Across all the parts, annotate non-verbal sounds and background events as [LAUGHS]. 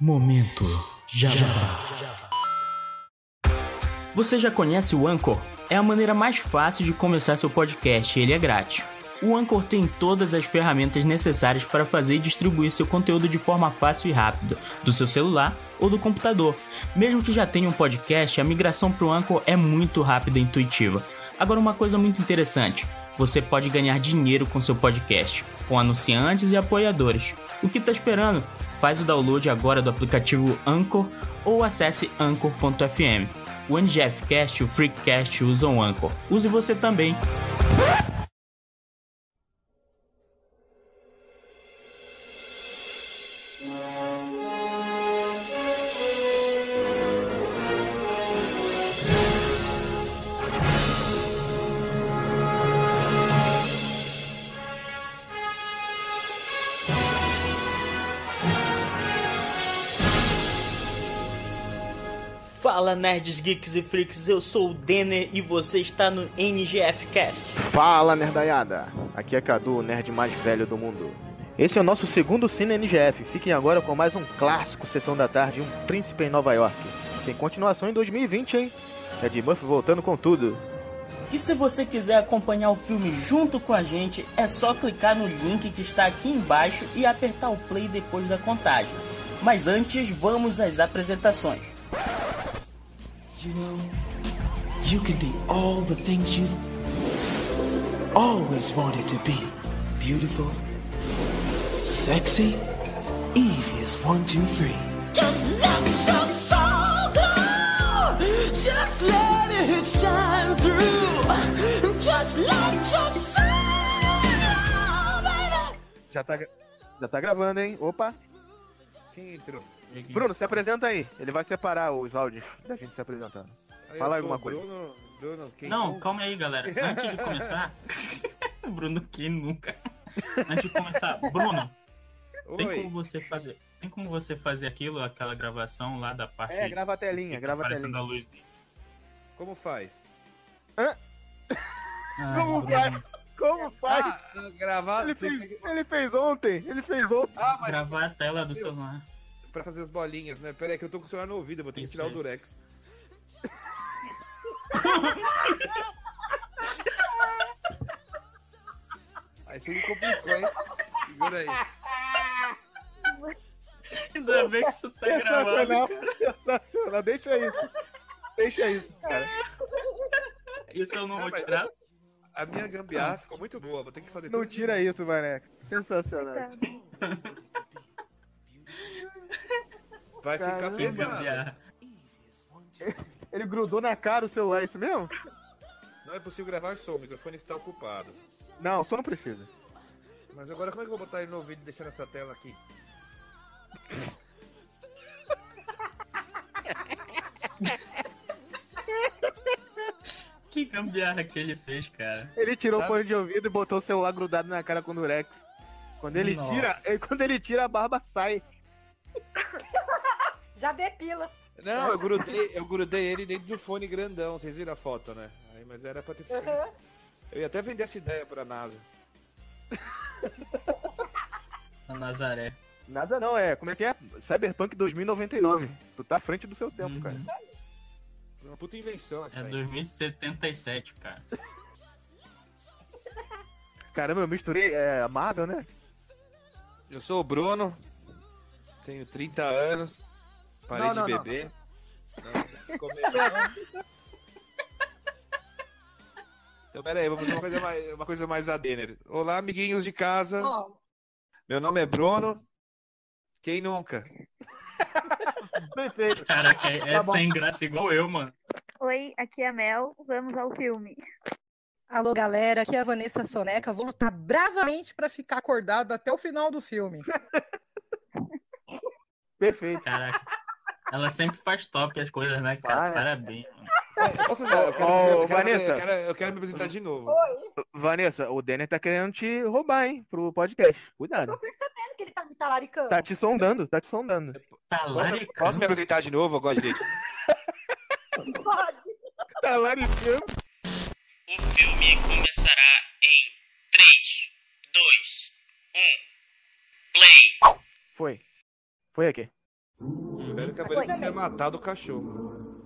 Momento Jabá. Você já conhece o Anchor? É a maneira mais fácil de começar seu podcast e ele é grátis. O Anchor tem todas as ferramentas necessárias para fazer e distribuir seu conteúdo de forma fácil e rápida, do seu celular ou do computador. Mesmo que já tenha um podcast, a migração para o Anchor é muito rápida e intuitiva. Agora, uma coisa muito interessante: você pode ganhar dinheiro com seu podcast, com anunciantes e apoiadores. O que está esperando? Faz o download agora do aplicativo Anchor ou acesse anchor.fm. O NGFcast e o Freakcast usam Anchor. Use você também. Fala nerds, geeks e freaks, eu sou o Denner e você está no NGF Cast. Fala, nerdaiada! Aqui é Cadu, o nerd mais velho do mundo. Esse é o nosso segundo Cine NGF. Fiquem agora com mais um clássico Sessão da Tarde, um príncipe em Nova York. Tem continuação em 2020, hein? Ed Murphy voltando com tudo. E se você quiser acompanhar o filme junto com a gente, é só clicar no link que está aqui embaixo e apertar o play depois da contagem. Mas antes, vamos às apresentações. You know, you can be all the things you've always wanted to be. Beautiful, sexy, easy as one, two, three. Just let your soul glow. Just let it shine through. Just let your soul, baby. Já tá, gra- já tá gravando, hein? Opa! Quem entrou? Bruno, se apresenta aí. Ele vai separar os áudios da gente se apresentando. Eu Fala sou alguma o coisa. Bruno, Bruno, quem Não, calma aí, [LAUGHS] galera. Antes de [LAUGHS] começar. Bruno, quem nunca? Antes de começar, Bruno, tem como Oi. você fazer. Tem como você fazer aquilo, aquela gravação lá da parte. É, grava a que telinha, tá grava a aparecendo telinha. a luz dele. Como faz? Ah, Como Bruno, faz? Como faz? Ah, ah, gravar. Ele você tem fez, que- ele fez ontem, ele fez ontem. Ah, mas Gravar a tela do celular. pra fazer as bolinhas, né? Pera aí que eu tô com o celular no ouvido, eu vou ter que Isso é. tirar aí. o durex. aí você me complicou, [LAUGHS] hein? Segura aí. Ainda bem que isso [LAUGHS] tá Sensacional, gravado. [LAUGHS] sensacional. Deixa isso. Deixa isso, cara. [LAUGHS] Isso eu não vou mas- tirar. A minha gambiarra ficou muito boa, vou ter que fazer Não tudo de [LAUGHS] tira isso, Maneca. Sensacional. novo. Vai ficar Caramba. Quem pesado. gambiarra. Ele grudou na cara o celular, é isso mesmo? Não é possível gravar som, o microfone está ocupado. Não, só não precisa. Mas agora como é que eu vou botar ele no ouvido e deixar nessa tela aqui? Que gambiarra que ele fez, cara. Ele tirou Tá. o fone de ouvido e botou o celular grudado na cara com o Durex. Quando ele Nossa. tira, ele- quando ele tira a barba sai. [LAUGHS] Já depila. Não, eu grudei, eu grudei ele dentro do fone grandão, vocês viram a foto, né? Aí, mas era pra ter ficado. Eu ia até vender essa ideia pra NASA. A Nazaré. Nada não, é. Como é que é? Cyberpunk 2099. Tu tá à frente do seu tempo, Uhum. cara. Foi uma puta invenção essa É aí. 2077, cara. Caramba, eu misturei é, Marvel, né? Eu sou o Bruno. tenho 30 anos, parei Não, não, de não. beber. Não, comer não. Então, peraí, vou fazer uma coisa mais, uma coisa mais ADN. Olá, amiguinhos de casa. Ó, Meu nome é Bruno. Quem nunca? Perfeito. Cara, é, é Tá bom. sem graça igual eu, mano. [LAUGHS] Oi, aqui é a Mel, vamos ao filme. Alô, galera, aqui é a Vanessa Soneca. Vou lutar bravamente pra ficar acordada até o final do filme. Perfeito. Caraca. Ela sempre faz top as coisas, né, cara? Ah, é. Parabéns, mano. Posso usar? Eu quero, Ô, fazer- eu quero Vanessa. fazer- eu quero- eu quero me apresentar de novo. Vanessa, o Denner tá querendo te roubar, hein, pro podcast. Cuidado. Tô percebendo que ele [LAUGHS] tá me talaricando. Tá te sondando, tá te sondando. Tá Posso, posso me apresentar de novo? Eu gosto de leite. Pode. Tá lá ligando. O filme começará em 3, 2, 1. Play. Foi. Foi aqui. Espero que a Vanessa não tenha matado o cachorro.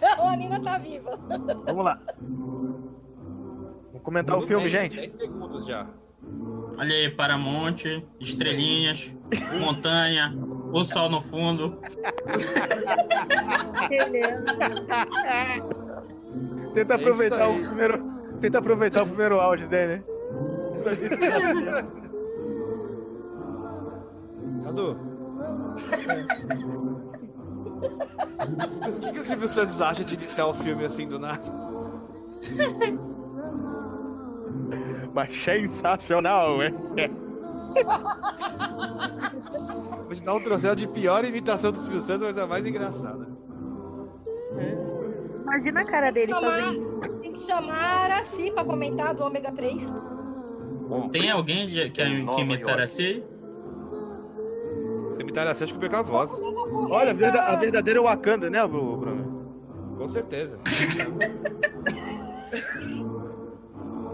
Não, a Nina [LAUGHS] tá viva. Vamos lá. Vamos comentar o filme, gente. 10 segundos já. Olha aí, Paramonte, estrelinhas, montanha, o sol no fundo. Tenta É isso aproveitar aí. o primeiro. Tenta aproveitar o primeiro áudio dele, né? Cadu. Mas O que, que o Silvio Santos acha de iniciar o filme assim do nada? Mas sensacional, hein? Vou te dar um troféu de pior imitação do Silvio Santos, mas é a mais engraçada. Imagina a cara dele fazendo. Tem que chamar a Si pra comentar do ômega 3. Tem alguém de- que, que imitar assim? Você imitar assim, acho que eu perco a voz. Olha, a verda- a verdadeira Wakanda, né, Bru- Bruno? Com certeza.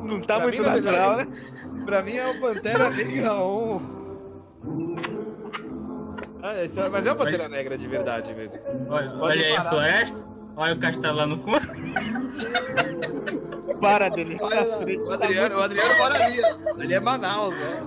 Não tá Pra muito mim, na natural, verdade, né? Pra mim é o Pantera Negra 1. Ah, esse é- mas é o Pantera Negra de verdade mesmo. Olha, Pode olha aí a parar. floresta, olha o castelo lá no [LAUGHS] fundo. Para dele. Olha lá, o Adriano, o Adriano mora ali, ó. Ele é Manaus, né?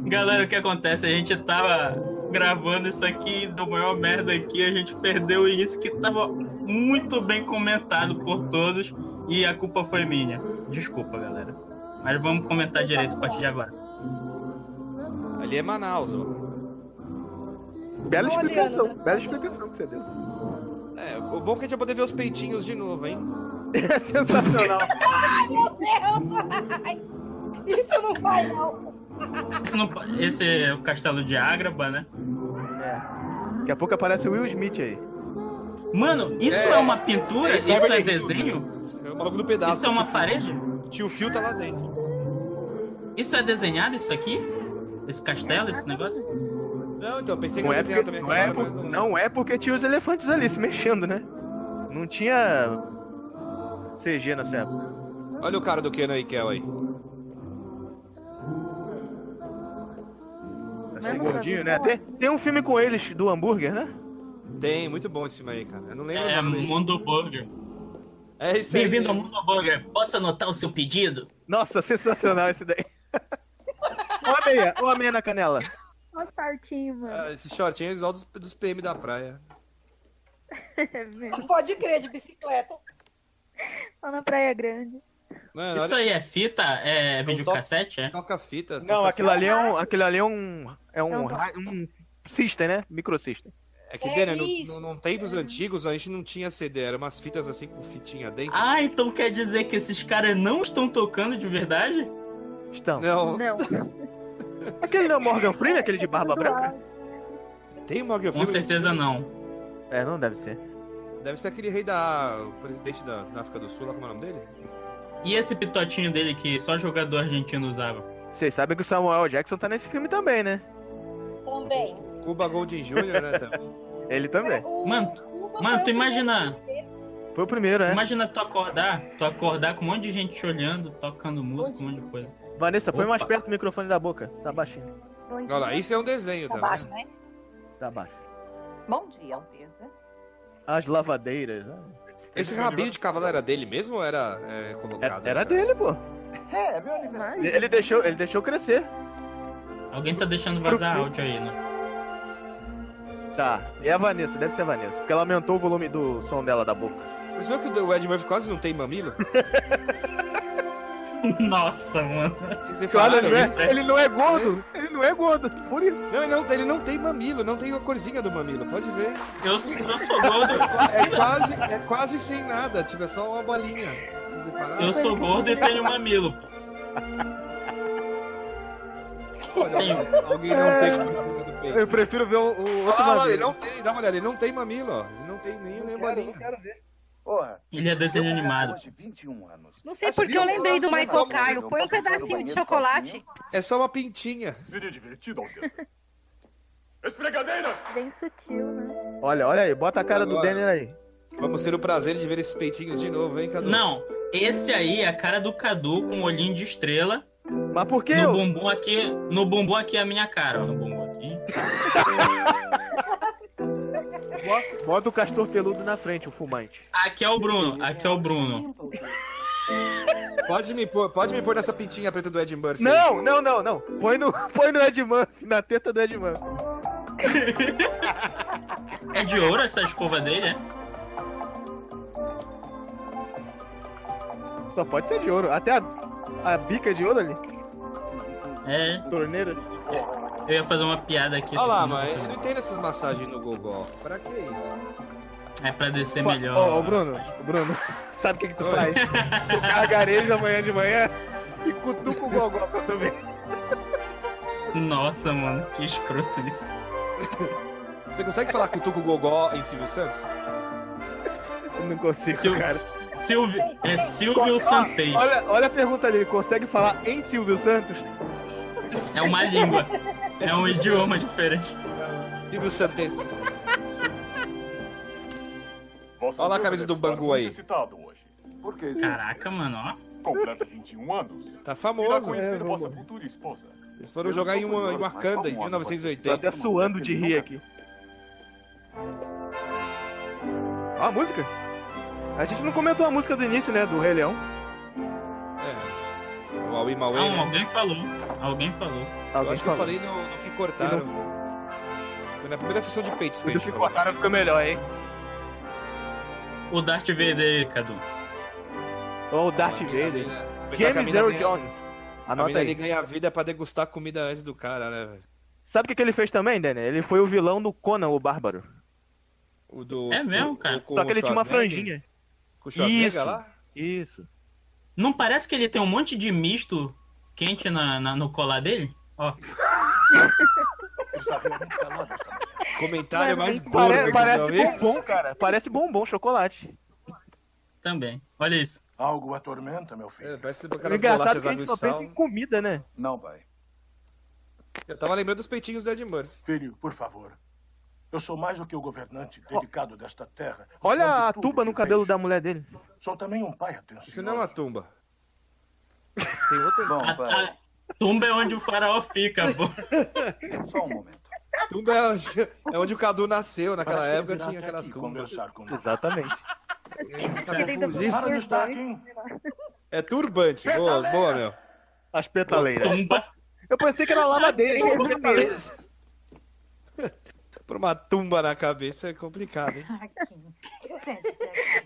Galera, o que acontece? A gente tava gravando isso aqui, do maior merda aqui, a gente perdeu isso que tava muito bem comentado por todos e a culpa foi minha. Desculpa, galera. Mas vamos comentar direito a partir de agora. Ali é Manaus, ó. Bela Ô, Adriano, explicação. tá- Bela explicação que você deu. É, o bom é que a gente vai poder ver os peitinhos de novo, hein? [LAUGHS] Sensacional. Meu Deus! Isso não vai, não. Esse, não pa- esse é o castelo de Ágraba, né? É. Daqui a pouco aparece o Will Smith aí. Mano, isso é, É. uma pintura? É, isso é Beverly Hills. desenho? É o maluco do pedaço. Isso é uma Tio Phil. parede? Tio Fio tá lá dentro. Isso é desenhado isso aqui? Esse castelo, esse negócio? Não, então, pensei que Não ia é, desenhar porque, também não, agora, é por- mas não é porque tinha os elefantes ali se mexendo, né? Não tinha CG nessa época. [LAUGHS] Olha o cara do Kenan e Kel aí. É Tá gordinho, né? Tem, tem um filme com eles do hambúrguer, né? Tem, muito bom esse filme aí, cara. Eu não lembro É o nome. dele. Mundo Burger. É isso aí. Bem-vindo ao Mundo Burger. Posso anotar o seu pedido? Nossa, sensacional esse daí. Ó a meia, ó a meia na canela. Ó, certinho, mano. [LAUGHS] Ah, Esse shortinho é igual dos, dos PM da praia. [LAUGHS] É mesmo. Pode crer, de bicicleta. Só na Praia Grande. Mano, Isso olha um aí é fita? É videocassete? É? Toca fita. Não, toca aquilo ali é um. Aquilo ali é um. É É um, um- ra- um system, né? Microsystem. fita. É que, É Daniel, isso. no, no, no tempos antigos a gente não tinha CD, eram umas fitas assim com fitinha dentro. Ah, então quer dizer que esses caras não estão tocando de verdade? Estão. Não, Não. Aquele não é Morgan Freeman, aquele de barba Tudo branca? alto. tem um uma Com certeza não. É, não deve ser. Deve ser aquele rei da. O presidente da, da África do Sul, lá como é o nome dele? E esse pitotinho dele que só jogador argentino usava? Vocês sabem que o Samuel Jackson tá nesse filme também, né? Também. Cuba Golding Jr., né? [LAUGHS] Tam? Ele também. O Mano, Cuba Mano, foi tu o imagina, Foi o primeiro, né? imagina tu acordar, tu acordar com um monte de gente te olhando, tocando música, um monte de coisa. Vanessa, põe mais Opa. perto do microfone da boca. Tá baixinho. Olha lá, isso é um desenho, tá? primeiro. vendo? Abaixo, né? Tá baixo. Bom dia, Alteza. As lavadeiras. né? Esse rabinho de cavalo era dele mesmo ou era é, colocado? Era, era dele, pô. É, meu aniversário. Ele deixou, ele deixou crescer. Alguém tá deixando vazar áudio aí, né? [LAUGHS] Tá, é a Vanessa, deve ser a Vanessa. Porque ela aumentou o volume do som dela da boca. Você percebeu que o Ed Murphy quase não tem mamilo? Nossa, mano. Claro, ele, não é, ele não é gordo. Ele não é gordo, por isso. né? Não, ele não, ele não tem mamilo, não tem a corzinha do mamilo, pode ver. Eu, eu sou gordo. É quase, é quase sem nada, tipo, é só uma bolinha. Se separar. Eu sou gordo e tenho mamilo. um. Olha, alguém não tem corzinha do peito. É. Eu prefiro ver o, o outro Ah, mamilo. ele não tem, dá uma olhada, ele não tem mamilo, ó. Ele não tem nem, nem bolinha. Porra. Ele é desenho animado. um Não sei porque eu lembrei do Michael Caio. Põe um pedacinho de chocolate. É só uma pintinha. Seria divertido, Alteza. Espregadeiras! Bem sutil, né? Olha, olha aí, bota a cara do Denner aí. Vamos ter o prazer de ver esses peitinhos de novo, hein, Cadu? Não, esse aí é a cara do Cadu com um olhinho de estrela. Mas por que no eu? bumbum aqui, no bumbum aqui é a minha cara, ó, no bumbum aqui. [LAUGHS] Bota, bota o castor peludo na frente, o fumante. Aqui é o Bruno, aqui é o Bruno. [LAUGHS] Pode me pôr, pode me pôr nessa pintinha preta do Ed Murphy. Não, não, não, não. Põe no, põe no Ed Murphy, na teta do Ed Murphy. É de ouro essa escova dele, é? Só pode ser de ouro. Até a, a bica de ouro ali, É, torneira. eu ia fazer uma piada aqui. Olha lá, assim, mãe, ele tem essas massagens no Google. Pra que isso? É pra descer Fa- melhor. Ó, ô, Bruno, ô, Bruno, [LAUGHS] sabe o que, que tu faz? Tu gargareja amanhã de manhã e cutuca o gogó pra tu ver. [LAUGHS] Nossa, mano, que escroto isso. [LAUGHS] Você consegue falar cutuco gogó em Silvio Santos? Eu não consigo, Sil- cara. Silvio, é Silvio Santei. Olha, olha a pergunta dele, consegue falar em Silvio Santos? É uma língua. É um idioma tá diferente. Silvio Santos. Olha lá a camisa do Bangu aí. hoje. Por que sim? Caraca, mano, ó. Completa 21 anos. Tá Irá famoso. conhecer É, vossa vamos. futura esposa. Eles foram jogar em uma em Marcanda em Tô tá 1980. até suando de rir aqui. Ó, a música? A gente não comentou a música do início, né? Do Rei Leão. É. O Aui Mauê, Não, né? alguém falou. Alguém falou. Eu Alguém acho que eu falou. falei no, no que cortaram. Foi na primeira sessão de peitos que a Quando gente ficou falou. a cara, ficou melhor, hein? O Darth Vader, Cadu. Ó, o Darth A mina- a Vader. mina- se pensar que a James mina Earl ganha- Jones. A Anota mina ele aí. ganha a vida pra degustar a comida antes do cara, né, velho? Sabe o que, que ele fez também, Daniel? Ele foi o vilão do Conan, o Bárbaro. O do. É mesmo, cara? o- com Só que ele o tinha uma Schwarzenegger? franjinha. Com o Isso. Schwarzenegger lá? Isso. Não parece que ele tem um monte de misto quente na, na- no colar dele? Ó, [LAUGHS] Comentário é mais gordo Pare- que eu já parece ouvi. bombom, cara. Parece bombom, chocolate. também. Olha isso. Algo atormenta, meu filho. É, parece O aquelas engraçado bolachas que a lá gente do só pensa sal. em comida, né? Não, pai. Eu tava lembrando dos peitinhos do Ed Murphy. Filho, por favor. Eu sou mais do que o governante dedicado desta terra. Olha a Sabe tudo tuba que no cabelo fez. da mulher dele. Sou também um pai atencioso. Isso não é uma tumba. Tem outra A, a tumba é onde o faraó fica, pô. Só um momento. tumba. É onde, é onde o Cadu nasceu. Naquela Parece que época virá tinha até aquelas aqui tumbas. conversar com Exatamente. tá Querida, você Para de estar aqui. [LAUGHS] É turbante. Boa, boa, meu. As petaleiras. Tumba. Eu pensei que [LAUGHS] era lavadeira, hein? né? Por uma tumba na cabeça é complicado, [LAUGHS] hein?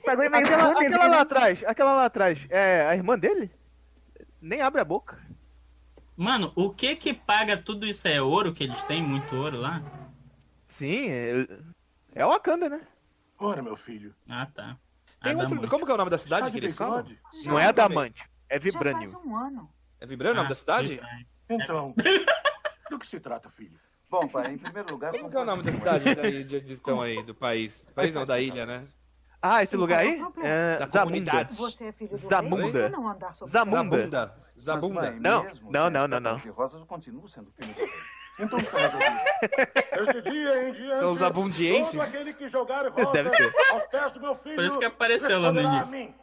bagulho meio Aquela, podre, aquela lá né? atrás, aquela lá atrás, é a irmã dele? Nem abre a boca. Mano, o que que paga tudo isso? É ouro que eles têm? Muito ouro lá? Sim, é, é Wakanda, né? Ora, meu filho. Ah, tá. Tem outro. Adamante. Como que é o nome da cidade Está que de eles falam? bigode? Não é Adamante, é Vibranium. um ano. É Vibrando o nome Ah, da cidade? verdade. [LAUGHS] Então, do que se trata, filho? Bom, pai, em primeiro lugar... Como que é o nome da cidade daí, de onde estão aí, do país? País não, da ilha, né? Ah, esse lugar aí? Da É, Zamunda. comunidade. Você é filho do Zamunda. rei, não andar sobre Zamunda. Zabunda. Zabunda. Não, não, não, não, não. De rosas, eu continuo sendo filho do rei. Então está resolvido. Este dia em diante, São os abundienses? todo aquele que jogar rosa Deve ser. aos pés do meu filho... Por isso que apareceu lá no responderá a início. mim.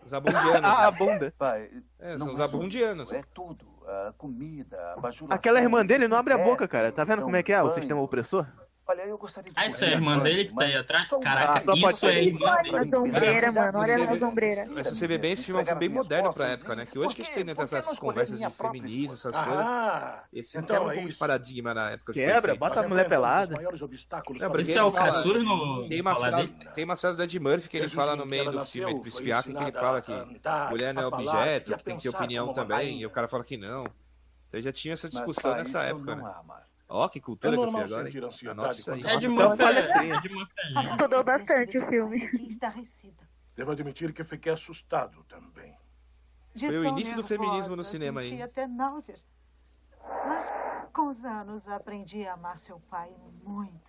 Ah, a Zabundianos. bunda. Pai, É, não são os é abundianos. só isso, É tudo. A comida, a bajulação, Aquela irmã dele não abre a o que boca, cara. Tá vendo então, como é que é o banho. sistema opressor? falei, eu gostaria de. Ah, isso é a irmã dele que tá aí atrás? Caraca, só pode isso é a ser. irmã Olha dele. a sombreira, Cara, mano, olha você a vê- sombreira. mas se você vê bem, esse filme é um filme bem moderno pra época, né? Que hoje que a gente tem dentro dessas conversas de feminismo, essas escolha? coisas. Ah, Esse então quebra é um pouco de paradigma na época que foi Quebra, feito. bota a mulher pelada. maiores obstáculos Não, para porque mim. ele fala- é no- Tem uma, falar frase, tem uma frase do Ed Murphy que ele Desde fala que no meio ela do nasceu, filme do foi Príncipe Arthur, que ele ensinada fala a que andar, mulher não é a falar e objeto, a que tem que ter pensar opinião como uma também. rainha. E o cara fala que não. Então já tinha essa Mas discussão pra nessa isso época, não né? há mais. Ó, que cultura É que eu fui normal agora. sentir hein? ansiedade Anota isso aí. quando- É de Então, Murphy, palestrinha. né? Estudou bastante o filme. Devo admitir que fiquei assustado também. De Foi o tão início do feminismo no cinema é senti aí. até náuseas. Mas com os anos aprendi a amar seu pai muito.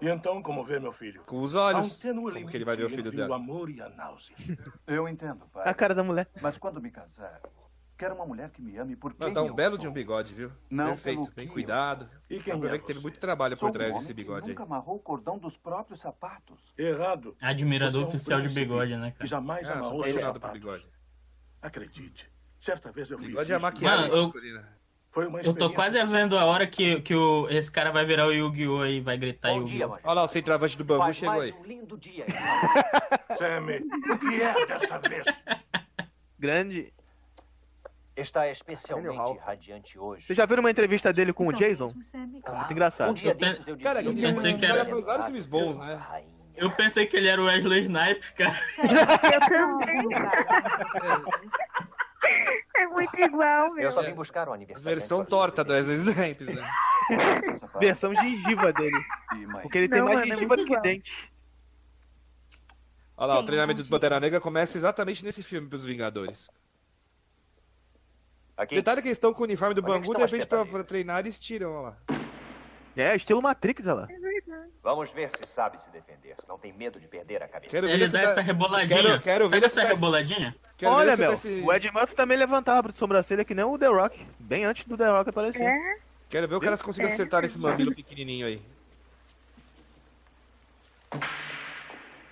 E então, como vê, meu filho? Com os olhos. Há um tênue Como que ele limite vai ver o filho entre dela? O amor e a náusea. Eu entendo, pai. A cara da mulher. Mas quando me casar, quero uma mulher que me ame por quem Não, tá um eu belo sou. de um bigode, viu? Não, Perfeito, pelo bem que cuidado. E E quem quem pra é ver que teve você? muito trabalho Sou por trás um homem desse que bigode aí. Nunca amarrou o cordão dos próprios sapatos. Errado. Admirador Você é um oficial de príncipe bigode, né, que cara? jamais Ah, sou amarrou seus apaixonado por sapatos. bigode. Acredite, certa vez eu Bigode fiz é a isso. maquiagem Mano, eu- masculina. Foi uma Eu tô experiência quase vendo a hora que, que o, esse cara vai virar o Yu-Gi-Oh! aí, vai gritar Yu-Gi-Oh! Olha lá, o centroavante do bambu chegou um aí. lindo [LAUGHS] dia. Sammy, o que é desta vez? Grande. Está especialmente radiante hoje. Vocês já viram uma entrevista dele com o Jason? é é Muito engraçado. Um dia desses eu Cara, disse- que Eu pensei que cara era- faz vários filmes bons, né? Eu pensei que ele era o Wesley Snipes, cara. [LAUGHS] É muito igual, Eu meu. só vim buscar o aniversário. Versão torta do Wesley Snipes, né? Versão gengiva dele. Porque ele tem Não, mais mano, é gengiva do muito que igual. dente. Olha lá, o treinamento do Pantera Negra começa exatamente nesse filme pros Vingadores. Detalhe que eles estão com o uniforme do Onde é que Bangu, de estão as repente pra, Pantera pra treinar eles tiram, olha lá. É, estilo Matrix, olha lá. Vamos ver se sabe se defender, se não tem medo de perder a cabeça. Quero ver Ele Ele dá se tá- essa reboladinha. Quero- quero ver Sabe se essa tá- reboladinha? tá Olha, meu, o Ed Murphy também levantava a sobrancelha que nem o The Rock. Bem antes do The Rock aparecer. Quero ver o cara se conseguir É. acertar esse mamilo pequenininho aí.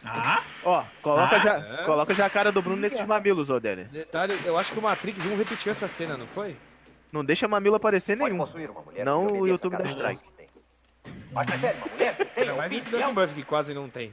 Ah? Ó, coloca, Ah, já, é? coloca já a cara do Bruno nesses mamilos, ô Denner. Detalhe, eu acho que o Matrix 1 repetiu essa cena, não foi? Não deixa mamilo aparecer nenhum. Não o YouTube dá strike. Mas prefere uma mulher que tenha Mas um esse Dungeon Buff que quase não tem.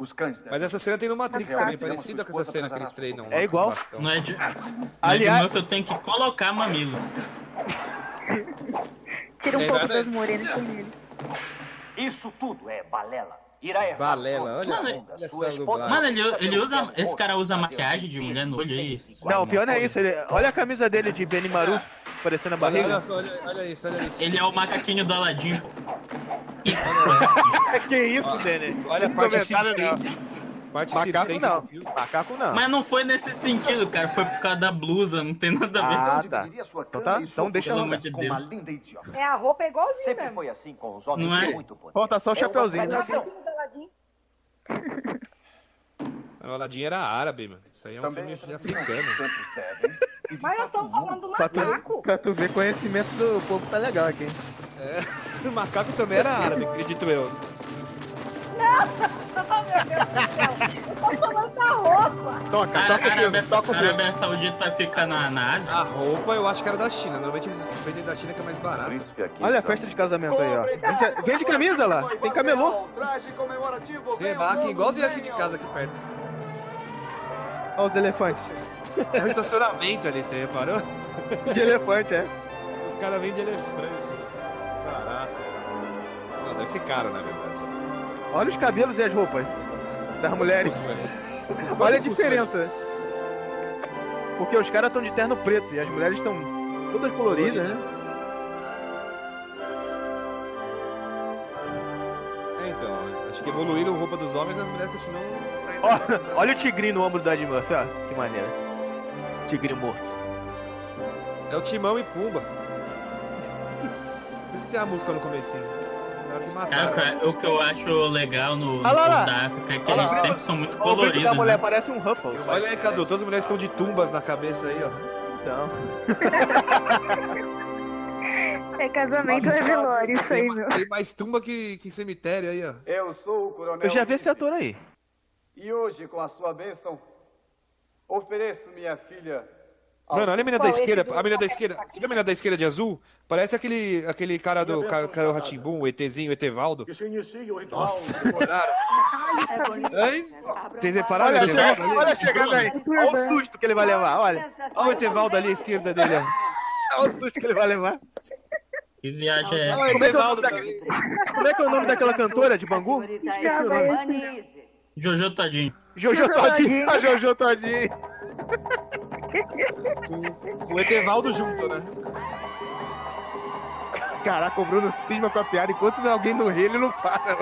Os cães da Mas essa cena tem no Matrix Mas também, claro, parecida com essa cena que eles treinam. lá É com igual. os bastão. Não é de. Aliás- Aliás, eu tenho que colocar mamilo. Tira um É pouco verdade. das morenas com ele. Isso tudo é balela. Irá errar. Balela, olha é Mano, só, assim. olha sua esposa- essa dublagem. Mano, ele, ele usa. Esse cara usa maquiagem de mulher no olho aí. Não, o pior não é isso. ele- olha a camisa dele de Benimaru, parecendo a Olha, barriga. olha só, olha, olha isso, olha isso. Ele é o macaquinho do Aladdin, pô. [LAUGHS] que isso, Denner? Olha a Esse parte comentário circense. Parte Macaco circense do filme. não. Macaco não. Mas não foi nesse sentido, cara. Foi por causa da blusa, não tem nada a ver. Ah, tá. Dividir a sua Então cama É tá, e então sua deixa Pelo eu amor de com uma Deus. linda idiota. É, a roupa é igualzinha Sempre mesmo. foi assim com os homens Não de é? muito poder. Falta só o É uma chapeuzinho. tradição. Aqui no Daladinho. O Aladdin era árabe, mano. Isso aí é um Também filme [LAUGHS] africano. [LAUGHS] Mas nós estamos falando do Pra tu, macaco. pra tu ver, conhecimento do povo tá legal aqui. hein? É, [LAUGHS] O macaco também era árabe, acredito eu. [LAUGHS] Oh, meu Deus do céu. Eu tô falando da roupa. Toca, A toca o Arábia, filme, toca o a filme. Arábia Saudita fica na, na Ásia. A roupa eu acho que era da China. Normalmente eles vendem da China que é mais barato. Olha a festa de casamento aí, ó. Vende, vende camisa lá, tem camelô. Traje comemorativo. Você marca igualzinho Tá aqui de casa, aqui perto. Ó os elefantes. É um estacionamento ali, você reparou? [LAUGHS] De elefante, é. Os caras vendem elefante. Barato. Não, Deve ser caro, na verdade. [LAUGHS] Olha os cabelos e as roupas das mulheres. Olha a diferença. Porque os caras estão de terno preto e as mulheres estão todas coloridas, né? É, então, acho que evoluíram a roupa dos homens e as mulheres continuam. Ó, olha o tigrinho no ombro do Ed Murphy, ó. Que maneira. Tigrinho morto. É o Timão e Pumba. Por isso que tem a música no comecinho. Na hora que Cara, mataram. cara, o que eu acho legal no, no Ah lá, lá. ponto da África é que Ah lá, eles lá. sempre são muito Ó, o brinco da coloridos. mulher né? parece um Ruffles. Olha aí, Cadu, todas as mulheres estão de tumbas na cabeça aí, ó. Então. É casamento ou é velório isso aí, meu? Tem mais tumba que, que cemitério aí, ó. Eu sou o coronel. Eu já vi esse ator aí. E hoje, com a sua bênção, ofereço minha filha. ao- Mano, olha a menina da esquerda. A menina da esquerda. Você viu a menina da esquerda de azul? Parece aquele, aquele cara do Minha ca- bênção, cara do danada. Ratimbum, o ETzinho, o Etevaldo. Isso inicia o ritual. [LAUGHS] é Vocês é repararam? o Olha, Etevaldo olha, ali? olha a chegada aí. Olha o susto que ele vai levar, olha. Olha o Etevaldo ali à esquerda dele, ó. Tá. Olha o susto que ele vai levar. Que viagem é Ah, essa? o Etevaldo tá- Como é que é o nome daquela cantora de Bangu? Tá Esqueci o nome. Jojo Tadinho. Jojo Todinho. A [LAUGHS] Jojo Todinho. Com o Etevaldo junto, né? Caraca, o Bruno cisma com a piada. Enquanto não é alguém no rio, ele não para.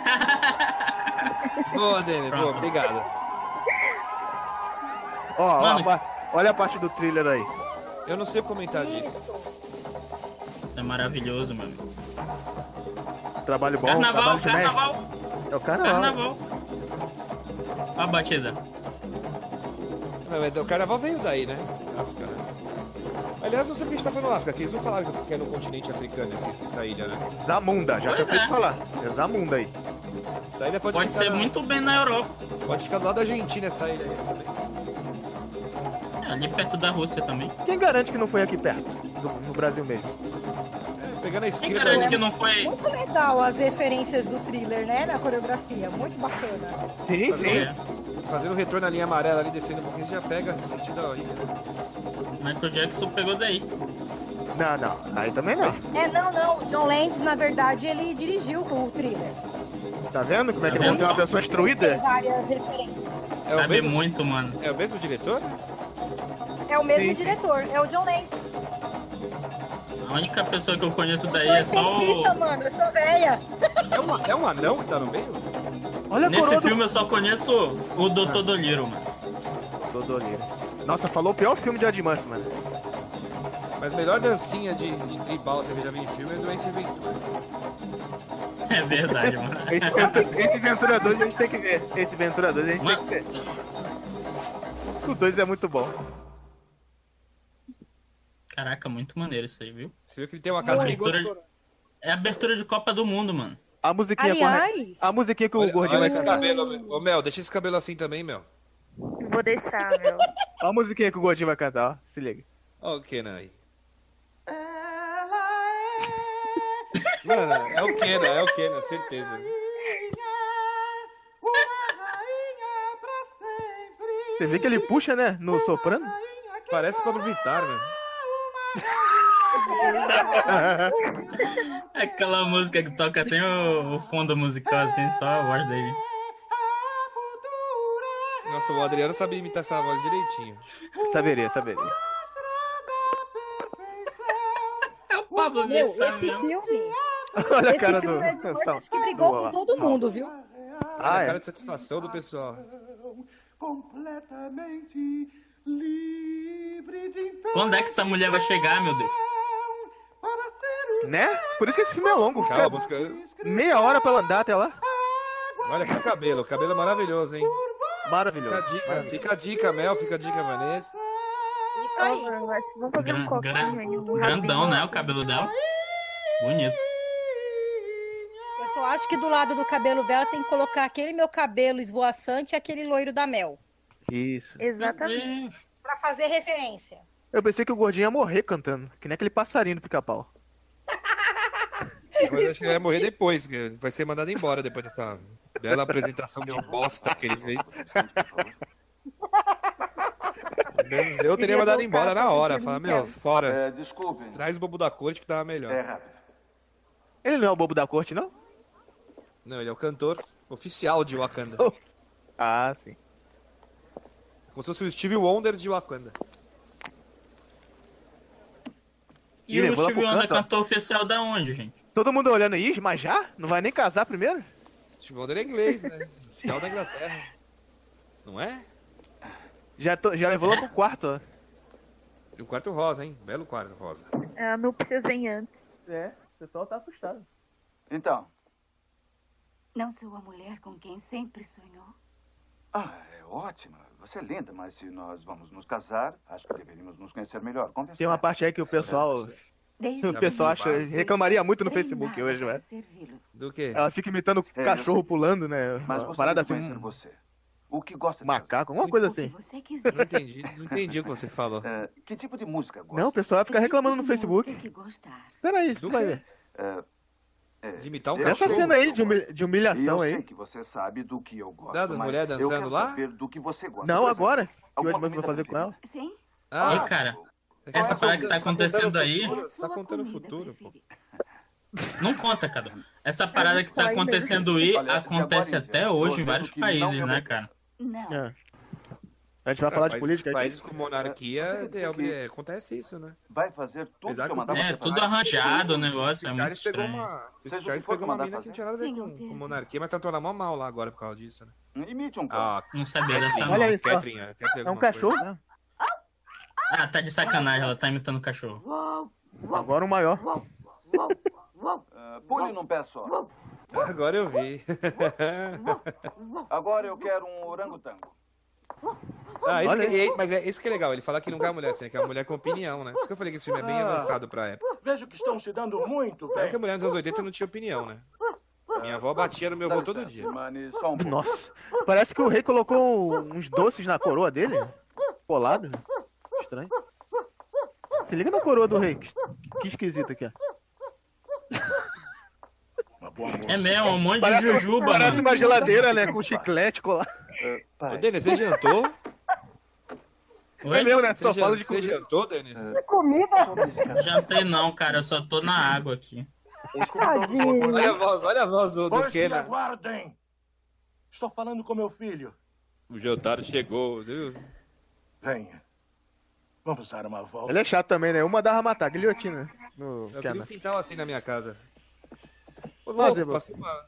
[LAUGHS] Boa, Dene, boa, obrigado. Ó, ó, Mano. a pa- olha a parte do thriller aí. Eu não sei comentar disso. Isso é maravilhoso, mano. Trabalho bom, Carnaval, trabalho de mestre. carnaval, É o carnaval. carnaval. Olha a batida. Não, mas o carnaval veio daí, né? África, né? Aliás, não sei porque a gente tá falando África, que eles não falaram que é no continente africano esse- essa ilha, né? Zamunda, já Pois cansei é. de falar. É Zamunda aí. Essa ilha pode, Pode ficar ser na- muito bem na Europa. Pode ficar do lado da Argentina essa ilha aí também. É, Ali perto da Rússia também. Quem garante que não foi aqui perto? No, no Brasil mesmo. Pegando a Quem esquerda. garante que não foi. Muito legal as referências do thriller, né? Na coreografia. Muito bacana. Sim, sim. Fazendo o retorno na linha amarela ali, descendo um pouquinho, você já pega sentido da ilha. né? Michael Jackson pegou daí. Não, não. Aí também não. É, não, não. O John Lentz, na verdade, ele dirigiu com o thriller. Tá vendo como é que ele é uma pessoa Tem instruída? várias referências. É o Sabe mesmo- muito, mano. É o mesmo diretor? É o mesmo Sim. diretor, é o John Lentz. A única pessoa que eu conheço Tá daí sou é só cientista, o. mano. Eu sou velha. É, uma, é um anão que tá no meio? Olha a Nesse coroa do- filme eu só conheço o Dr. Doliro, mano. Dodoneiro. Nossa, falou o pior filme de Admant, mano. Mas a melhor dancinha de, de tribal você já vê em filme é Doença e Ventura. É [LAUGHS] verdade, mano. Esse, tá Ventura- esse Ventura 2 a gente tem que ver. Esse Ventura 2 a gente tem que ver. O 2 é muito bom. Caraca, muito maneiro isso aí, viu? Você viu que ele tem uma cara de abertura... quem É a abertura de Copa do Mundo, mano. A musiquinha com Aliás- a... a musiquinha que o gordinho Olha vai esse cantar. cabelo, Mel. Ô, Mel, deixa esse cabelo assim também, Mel. Vou deixar, [LAUGHS] meu. Olha a musiquinha que o gordinho vai cantar, ó. Se liga. Ó, o Kenan aí. Mano, é o Kenan, é o Kenan, certeza. Você vê que ele puxa, né? No soprano. Parece o Pablo Vittar, né? É aquela música que toca sem o, o fundo musical, assim, só a voz dele. Nossa, o Adriano sabe imitar essa voz direitinho. Saberia, saberia. É o Pablo Meu, esse filme. [LAUGHS] Olha a esse cara filme do- é de Murphy, Sal- acho que brigou Boa. com todo mundo, viu? Ah, Olha a é? cara de satisfação do pessoal. Completamente livre de Quando é que essa mulher vai chegar, meu Deus? Né? Por isso que esse filme é longo. Calma, Fica a música. meia hora pra ela andar até lá. Olha que cabelo, cabelo é maravilhoso, hein? Maravilhoso. Fica a dica, Maravilhoso. fica a dica, Mel, fica a dica, Vanessa. Isso aí. Vamos fazer um Gran- coquinho gran- aí. Um grandão, rabinho. né? O cabelo dela. Bonito. Eu só acho que do lado do cabelo dela tem que colocar aquele meu cabelo esvoaçante e aquele loiro da mel. Isso. Exatamente. Pra fazer referência. Eu pensei que o gordinho ia morrer cantando. Que nem aquele passarinho do pica-pau. Mas acho que ele vai morrer depois, porque vai ser mandado embora depois dessa bela apresentação de bosta que ele fez. Pelo menos eu teria Queria mandado voltar embora na pra hora. pedir Falar, um meu, café. fora. É, desculpem. Traz o bobo da corte que tava melhor. É rápido. Ele não é o bobo da corte, não? Não, ele é o cantor oficial de Wakanda. Oh. Ah, sim. Como se fosse o Steve Wonder de Wakanda. Ih, E o levou lá Steve pro Wonder canto, ó. cantou oficial da onde, gente? Todo mundo olhando aí, mas já? Não vai nem casar primeiro? Steve Wonder é inglês, né? Oficial da Inglaterra. Não é? Já, tô- já levou lá pro quarto, ó. E um quarto rosa, hein? Belo quarto rosa. né? A Ah, núpcias vem antes. É, o pessoal tá assustado. Então, Não sou a mulher com quem [LAUGHS] sempre sonhou. ah, é ótima. Você é linda, mas se nós vamos nos casar, acho que deveríamos nos conhecer melhor. Conversar. Tem uma parte aí que o É, pessoal. Desde [LAUGHS] O pessoal acha, reclamaria muito no Facebook hoje, né? Do quê? Ela fica imitando É, cachorro eu sei. pulando, né? Mas uma gostaria parada de assim. conhecer um você. O que gosta de Macaco, alguma coisa assim. Você é quiser. Não entendi, não entendi o que você falou. Que tipo de música gosta? Não, o pessoal vai ficar reclamando no Tem Facebook. que gostar. Peraí, Do vai quê? ver. É, De imitar um Essa cachorro. cena aí de, humil- de humilhação eu sei aí. que você sabe do que eu gosto, Das mas mulheres eu dançando quero lá? saber do que você gosta. Não, Por exemplo, agora. Que o assim. alguma assim? Edmundo vai fazer com ela. Sim? Ah, Ei, cara, Você essa tá parada contando- que tá você contando acontecendo o aí- futuro, Você tá contando o futuro, pô. Não conta, cara. Essa parada que tá Ai, meu acontecendo Deus. aí Olha, de acontece agora em até diante, hoje em eu vários prometo que não países, né, cara? Não. É. A gente vai falar [LAUGHS] de Países- política aí. Países com monarquia, Você quer dizer é, que- é, acontece isso, né? Vai fazer tudo Apesar que eu que eu mandar tava- você É, tudo falar. arranjado o negócio, é muito Charles pegou estranho. uma. Seja o O que Charles for que pegou uma mina mandar que não fazer. tinha nada a ver com, com monarquia, mas tá tornando mó mal lá agora por causa disso, né? Hum? Imite um pouco. Ah, Não sabia dessa não. Olha aí, só. Catherine, a Catherine É um alguma coisa. cachorro, né? Ah, tá de sacanagem, ela tá imitando o cachorro. Agora o maior. Ah, pule num pé só. Ah, Agora eu [LAUGHS] vi. Agora eu quero um orangotango. ah, isso Olha que- e- mas é isso que é legal, ele fala que não quer mulher assim, é que é uma mulher com opinião, né? Por isso que eu falei que esse filme é bem Ah. avançado pra época. Vejo que estão se dando muito É bem. que a mulher nos anos 80 não tinha opinião, né? Minha avó batia no meu avô todo dia. Mani, só um pouco. Nossa. Parece que o rei colocou um, uns doces na coroa dele. Colado. Estranho. Se liga na coroa do rei. Que que esquisito aqui, ó. É mesmo, um monte de Parece, jujuba, parece mano. uma geladeira, né? Com chiclete colado. É. Ah, Ô, pai, Denis, você jantou? Oi? É mesmo, né? Você, Só jan fala de você comida. jantou, Denis? sobre esse É. caso. Jantei não, cara, eu só tô na água aqui. Olha a voz, olha a voz do, do Pois me Kenan. aguardem. Estou falando com meu filho. O jantar chegou, viu? Venha. Vamos dar uma volta. Ele é chato também, né? Uma dava a matar, guilhotina. né? No Eu queria um Kenan. quintal assim na minha casa. Ô, Ó, louco, Zebra. passei uma...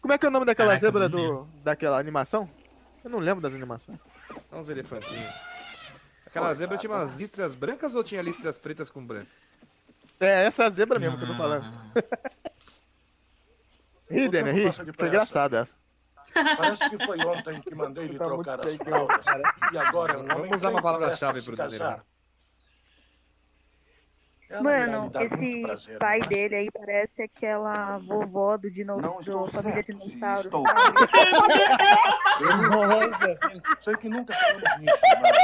Como é que é o nome daquela Caraca, zebra não do, daquela animação? Eu não lembro das animações. Olha uns elefantinhos. Aquela zebra tinha umas listras brancas ou tinha listras pretas com brancas? É, essa zebra mesmo que Ah. eu tô falando. Ri, O um Daniel, tempo ri. passa né? Foi depressa. engraçado essa. Parece que foi ontem que mandei lhe Tá muito trocar as bem, fraldas. E agora o homem Vamos usar uma sempre palavra-chave quer se pro Danilo. né? casar. Ela irá Mano, lhe dar esse muito prazer. pai dele aí parece aquela vovó do Não dinossauro, estou do família certo se dinossauro. estou sabe? Sei que nunca falamos nisso, mas...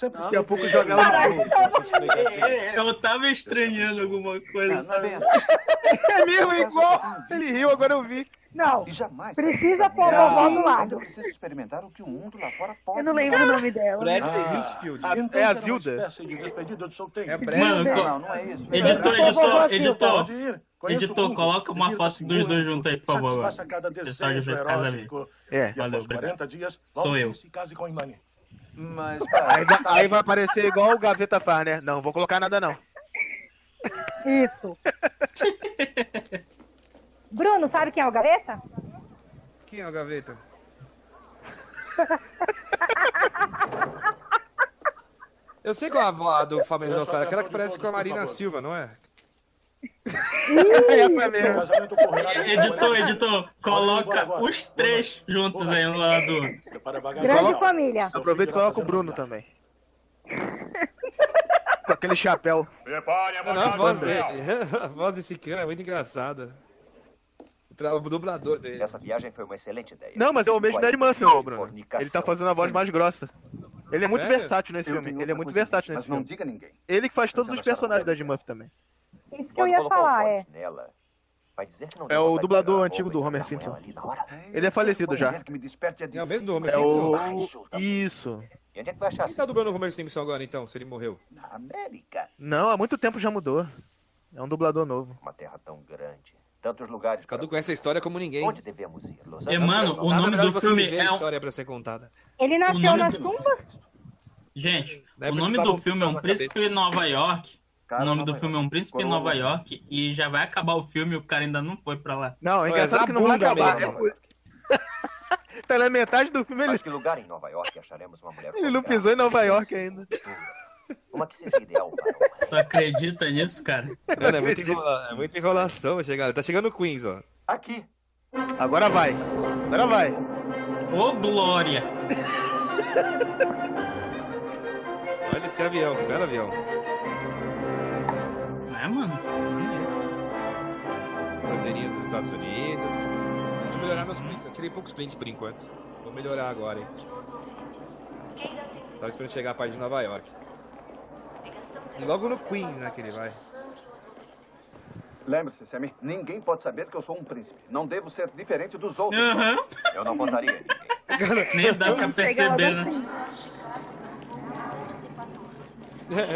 Sempre Daqui a pouco tive joga ela uma no dúvida com essas pegadinhas. [LAUGHS] Eu tava estranhando Tá, alguma coisa, Ah, não é sabe? bem assim. [LAUGHS] É mesmo, é igual. um Ele riu, agora eu vi. Não, E jamais. Precisa pôr a vovó do lado. Eu preciso experimentar o que o mundo lá fora pode. eu não lembro o nome dela. Bradley Hitchfield. Ah, então é a será uma Zilda? assim espécie de despedida de solteiro. É breve. Mano, um Não, co- não, não é isso. [LAUGHS] editor, editor, editor, Então, Pode tá ir. Conheço editor, mundo. coloca uma Divirta-se foto dos muito. dois juntos aí, por favor. Satisfaça agora. cada Pessoal de desejo casamento. erótico. É. E após Valeu, 40 dias, Sou volte eu. e se case com Imani. Mas, Aí, peraí, vai- Tá. aí vai aparecer igual o Gaveta faz, né? Não, vou colocar nada não. Isso. [LAUGHS] Bruno, sabe quem é o Gaveta? Quem é o gaveta? [LAUGHS] Eu sei qual é a avó do Família Dinossauro, é aquela que parece com a Marina Silva, não é? É, foi O mesmo. casamento ocorrerá E- dentro de Editor, 40 editor, coloca os três juntos aí um lado do é, outro. Prepara a bagagem. Grande Não. família. Aproveita e coloca o Bruno também. [LAUGHS] Com aquele chapéu. Prepare a É, Não, não, a bagagem. voz dele. [LAUGHS] A voz desse cara é muito engraçada. O, tra- o dublador dele. Essa viagem foi uma excelente ideia. Não, mas é o mesmo da Eddie Murphy, ô, Bruno. Ele tá Fornicação. fazendo a voz mais grossa. Ele é muito Sério? versátil nesse eu filme. tenho Ele é outra muito coisa, versátil mas nesse filme. Não diga a ninguém. Ele que faz todos Eu os quero achar personagens da uma Eddie Murphy também. É Isso que eu Quando ia colocar o falar, fone é. Nela, vai dizer que não É deu o pra dublador tirar a antigo roupa e do Homer casar com ela Simpson. ali na hora. Ele é falecido Uma já. mulher que me desperte de É o mesmo do Homer É Simpson. o. Baixo, tá bom. Isso. E onde é que vai achar Quem assim? tá dublando o Homer Simpson agora então, se ele morreu? Na América. Não, há muito tempo já mudou. É um dublador novo. Uma terra tão grande. Tantos lugares. Cadu conhece a história como ninguém. Onde devemos ir? É, mano, o nome do filme é a um- história para ser contada. Ele nasceu nome nas do- tumbas? Gente, Na o época nome que do tava filme é Um na Príncipe em Nova York. o nome do filme é Um Príncipe em Nova York. E já vai acabar o filme e o cara ainda não foi pra lá. Não, é engraçado que não vai acabar. É por- [LAUGHS] tá na metade do filme. Ele, Mas que lugar em Nova York acharemos uma mulher ele não qualquer? pisou em Nova York ainda. é Uma que seja [LAUGHS] ideal para Tu acredita nisso, cara? Mano, é, muita enrola- é muita enrolação chegando. Tá chegando o Queens, ó. Aqui. Agora vai. Agora vai. Ô, Glória! Olha esse avião, que belo avião. Né, mano? Bandeirinha dos Estados Unidos. Preciso melhorar meus prints. Eu tirei poucos prints por enquanto. Vou melhorar agora, hein. Tava esperando chegar a parte de Nova York. E logo no Queens, né, que ele vai. Lembre-se, Sammy, ninguém pode saber que eu sou um príncipe. Não devo ser diferente dos outros. Aham. Eu não contaria. Nem dá pra perceber, né?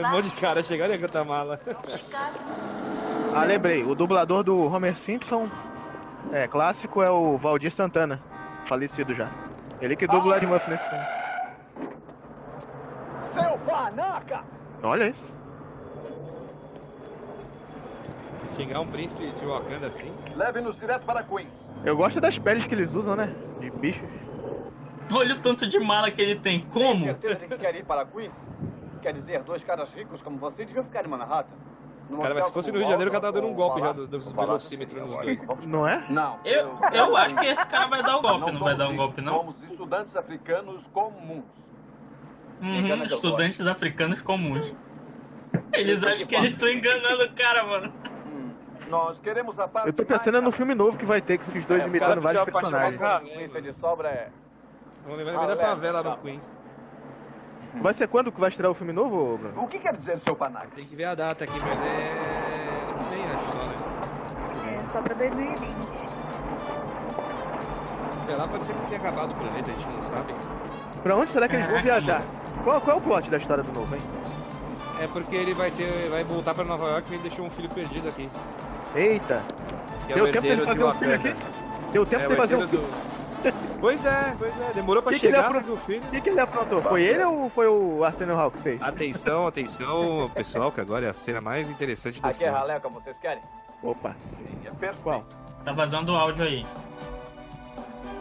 um monte de cara chegando e cantar mala. Ah, lembrei. O dublador do Homer Simpson é clássico é o Valdir Santana. Falecido já. Ele que dubla de Muff nesse filme. Seu panaca! Olha isso. Xingar um príncipe de Wakanda assim. Leve-nos direto para Queens. Eu gosto das peles que eles usam, né? De bichos. Olha o tanto de mala que ele tem. Como? Então Certeza que quer ir para Queens? Quer dizer, dois caras ricos como você deviam ficar em Manhattan. Num Cara, hotel mas se fosse no como Rio de Janeiro, o cara Waldorf tá dando um ou golpe já Palácio. do, do velocímetro nos dois. Não é? Não. Eu, eu acho que esse cara vai dar o golpe, não vai dar um golpe, não? Somos estudantes africanos comuns. Uhum, estudantes africanos comuns. Eles acham que eles estão enganando o cara, mano. Hum. Nós queremos a parte Eu tô pensando no filme novo que vai ter, que esses dois É, o imitando cara vários pediu a parte personagens. mais rápida. Queens de sobra é... Vamos lembrar da favela no Queens. Vai ser quando que vai estrear o filme novo, Bruno? O que quer dizer seu panaca? Tem que ver a data aqui, mas é. ano que vem, acho só, né? É, só pra 2020. É. Até lá pode ser que tenha acabado o planeta, a gente não sabe. Pra onde será que eles vão Caraca, viajar? Qual, qual é o plot da história do novo, hein? É porque ele vai ter. vai voltar pra Nova York e ele deixou um filho perdido aqui. Eita! Que é Deu o tempo herdeiro de dele fazer um filho Wakanda. aqui? Deu tempo É, dele o fazer um herdeiro filho. Pois é, pois é. Demorou pra Que que ele chegar, apro- fez o filho. O que, que ele aprontou? Foi ele ou foi o Arsenio Hall que fez? Atenção, atenção, pessoal, que agora é a cena mais interessante do Aqui é filme. raleca, vocês querem? Opa. Perfeito. Tá vazando o áudio aí.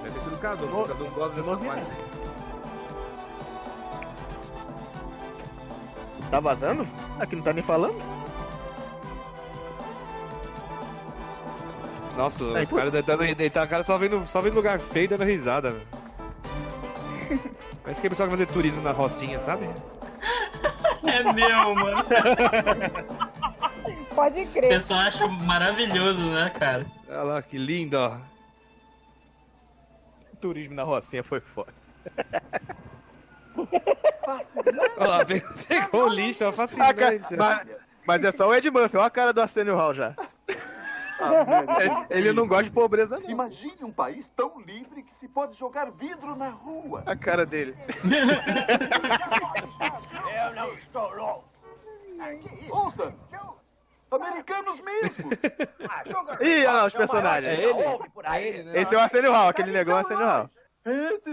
Deve ter sido o Cadu, o Cadu gosta dessa Morri, parte. Tá vazando? Aqui não tá nem falando? Nossa, Aí, o pô. cara dando, ele tá, o cara só vendo, só vendo lugar feio e dando risada, [LAUGHS] velho. Parece que é pessoal que fazer turismo na Rocinha, sabe? É meu, mano. [LAUGHS] Pode O crer. pessoal acha maravilhoso, né, cara? Olha lá, que lindo, ó. Turismo na Rocinha foi foda. Olha lá, pe- pegou o lixo, é ó, Ah, cara, fascinante. mas, mas é só o Ed Murphy, olha a cara do Arsenio Hall já. Ele não gosta de pobreza, não. Imagine um país tão livre que se pode jogar vidro na rua. [LAUGHS] A cara dele. Eu não estou louco. Ouça, americanos mesmo. [LAUGHS] Ih, olha lá os personagens. É ele? É ele, Esse é o Arsenio Hall, aquele tá negão é o Arsenio Hall.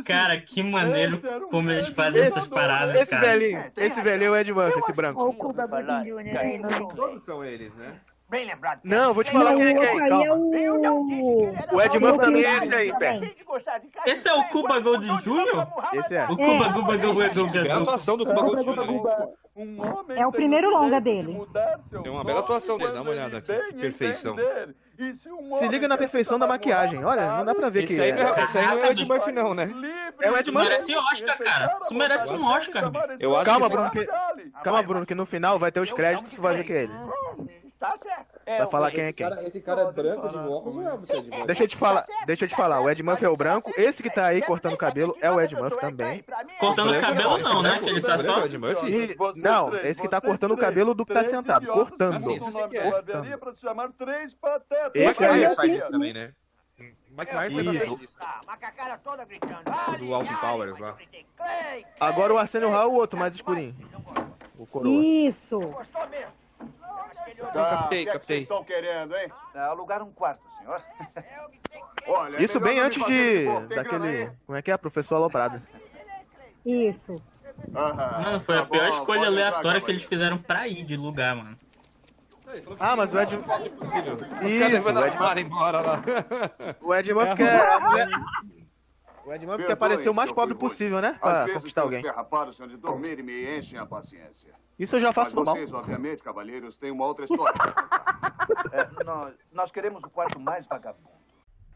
Cara, que maneiro um como eles fazem essas paradas, Esse cara. velhinho, esse velhinho é o Ed Murphy, esse branco. O né? Cuba Gooding Jr. aí no vídeo. Todos são eles, né? Bem lembrado. Não, vou te falar quem é quem, Aí é calma. o... O Ed Murphy também é Cuba esse aí, Gooding pé. também. Esse é o Cuba Gold Jr.? Esse é. O Cuba Guba Guba Guba Bela Guba. atuação do Cuba Gold Jr. hein? É o primeiro longa dele. Tem uma bela atuação dele, dá uma olhada aqui, que perfeição. Se liga na perfeição da maquiagem, olha, não dá pra ver que Esse aí, não é, esse aí não é o Ed Murphy, não, né? É o Ed Isso Murphy. merece um Oscar, cara. Isso merece um Oscar. bicho. Eu acho que Calma, esse- Bruno, que... Calma, Bruno, que no final vai ter os créditos, tu vai ver que é ele. Vai falar quem é quem. esse cara é branco de óculos ou é o Ed Murphy? Deixa eu te falar, deixa eu te falar, o Ed Murphy é o branco, esse que tá aí cortando o cabelo é o Ed Murphy também. Cortando o Branco cabelo esse não, né? branco- Que ele tá branco é só... o Ed Murphy? E- não, esse que tá cortando o cabelo do que tá sentado, cortando. Assim, isso eu sei que é. Daria pra se chamar três patetas. Esse aí, é tá- Myers faz isso também, né? Mike Myers faz Isso. bastante tá isso. Ah, Do Austin Powers lá. agora o Arsenio Hall é o outro mais escurinho. O coroa. Isso. melhor. Não, captei, o que é que captei. vocês estão querendo, hein? É, Alugar um quarto, senhor. Olha, Isso bem antes de. daquele. Como é que é? Professor Aloprado. Isso. Mano, foi Tá a pior escolha aleatória que eles fizeram pra ir de lugar, mano. Ah, mas o Ed. é Os Isso, caras levando o as Ed- malas embora lá. O Ed Murphy É, quer. arrumar- a mulher- O Ed Murphy quer parecer o mais pobre possível, né? Às Pra vezes conquistar alguém. Ferrapados são de dormir e me enchem a paciência. Isso eu já faço Mas normal. vocês, obviamente, cavalheiros, têm uma outra história. [LAUGHS] É, nós, nós queremos o quarto mais vagabundo.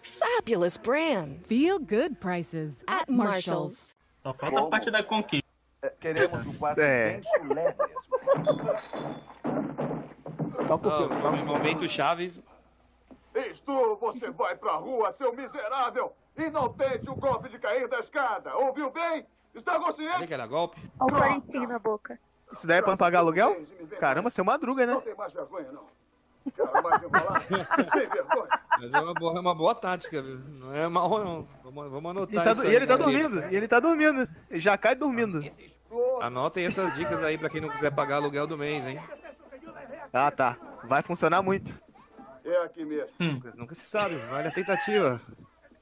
Fabulous brands. Feel good prices at, Marshall's. Só falta a parte da conquista. É, Queremos um quarto É. bem chulé Ah, momento Chaves. Isto, você vai pra rua, seu miserável! E não tente o golpe de cair da escada, ouviu bem? Está Olha consciente? que era golpe. Olha o quarentinho na boca. Isso daí é pra pagar aluguel? Caramba, seu madruga, né? Não tem mais vergonha, não. Cara, [LAUGHS] mais enrolado. Sem vergonha. Mas é uma boa, é uma boa tática, viu? Não é mal, não. Vamos, vamos E anotar tá isso do- aí, e ele tá galera. dormindo, e ele tá dormindo. Ele já cai dormindo. Anotem essas dicas aí pra quem não quiser pagar aluguel do mês, hein? Ah, tá. Vai funcionar muito. É aqui mesmo. Nunca, nunca se sabe, vale a tentativa.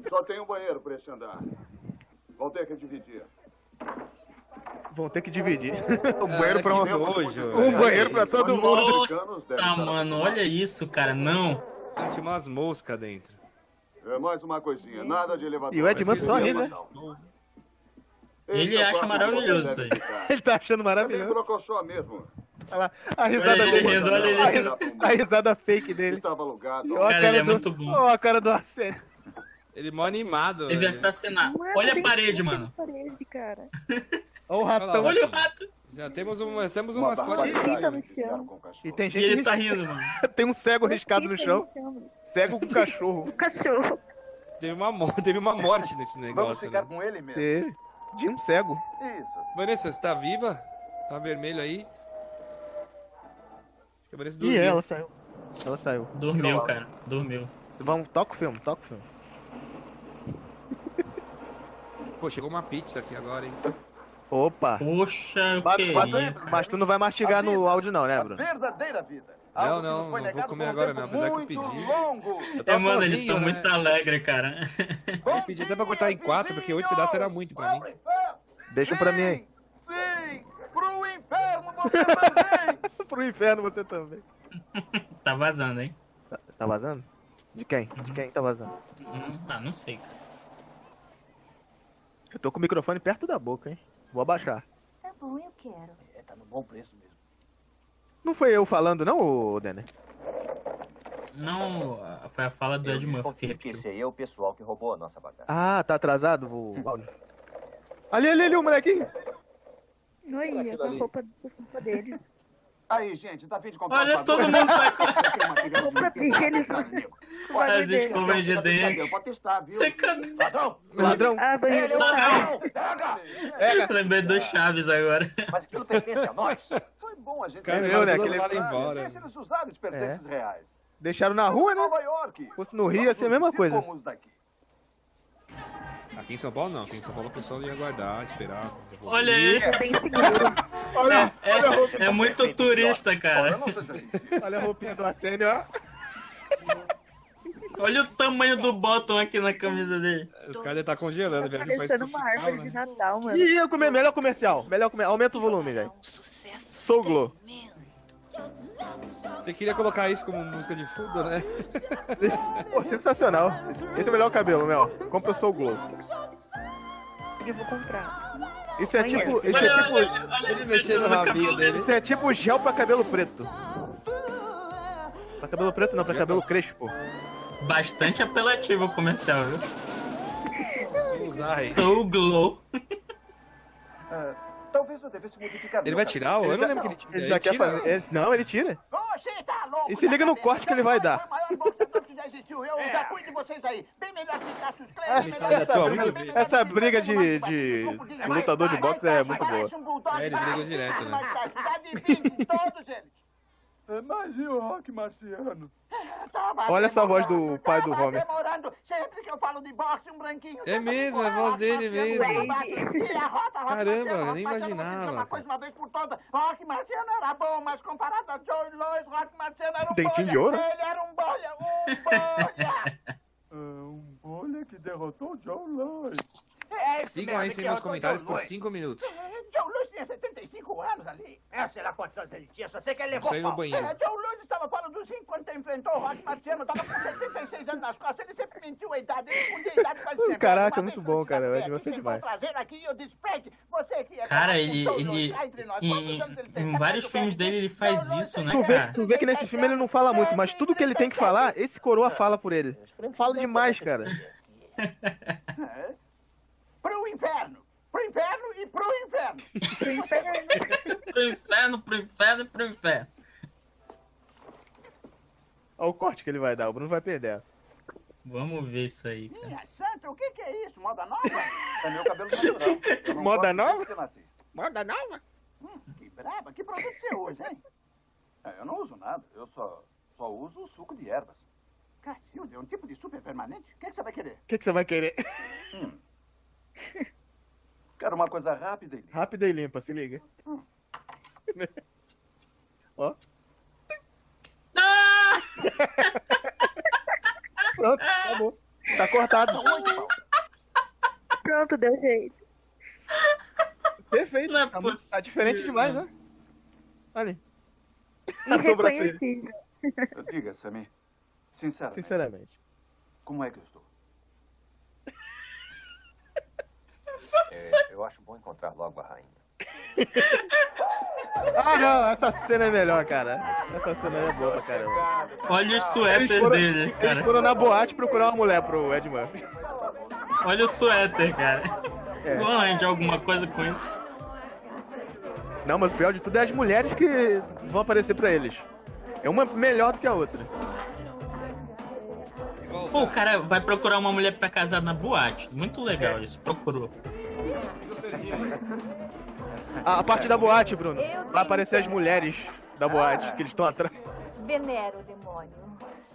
Só tem um banheiro pra esse andar. Vão ter que dividir. Vão ter [LAUGHS] que dividir. um banheiro Ah, pra que um, nojo, um velho. banheiro pra todo mundo. Nossa, mano, olha isso, cara, não. Tinha umas moscas dentro. É mais uma coisinha, nada de elevador. E o Edman só ri, né? Ele acha maravilhoso isso aí. [LAUGHS] Ele tá achando Ele maravilhoso. trocou só mesmo. Olha lá, a risada ele dele. rindo, olha ele a, rindo. ris- a risada fake dele. Estava alugado. Olha a Cara, ele cara é muito do. bom. Olha a cara do Arsênio. Ele é mó animado. Teve velho. assassinar. Olha Tá a parede, mano. é assim, Parede, cara. Olha o tá ratão. Olha o rato. Já temos um, já temos um Uma mascote. Fica no chão. E tem E gente. ele tá ris- rindo, mano. [LAUGHS] tem um cego riscado no Fica chão. chão. Cego com cachorro. Cachorro. Teve uma, mo- teve uma morte nesse Vamos negócio, ficar né? com ele mesmo. Teve. De um cego. Isso. Vanessa, você tá viva? Tá vermelho aí? Acho que a Vanessa [LAUGHS] E dormiu. ela saiu. Ela saiu. Dormiu, cara. Dormiu. Vamos, toca o filme, toca o filme. Pô, chegou uma pizza aqui agora, hein? Opa. Poxa, eu Mas, mas queria. tu, mas tu não vai mastigar no áudio não, né, Bruno? Verdadeira vida. Não, Algo que não, nos foi não vou negado comer por um agora tempo não, apesar que eu muito pedi. Longo. Eu É, tava mano, eles sozinho, estão né? muito alegre, cara. Eu pedi até pra cortar em quatro, porque oito pedaços era muito pra mim. Deixa pra mim aí. Sim, pro inferno você também. Pro inferno você também. Tá vazando, hein? Tá vazando? De quem? Uhum. De quem tá vazando? Hum, Ah, não sei, cara. Eu tô com o microfone perto da boca, hein? Vou abaixar. Tá bom, eu quero. É, tá no bom preço mesmo. Não foi eu falando não, ô Denner? Não, ah, foi a fala do Ed Murphy que que repetiu. seria o pessoal que roubou a nossa bagagem. Ah, tá atrasado o áudio. Ali, ali, ali, o molequinho. [LAUGHS] Não ia, com a roupa, com a roupa dele. Aí, gente, tá a fim de comprar Olha, um todo bagulho? mundo tá Tem Pra uma criança de limpeza, eles. tá, amigo? barulho As dele. escovas de dente. Pode testar, viu? Secando. Ladrão! Ladrão. Ah, Ele é banheiro um tá. ladrão! Pega! Lembrei do Chaves agora. Mas aquilo pertence a nós. Foi bom a gente... caras ter levaram levado todas aquele as malas detalhe. embora. Deixa eles usarem os pertences reais. É. Deixaram na rua, né? Nova York. Fosse no Rio, ia ser a mesma coisa. Como os daqui. Aqui em São Paulo não, aqui em São Paulo o pessoal ia aguardar, esperar. Olha aí. É bem seguro. [LAUGHS] Olha, olha a tá É, é muito turista, cara. roupinha, é assim. olha a roupinha do Arsênio, ó. Olha o tamanho do bottom aqui na camisa dele. Os caras devem estar congelando, velho. Parece Parecendo Tá uma tropical, árvore de né? Natal, mano. Ih, eu comer melhor comercial. Melhor comer. Aumenta o volume, velho. Soglo. Tremendo. Você queria colocar isso como música de fundo, né? [LAUGHS] Pô, sensacional. Esse é o melhor cabelo, Mel. Compra o Soul Glow. Eu vou comprar. Isso é Amanhã. tipo. Isso é tipo. Ele mexendo no rabinho dele. Isso é tipo gel pra cabelo preto. Pra cabelo preto não, pra cabelo crespo. Bastante apelativo o comercial, viu? Suzai. Soul Glow. Ah, Talvez eu devesse modificar Ele vai tirar? Eu não lembro que ele tira. Ele já quer tira- fazer. ele- Não, ele tira. Você tá louco? E se liga no corte que ele é vai dar. já existiu. Eu É. já cuido de vocês aí. Bem melhor que Cassius Clay. Ah, Essa, essa briga, essa briga de, de lutador de boxe é muito boa. um É, eles brigam direto, né? tá, Mas e É, o rock marciano? Tá Olha essa voz do pai do Homer. Demorando. Sempre que eu falo de boxe, um branquinho. É mesmo, é a voz dele mesmo. E a rota, rota, Caramba, rota, eu nem rota, imaginava, Uma coisa uma vez por toda. Rock marciano era bom, mas comparado a Joe Lois, Rock marciano era um Dentinho bolha. de ouro? Ele era um bolha, um bolha. Um bolha que derrotou o John Lloyd. É esse Sigam aí mesmo sem que meus eu tô comentários por doido. 5 minutos. é John Lewis tinha 75 anos ali. É, sei lá quantos anos ele tinha, só sei que ele levou Saiu no pau. banheiro. É, John Lewis estava fora dos 5 quando enfrentou o Rock Marciano. Tava com 76 anos nas costas, ele sempre mentiu a idade, ele escondia a idade fazia sempre. Caraca, é Uma muito vez bom, cara. Eu eu acho bastante demais. trazer aqui e eu disse, Fred, você que é Cara, casado ele. com John ele Lewis, né? cá entre nós, em, quantos anos ele tem? em vários filmes dele ele faz isso, né, Tu vê, cara? tu vê que nesse filme ele não fala muito, mas tudo que ele tem que falar, esse coroa fala por ele. Fala demais, cara. Hã? Pro inferno! Pro inferno e pro inferno! Pro inferno, pro inferno, pro inferno. Olha o corte que ele vai dar, o Bruno vai perder. Vamos ver isso aí, cara. Minha santa, o que que é isso? Moda nova? É meu cabelo natural. Eu não Moda gosto desde nova? que eu nasci. Moda nova? Hum, Que braba, que produto você usa, hein? É, eu não uso nada. Eu só, só uso o suco de ervas. Cacilda, é um tipo de super permanente? O que, que você vai querer? O que, que você vai querer? [LAUGHS] Quero uma coisa rápida e Hum. Rápida e limpa, se liga. Ó. Pronto, acabou. Tá cortado. Pronto, deu jeito. Perfeito. é tá, mu- tá diferente demais, né? Olha. aí. A Tá sobrancelha. Irreconhecível. Diga, Samir. Sinceramente. Sinceramente. Como é que eu estou? É, eu acho bom encontrar logo a rainha. [LAUGHS] Ah, não, essa cena é melhor, cara. Essa cena é boa pra caramba. Olha o Eles suéter foram- dele, Eles cara. foram na boate procurar uma mulher pro Ed Murphy. Olha o suéter, cara. É. Vão arranjar alguma coisa com isso. Não, mas o pior de tudo é as mulheres que vão aparecer pra eles. É uma melhor do que a outra. Pô, o cara vai procurar uma mulher pra casar na boate. Muito legal isso. Procurou. A, a parte da boate, Bruno. Vai aparecer as mulheres da boate, que eles estão atrás. Venero o demônio.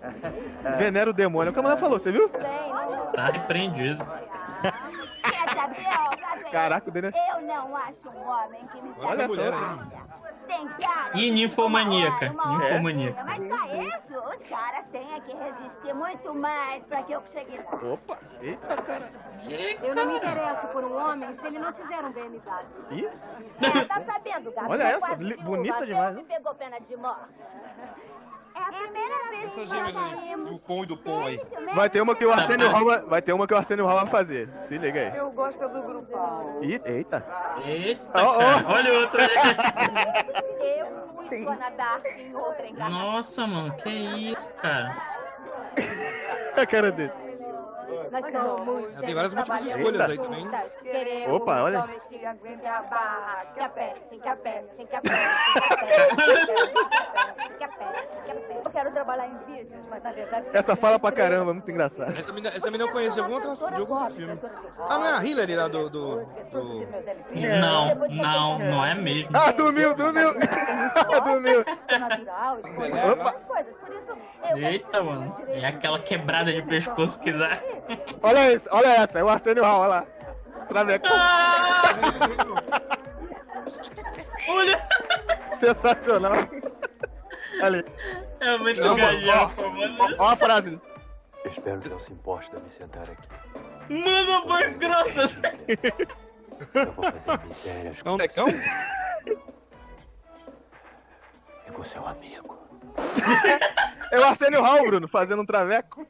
É. Venera o demônio. é O camarada falou, você viu? Tá repreendido. Quer saber? ó, já sei. Caraca, o dele é- Eu não acho um homem que me Olha a mulher aí. Tem cara. E ninfomaníaca. Ninfomaníaca. Mas pra isso, os caras têm que resistir muito mais pra que eu chegue lá. Opa, eita, cara. Eu não me interesso por um homem se ele não tiver um BMW. Ih, É, tá sabendo, gato? Olha é essa, quase li- viúva, bonita até demais, um né? que pegou pena de morte. É a primeira vez Essas que gêmeas nós do pão e do pão aí. Vai ter uma que o Tá Arsênio bom. Hall vai, vai ter uma que o Arsênio Hall vai fazer. Se liga aí. Eu gosto do grupal. Ih, eita. Eita, Ó, ó. cara. Olha o outro aí. [LAUGHS] Eu fui Joana Dark em outra encarnação. Nossa, mano, que isso, cara. [LAUGHS] A cara dele. Nós somos Tem várias múltiplas trabalhadoras. escolhas aí também. Queremos Opa, olha. homens que aguentem a barra, que apertem, que apertem, que apertem, que apertem, que apertem. Eu quero trabalhar em vídeos, mas na verdade... Essa fala pra caramba, é muito engraçada. Essa menina, essa menina eu conheço de algum outro, de algum outro filme. Ah, não é a Hillary lá do. do, do... Não, não, não é mesmo. Ah, dormiu, dormiu. [LAUGHS] dormiu. Sou natural, escolho Opa. as coisas, por isso eu... Eita, mano. É aquela quebrada de pescoço que dá. Olha isso, olha essa. É o Arsênio Hall, olha lá. Travecão. Olha! Sensacional. Olha aí. É muito Não, mano, galhofa, mano. Ó a frase. Espero que não se importe de me sentar aqui. Mano, a voz [LAUGHS] grossa. Eu vou fazer misérias É um decão? com seu amigo. É o Arsênio Hall, Bruno, fazendo um traveco.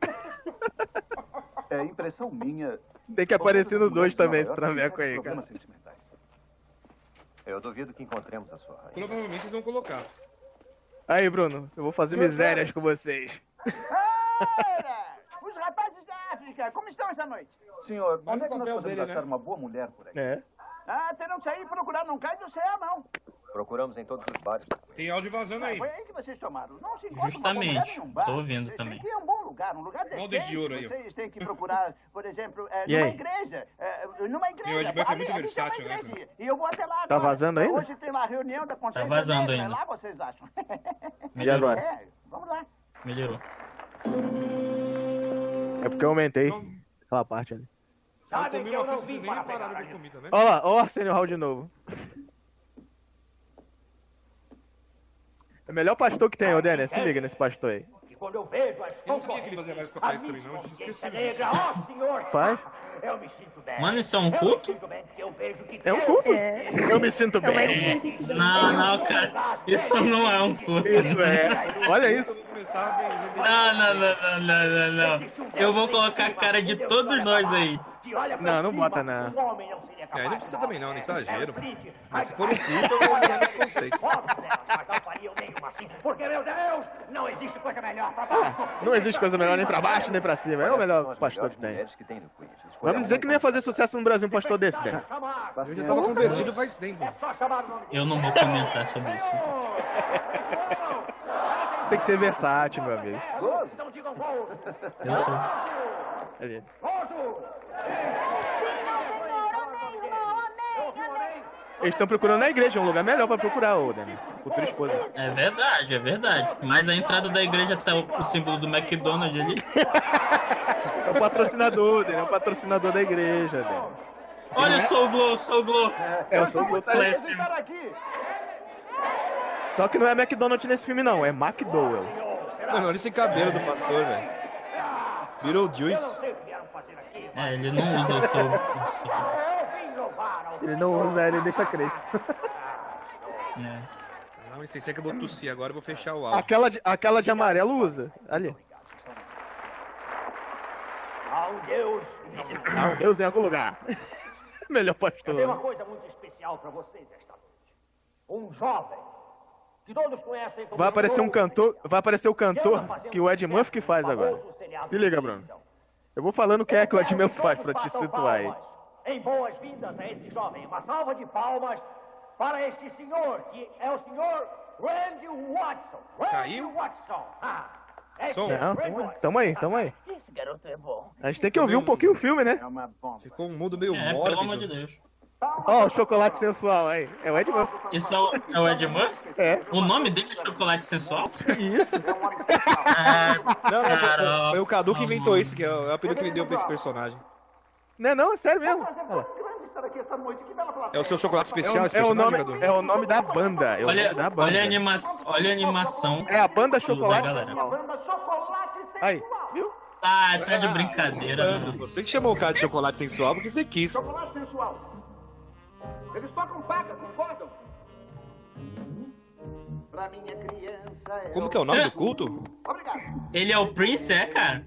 É impressão minha. Tem que aparecer no 2 também, esse traveco aí, cara. Eu duvido que encontremos a sua rainha. Provavelmente eles vão colocar. Aí, Bruno, eu vou fazer Meu misérias com vocês. Os rapazes da África, como estão essa noite? Senhor, Mas onde é o que nós papel podemos dele, achar né? uma boa mulher por aí? É. Ah, terão que sair procurar, não cai do céu, não. Procuramos em todos os bares. Tá Tem áudio vazando Foi aí que vocês tomaram. Não se encontra uma boa mulher Justamente. em um bar. Tô ouvindo Tem também. que ir a um bom lugar, um lugar decente. Baldes de ouro aí, ó. Vocês têm [LAUGHS] que procurar, por exemplo, eh, E numa aí? igreja. eh, numa igreja. Meu, o Ed Buff é muito Ali- ali tem uma versátil, né, igreja. E eu vou até lá Tá agora. vazando ainda? Hoje tem lá a reunião da Conselho Tá vazando Negra, ainda. Lá vocês acham. [LAUGHS] E agora? É, vamos lá. Melhorou. É porque eu aumentei aquela parte ali. Sabem comi que eu uma não pizza e vim nem para repararam pegar que eu comi né? também. Olha lá, ó o Arsênio Hall de novo. É o melhor pastor que tem, ô Daniel. Se liga nesse pastor aí. E quando eu vejo as Eu não sabia que ele fazia vários papéis também, não. Eu tinha esquecido disso. negra, ó senhor, Faz? eu me sinto bem. Mano, isso é um culto? É um culto? Eu me sinto bem. Não, não, cara. Isso não é um culto. Isso é. Olha isso. Não, não, não, não, não, não, não. Eu vou colocar a cara de todos nós aí. Não, não bota não. É, aí não precisa também não, né? Exagero. Mas se for um culto, eu vou olhar nos conceitos. assim, Porque, meu Deus, não existe coisa melhor pra Não existe coisa melhor nem pra baixo nem pra cima. É o melhor pastor que tem. Vamos dizer que nem ia fazer sucesso no Brasil um pastor desse, Daniel. Eu já tava convertido faz tempo. É Eu não vou comentar sobre isso. Tem que ser versátil, meu amigo. Eu sou. Ali. Eles estão procurando na igreja, um lugar melhor pra procurar, ô Daniel. Futura esposa. É verdade, é verdade. Mas a entrada da igreja tá o o símbolo do McDonald's ali. É o patrocinador, Daniel. É o patrocinador da igreja, Daniel. Olha, eu sou o Glow, sou o Glow. É, eu sou o Glow, tá ali. aqui. Só que não é McDonald's nesse filme, não. É McDowell. Mano, olha esse cabelo do pastor, velho. Virou Juice. É, ele não usa o seu. o seu- Ele não usa, ele deixa crescer. Não, licença, é que eu vou tossir agora, eu vou fechar o áudio. Aquela de, aquela de amarelo usa. Ali. Ao [COUGHS] Deus, Ah, Deus em algum lugar. [LAUGHS] Melhor eu tenho uma pastor. coisa muito especial pra vocês esta noite. Um jovem que todos conhecem como Vai aparecer um cantor, vai aparecer o cantor que o Ed Murphy que faz agora. Se liga, Bruno. Eu vou falando o que é que o Ed Murphy faz pra te situar aí. Em boas-vindas a esse jovem. Uma salva de palmas para este senhor, que é o senhor Randy Watson. Randy Caiu? Watson. [LAUGHS] Ah, esse Som. é Não, Randy tamo aí, Watson. tamo aí, tamo aí. Esse garoto é bom. A gente tem que ouvir um pouquinho o filme, né? Ficou um mundo meio É, pelo amor de mórbido. Deus. Ó, o chocolate sensual aí. É o Ed Murphy. Isso é o, é o Ed Murphy? É. O nome dele é Chocolate Sensual? Isso. Ah, [LAUGHS] Não, não, foi, foi- Caramba. foi o Cadu que inventou isso, que é o é o apelido que ele deu pra esse personagem. Não é não, é sério mesmo. Olha lá. É o seu chocolate especial, esse É o personagem, nome, Cadu? é o nome da banda. É o olha, nome da banda. olha, a anima olha a animação. É a da banda Chocolate galera. Sensual. Aí, viu? Ah, tá de brincadeira, Mano, não. Ah, você que chamou o cara de chocolate sensual porque você quis. Chocolate sensual. Eles tocam faca, concordam? Pra minha criança é Como que é [LAUGHS] o [LAUGHS] nome do culto? Obrigado. Ele é o Prince, é, cara?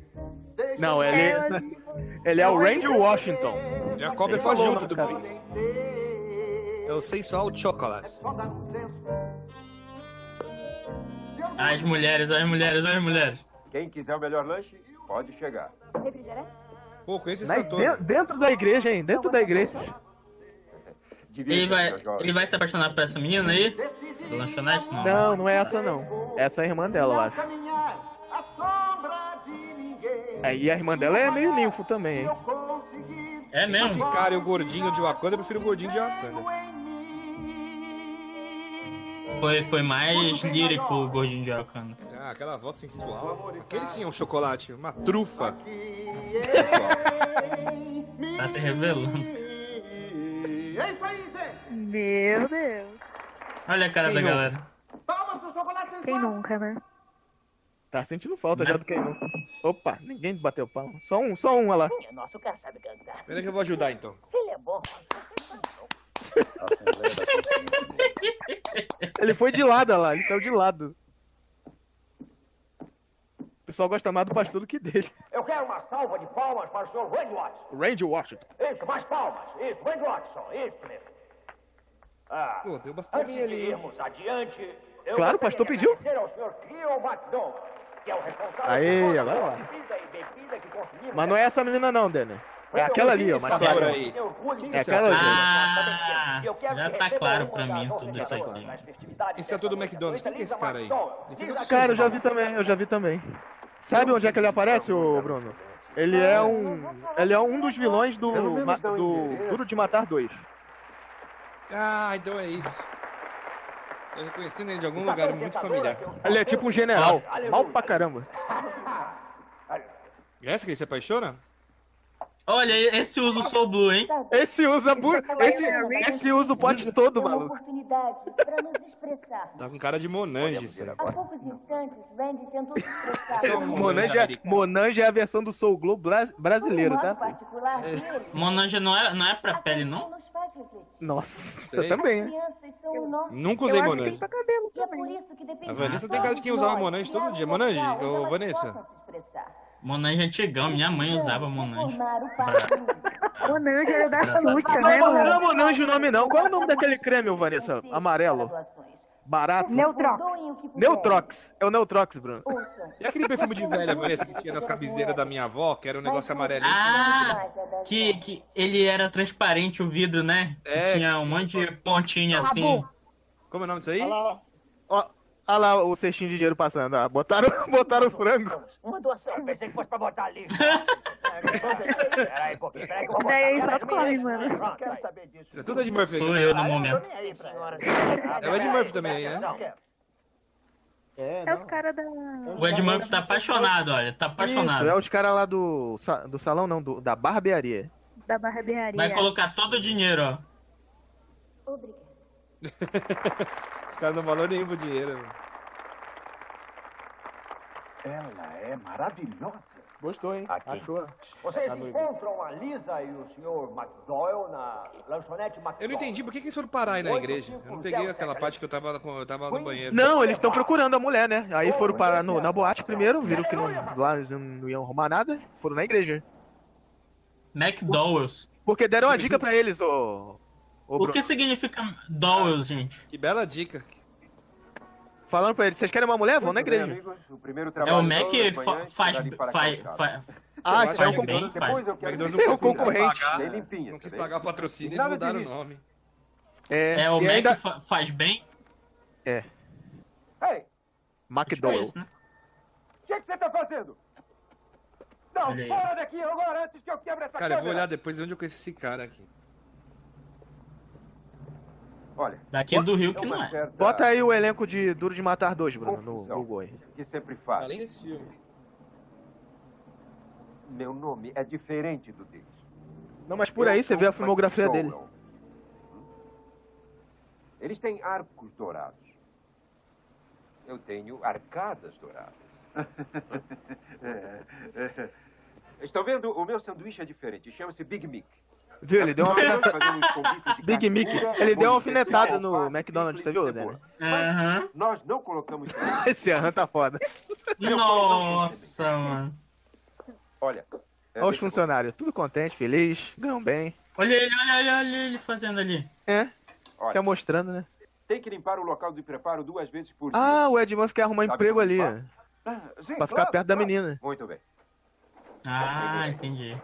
Deixa Não, é eu ele, ele é o Randy Washington. É a cobra fajuta do Prince. É o sensual de chocolate. só dar um senso. As mulheres, as mulheres, as mulheres. Quem quiser o melhor lanche, pode chegar. Pô, conheço esse Na- ator. de- dentro da igreja, hein? Dentro da igreja. Ele vai, ele vai se apaixonar por essa menina aí? Do lanchonete? Não. Não, não é essa não. Essa é a irmã dela, eu acho. Caminhar à sombra de ninguém. É, E a irmã dela é meio ninfo também, hein? Eu consegui É Esse mesmo? cara e o gordinho de Wakanda, eu prefiro o gordinho de Wakanda. em mim. Foi, foi mais lírico o Gordinho de Alcântara. Ah, aquela voz sensual. Aquele sim é um chocolate, uma trufa. Tá se revelando. E é isso aí, gente. Meu Deus. Olha a cara Quem é? da nunca? galera. Palmas pro chocolate sensual. Quem nunca, né? Tá sentindo falta já do que não. Opa, ninguém bateu palma. Só um, só um, olha lá. É nosso cansado cantar. Peraí que eu vou ajudar então. Ele é bom. tá [LAUGHS] Ele foi de lado, olha lá. Ele saiu de lado. pessoal gosta mais do pastor do que dele. Eu quero uma salva de palmas para o senhor Randy Watson. Randy Washington. Isso, mais palmas. Isso, Randy Watson. Isso mesmo. Ah, Pô, deu umas antes de palminhas ali. É hein? irmos adiante... eu Claro, o gostaria pastor de pediu. agradecer ao senhor Cleo MacDonald, que é o responsável Aí, por toda agora é a vai. comida e bebida que consumimos Mas não é essa menina não, Daniel. É aquela ali, ó, mais clara. É aquela ali. tá Ah, já tá um claro pra mim tudo isso aqui. Esse é todo McDonald's. Quem que é esse cara aí? Tem que fazer um Cara, eu já vi também, eu já vi também. Sabe onde é que ele aparece, ô Bruno? Ele é um. Ele é um dos vilões do, Pelo menos ma- dá um do endereço. Duro de Matar 2. Ah, então é isso. Tô reconhecendo ele de algum lugar muito familiar. Ele é tipo um general. Mal pra caramba. Essa que ele se apaixona? Olha, esse usa o Soul Blue, hein? Esse usa bu- esse, Esse- esse usa o pote todo, maluco. Oportunidade para nos expressar. Tá com cara de Monange. isso aí. Há poucos instantes, Randy tentou se expressar. Esse é o Monange é, Monange é a versão do Soul Glow bra- brasileiro, tá? particular dele Monanja não é, não é pra pele, não? nos faz refletir. Nossa, Sei. eu também, As hein? crianças são o nosso... Nunca usei Eu acho que Monange. tem pra cabelo E é por isso que depende A Vanessa tem cara de quem usava Monange todo dia. Monange, ô Vanessa. Monanja é antigão, minha mãe usava Monanja. Monange era da Engraçado. Não, Xuxa, né, não, não é mano? Monange o nome, não. Qual é o nome daquele creme, ô Vanessa? Amarelo. Barato. Neutrox. Neutrox. É o Neutrox, Bruno. E aquele perfume de velha, Vanessa, que tinha nas cabeceiras da minha avó, que era um negócio amarelinho. Ah, que, que ele era transparente o vidro, né? É, tinha um monte de pontinha Tá assim. Acabou. Como é o nome disso aí? Ó, olha lá o cestinho de dinheiro passando. ó. botaram, [LAUGHS] botaram o frango. Uma doação. Eu pensei que fosse É, pra botar [LAUGHS] ali. Peraí, um pouquinho, peraí que eu vou botar. Daí só Peraí, come, peraí, mano. pronto, peraí. É tudo de Murphy. Sou aqui. eu no momento. Aí, senhora. É o Ed Murphy também aí, né? É os caras da. O Ed Murphy tá apaixonado, olha. Tá apaixonado. Isso, é os caras lá do, sa- do salão, não, do- da barbearia. Da barbearia. Vai colocar todo o dinheiro, ó. Hum. Os caras não valor nenhum pro dinheiro. mano. Ela é maravilhosa. Gostou, hein? Achou? Vocês Tá doido. encontram a Lisa e o Sr. McDoyle na lanchonete McDoyle. Eu não entendi por que, que eles foram parar aí na igreja. Eu não peguei aquela parte que eu tava, com- eu tava no banheiro. Não, eles estão procurando a mulher, né? Aí foram parar no- na boate primeiro, viram que não, lá eles não iam arrumar nada, foram na igreja. McDowell's. Porque deram a dica pra eles, ô. ô O Bruno. que significa Dowell's, gente? Que bela dica. Falaram pra eles, vocês querem uma mulher? Vão É, na igreja. O primeiro É trabalho o Mac todo da fa- manhã, faz, dali para faz, casa. faz, Ah, isso é um faz bem, concorrente. faz. Depois eu quero McDonald's É o não quis concorrente. pagar, bem limpinha. não quis tá vendo? pagar o patrocínio, eles Nada mudaram o de- nome. É, É o e Mac ainda... fa- faz bem. É, Ei, Tipo McDowell. isso, né? o que, que você tá fazendo? Não, Olha aí. fora daqui agora antes que eu quebre essa Cara, eu vou câmera. olhar depois onde eu conheci esse cara aqui. Olha, Daqui do Rio que não uma é. certa Bota aí o elenco de Duro de Matar 2, Bruno, no Google [LAUGHS] aí. que sempre faz. Além desse filme. Meu nome é diferente do deles. Não, mas por aí Eu você sou vê a filmografia dele. McDowell. Eles têm arcos dourados. Eu tenho arcadas douradas. [LAUGHS] Estão vendo? O meu sanduíche é diferente. Chama-se Big Mick. Viu? Ele deu uma alfineta- é Fazemos convites de Big Mick, cartura, ele deu uma molho especial, alfinetada no alface, McDonald's, você é viu, Dani? Aham. Nós não [LAUGHS] colocamos. [LAUGHS] Esse Arran tá foda. Nossa, mano. Olha. é, Olha os deixa eu- funcionários, tudo contente, feliz, ganham bem. Olha ele, olha ele, olha ele fazendo ali. É, se Olha, amostrando, né? tem que limpar o local de preparo duas vezes por dia. Ah, o Edmund quer arrumar Sabe emprego ali. limpar? Ah, sim, Pra ficar claro, perto da claro. menina, Muito bem. Ah, entendi.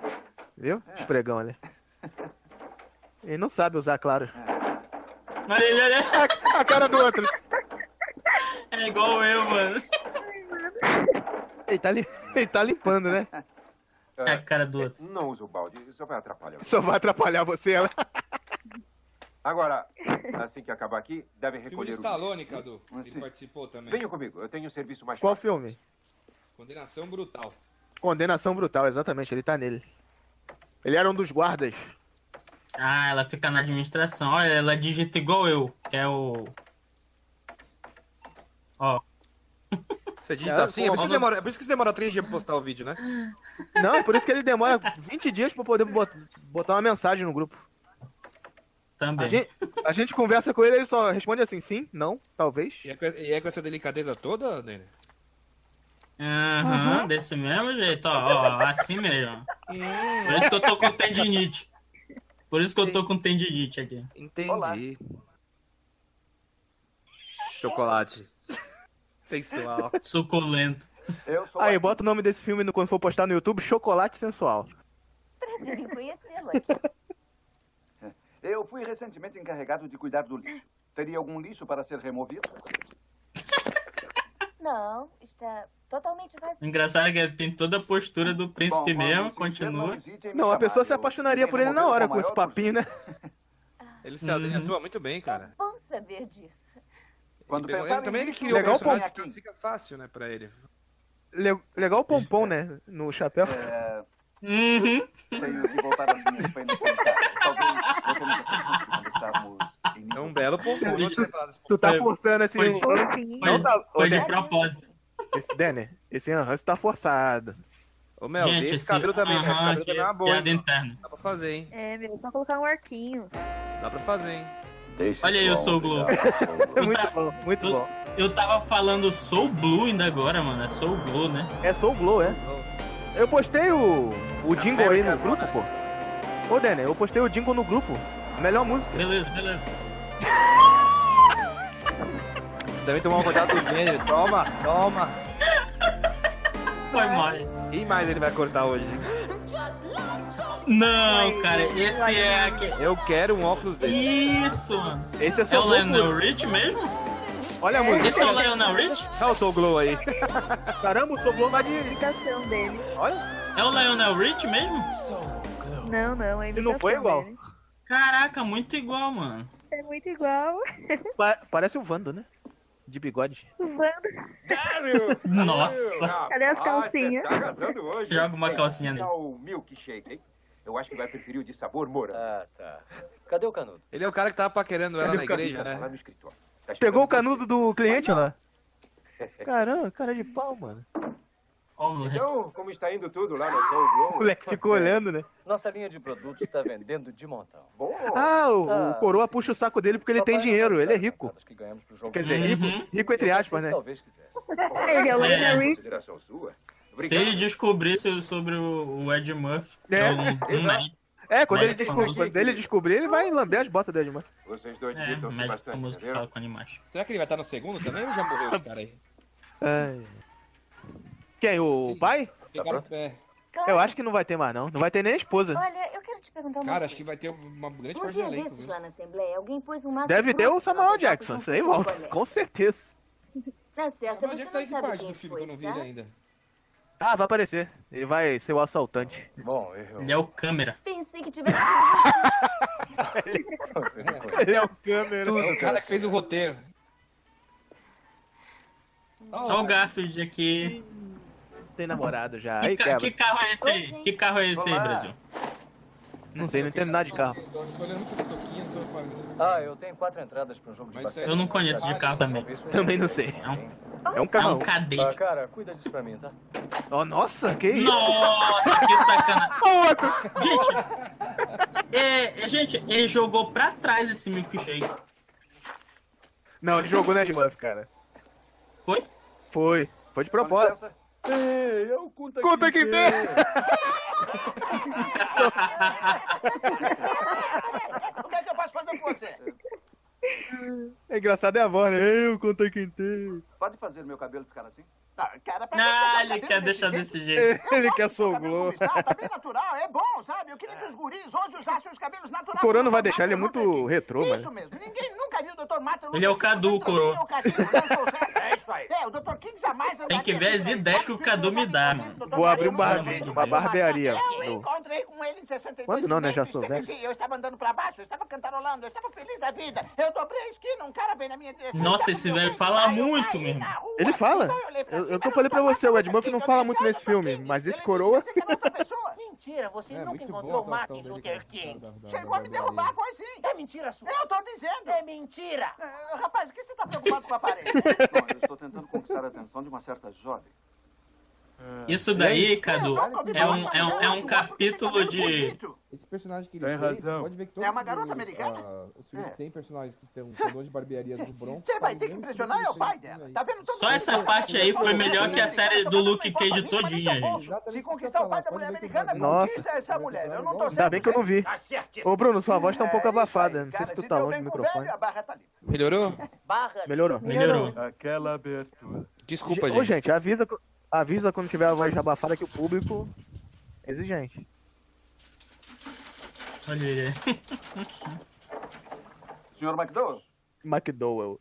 viu? Os pregão ali. Ele não sabe usar, claro. Olha ele, olha ele. [LAUGHS] A, a cara do outro. É igual eu, mano. Ele tá, li- [LAUGHS] ele tá limpando, né? Ah, [LAUGHS] É a cara do outro. Não usa o balde, só vai atrapalhar. Só vai atrapalhar você. Ela. Agora, assim que acabar aqui, devem Filme recolher de o. Stallone, Cadu. Ele Sim. participou também. Venham comigo, eu tenho um serviço mais Qual fácil. filme? Condenação brutal. Condenação Brutal, exatamente, ele tá nele. Ele era um dos guardas. Ah, ela fica na administração. Olha, ela digita igual eu, que é o. Ó. Você digita É, assim? É por, isso porra, que demora, é por isso que você demora três dias pra postar o vídeo, né? Não, é por isso que ele demora 20 dias pra poder bot- botar uma mensagem no grupo. Também. A gente, a gente conversa com ele, ele só responde assim, sim, não, talvez. E é, com- e é com essa delicadeza toda, Dani? Aham, Uhum. desse mesmo jeito, ó, ó, assim mesmo. Por isso que eu tô com tendinite. Por isso que eu tô com tendinite aqui. Entendi. Chocolate. [LAUGHS] Sensual. Suculento. Eu sou Aí, bota o nome desse filme no- quando for postar no YouTube, Chocolate Sensual. [LAUGHS] Preciso conhecê-lo. Eu fui recentemente encarregado de cuidar do lixo. Teria algum lixo para ser removido? Não, está totalmente vazio. Engraçado é que tem toda a postura do príncipe mesmo, é continua. Não, a pessoa se apaixonaria por ele na hora com esse papinho, né? Ele se Uhum. atua muito bem, cara. Bom saber disso. Quando pensar em também ele mim, um criou legal o personagem, ponto. então fica fácil, né, pra ele. Le- Legal o pompom, né? No chapéu. É. Uhum. Tenho que voltar às minhas penas sanitárias. Talvez voltemos a fazer isso quando estarmos em... É um belo pompom. Tu tá forçando assim. Foi o- de- É, foi- Não tá. foi de propósito. Esse, Danny, esse Hans tá forçado. Ô, Mel, Gente, vê esse esse- cabelo também, cara. Esse aham, cabelo também é uma boa. piada hein? interna. Dá pra fazer, hein? É, meu, só colocar um arquinho. Dá pra fazer, hein? Olha aí, eu sou o Blue. muito bom, muito bom. Eu tava falando Soul Blue ainda agora, mano. É Soul Blue, né? É Soul Glow, é? Eu postei o, o jingle aí no grupo, pô. Ô, Danny, eu postei o jingle no grupo. Melhor música. Beleza, beleza. Você também tomou uma rodada do gênero. Toma, toma. Foi mal. E mais ele vai cortar hoje? Não, cara, esse é aquele. Eu quero um óculos desse. Isso, mano. Esse é o Lionel Rich mesmo? Olha a música. Esse é o Lionel Rich? Olha o Soul Glow aí. Caramba, o Soul Glow vai de... Imitação dele. Olha. É o Lionel Rich mesmo? Não, não, é Ele imitação não foi igual. dele. Caraca, muito igual, mano. É muito igual. [LAUGHS] Pa- parece o Vando, né? De bigode. O Wanda. Nossa. Cadê as calcinhas? Tá arrasando hoje. Joga uma Ei, calcinha nele. tá o milkshake, hein? Eu acho que vai preferir o de sabor morango. Ah, tá. Cadê o canudo? Ele é o cara que tava paquerando ela Cadê na o canudo? igreja, Tá lá né? no escritório. Tá Pegou o canudo do cliente lá. Caramba, cara de pau, mano. Então, como está indo tudo lá no Soul Glow? O moleque ficou olhando, né? Nossa linha de produtos está vendendo de montão. Bom, Ah, o, o Tá. coroa puxa o saco dele porque ele tem dinheiro, ele é rico. que ganhamos pro jogo. Quer dizer, Uhum. rico, rico entre aspas, né? Talvez [LAUGHS] quisesse. Ele é o Lionel É. Rich. Consideração sua? Se ele descobrisse sobre o o Ed Murphy, É. eu não- não daria. É, quando um Então, né? Mas ele, desco- famoso- quando ele descobrir, ele vai lamber as botas dele, mano. Vocês dois É, o médico famoso que fala com animais. Será que ele vai estar no segundo também ou já morreu esse cara [LAUGHS] aí? Ai. Quem, o pai? Pegaram- é. Eu acho que não vai ter mais, não. Não vai ter nem a esposa. Então, Olha, eu quero te perguntar uma Cara, coisa. acho que vai ter uma grande Um parte do dia elenco. desses lá na Assembleia, alguém pôs um maço Deve ter grosso o Samuel Jackson, isso aí é [LAUGHS] volta. picolé. Com certeza. Tá certo, Samuel Jackson tá em você não é que sabe parte quem do filme que eu não vi foi, ele tá? ainda? Ah, vai aparecer. Ele vai ser o assaltante. Bom, eu... Ele é o câmera. Pensei que tivesse... [LAUGHS] Ele é o câmera. é o cara que fez o roteiro. Olha o Garfield aqui. Tem namorado já. Que, Aí ca- quebra. que carro é esse aí? Que carro é esse aí, Olá. Brasil? Não sei, não entendo nada de carro. Tô olhando pra essa toquinha, tô reparando esses Ah, eu tenho quatro entradas para um jogo de Mas basquete. sério? Eu não conheço de carro também. Também não sei. É um carrão. Ah, cara, cuida disso pra mim, tá? Oh, nossa, que isso? Nossa, que sacanagem. Ah, Outro. Gente, é, gente, ele jogou pra trás esse milkshake. Não, ele jogou na Edmuff, cara. Foi? Foi. Foi de propósito. Ei, eu conta Conta que que tem! O que é que eu posso fazer com você? [LAUGHS] [LAUGHS] É engraçado é a voz, né? Eu contei quem tem. Pode fazer meu cabelo ficar assim? Ah, cara, pra Ah, deixar ele cabelo quer deixar desse jeito. Ele quer sobrou. Tá bem natural, é bom, sabe? Eu queria que os guris hoje usassem os cabelos O naturais. Corona vai deixar, ele é muito retrô, Isso mano. mesmo, ninguém nunca viu o Dr. Martin Luther Ele é o Cadu, coroa. [LAUGHS] É isso aí. É, o Dr. King jamais andaria... Tem que ver as ideias que o Cadu me dá, mano. Vou abrir um barbeiro, uma barbearia. Eu no- encontrei com ele em 62. Quando não, né? Já sou Tennessee. velho. Eu estava andando pra baixo, eu estava cantarolando, eu estava feliz da vida. Eu dobrei a esquina, um cara veio na minha direção. Nossa, esse velho fala muito, meu irmão. Ele fala. Eu, eu tô falando pra você, o Ed Murphy não fala muito nesse filme, mas esse coroa. Mentira, você É, nunca muito boa a encontrou atuação Martin dele, Luther cara. King. Da- da- Chegou a me derrubar, pois sim. É mentira sua. Eu tô dizendo. É mentira. Ah, [LAUGHS] rapaz, o que você tá preocupado com a parede? Bom, eu estou tentando conquistar a atenção de uma certa jovem. É. Isso E daí, aí? Cadu, é um, é um, é um tá capítulo de. Esse personagem que ele Tem fez, razão. pode ver que todos É uma garota os, americana? ah, os filmes É. que têm personagens que têm um condão de barbearia do Bronx. Você vai ter que impressionar é o pai né? dela. Tá vendo todo Só mundo essa falando parte aí assim, disso? foi melhor que a série do Luke Cage todinha, gente. Se conquistar o pai da mulher americana, Nossa. conquista essa mulher. Eu não tô Ainda bem que eu não vi. Tá certíssimo. Ô, Bruno, sua voz tá um pouco É isso aí, abafada. Não sei se cara. tu tá deu longe bem do com o microfone. velho, a barra tá livre. Melhorou? Barra Melhorou. Aquela abertura. Desculpa, Ô, gente, avisa, avisa quando tiver a voz abafada que o público é exigente. Olha ele aí. Senhor McDowell? [LAUGHS] McDowell.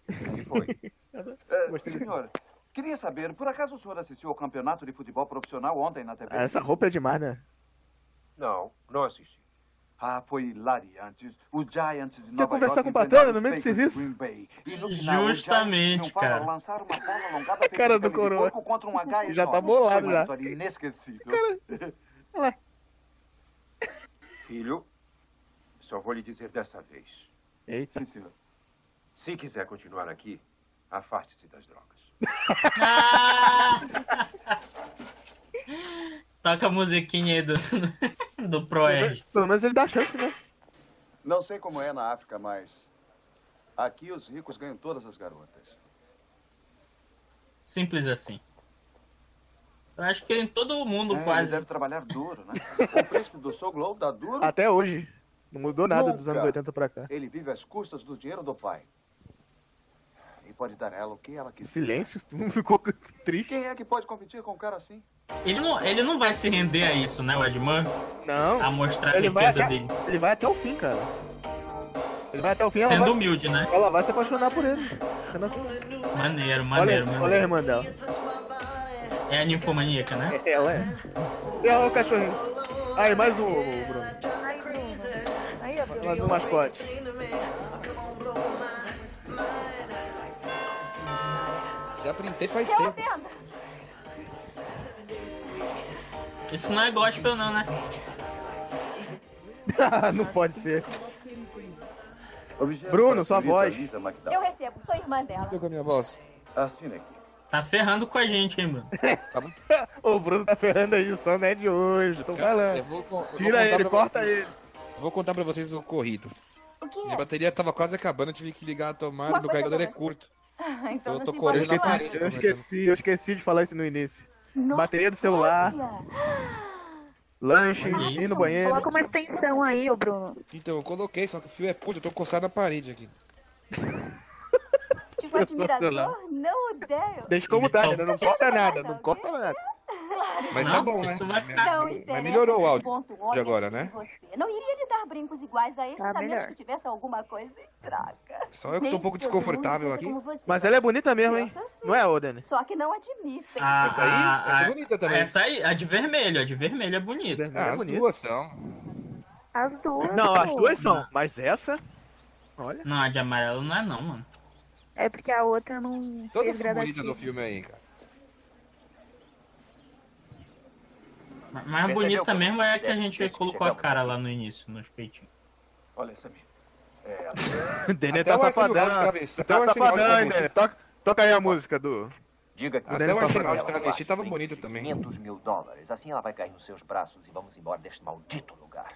Eh, senhor, queria saber, por acaso o senhor assistiu ao campeonato de futebol profissional ontem na TV? Essa roupa é demais, né? Não, não assisti. Ah, foi hilariante. O Giants de Nova Quer conversar York com o enfrentaram patrão no os meio do Patriots serviço? Green Bay. E no final, o Justamente, Giants triunfaram ao cara. lançar uma bola [LAUGHS] alongada feita cara de do pele de coroa. porco contra um uma gaia Já tá enorme. bolado, Foi uma já. vitória inesquecível. Olha lá. é. Filho, só vou lhe dizer dessa vez. Eita. Sim, senhor. Se quiser continuar aqui, afaste-se das drogas. Toca a musiquinha aí do, do [LAUGHS] Proerd. Pelo menos ele dá chance, né? Não sei como é na África, mas aqui os ricos ganham todas as garotas. Simples assim. Eu acho que em todo mundo É, quase. ele deve trabalhar duro, né? O príncipe do Soul Glow dá duro. Até hoje. Não mudou nada dos Nunca. anos 80 pra cá. Ele vive às custas do dinheiro do pai. E pode dar a ela o que ela quiser. Silêncio? [LAUGHS] Não ficou triste? Quem é que pode competir com um cara assim? Ele não, ele não vai se render a isso, né, o Ed Murphy? Não. A mostrar a Ele vai, riqueza até, dele. ele vai até o fim, cara. Ele vai até o fim. Sendo ela vai, humilde, né? Ela vai se apaixonar por ele. Sendo assim. Maneiro, Olha, maneiro, olha a maneiro. irmã dela. É a ninfomaníaca, né? Ela é. E olha o cachorrinho. Aí, mais um, ô, Bruno. Mais um mascote. Já printei faz Eu tempo. vendo. Isso não é gospel, não, né? [LAUGHS] não pode ser. Objeto Bruno, sua transferido voz. a Lisa McDowell. Eu recebo, sou irmã dela. com a minha voz. Assina aqui. Tá ferrando com a gente, hein, Bruno? O Bruno tá ferrando aí, o som não é de hoje. Tô falando. Eu vou, co- eu vou Tira contar ele, pra corta vocês- ele. Eu vou contar pra vocês o ocorrido. O que Minha é? bateria tava quase acabando, eu tive que ligar a tomada, meu carregador é curto. Ah, [LAUGHS] então Eu não tô se correndo pode na falar. parede. Eu esqueci, eu esqueci de falar isso no início. Bateria do celular, lanche, ir Ah, no banheiro. Coloca uma extensão aí, ô Bruno. Então eu coloquei, só que o fio é curto, eu tô coçado na parede aqui. Tipo admirador, não odeio. Deixa como tá, né? Não corta nada, não corta nada. Mas Não, tá bom, né? isso vai ficar- Não Mas interessa melhorou o que áudio ponto olha de agora, né? de Você não iria lhe dar brincos iguais a estes, Tá a menos melhor. que tivesse alguma coisa em troca. Só eu que tô um pouco Nem todo mundo desconfortável pensa aqui. como você. Mas ela é bonita mesmo, hein? Pensa assim. Não é, Oden? Só que não admitem. A- Essa aí? a- Essa é a- bonita também. Ah, Essa aí, a de vermelho, a de vermelho é bonita. Ah, as duas são. As duas. Não, as pô. duas são, mas essa. Olha. Não, a de amarelo não é não, mano. É porque a outra não. Todas fez são bonitas gradativo. no filme aí, cara. Ma- Mais Percebeu bonita como mesmo é a chega- que a gente chega- colocou a chegamos. cara lá no início, nos [LAUGHS] peitinhos. Olha essa minha. É, Denê Até tá o Arsenal safadão. de travesti- Então, assim, até o Tá Arsenal de safadão, hein, travesti. Denê? Toca- Toca aí a música do. Diga que Até você o só Arsenal de ela travesti abaixo tava de bonito também. 500 mil dólares. Assim ela vai cair nos seus braços e vamos embora deste maldito lugar.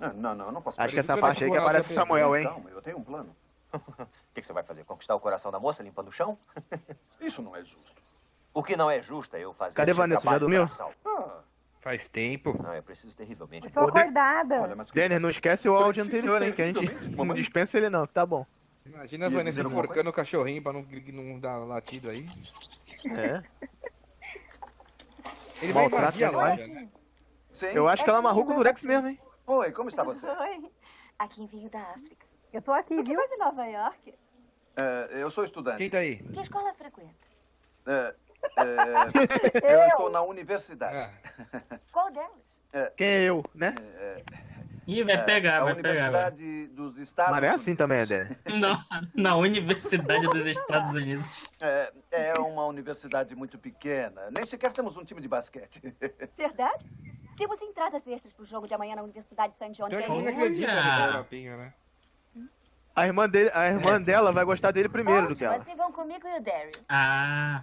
Ah, não, não, eu não posso Acho que fazer essa isso. parte aí que Olha, aparece o Sabrina, Samuel, hein? Calma, eu tenho um plano. [LAUGHS] O que, que você vai fazer? Conquistar o coração da moça limpando o chão? [LAUGHS] Isso não é justo. O que não é justo é eu fazer Cadê o seu Vanessa? Já trabalho dormiu? braçal. Ah, Faz tempo. não, eu preciso terrivelmente. Tô acordada. Denner, não esquece o áudio anterior, hein? Que a gente não dispensa ele, não, que tá bom. Imagina a Ia Vanessa dizer alguma enforcando o cachorrinho pra não, gri- não dar latido aí. É. Ele vai Maltrato invadir a selvagem. loja, né? Sim? Eu acho que ela é amarrou com o Durex mesmo, hein? [LAUGHS] Oi, como está você? Oi. Aqui veio da África. Eu tô aqui, O que viu? faz em Nova York? É, eu sou estudante. Quem tá aí? Que escola frequenta? É, é, eu estou na É. [LAUGHS] universidade. Qual delas? Quem é eu, né? Ih, vai É, pegar, a vai pegar. velho. Universidade dos Estados Mas não é assim também, Denner. Não, na Universidade dos Estados Unidos. É, é uma universidade muito pequena. Nem sequer temos um time de basquete. Verdade? Temos entradas extras pro jogo de amanhã na Universidade de San John. Pior que Tem um você não muita- acredita nesse papinho, né? A irmã, dele, a É. irmã dela vai gostar dele primeiro do que ela. Vocês vão comigo e o Derry. Ah.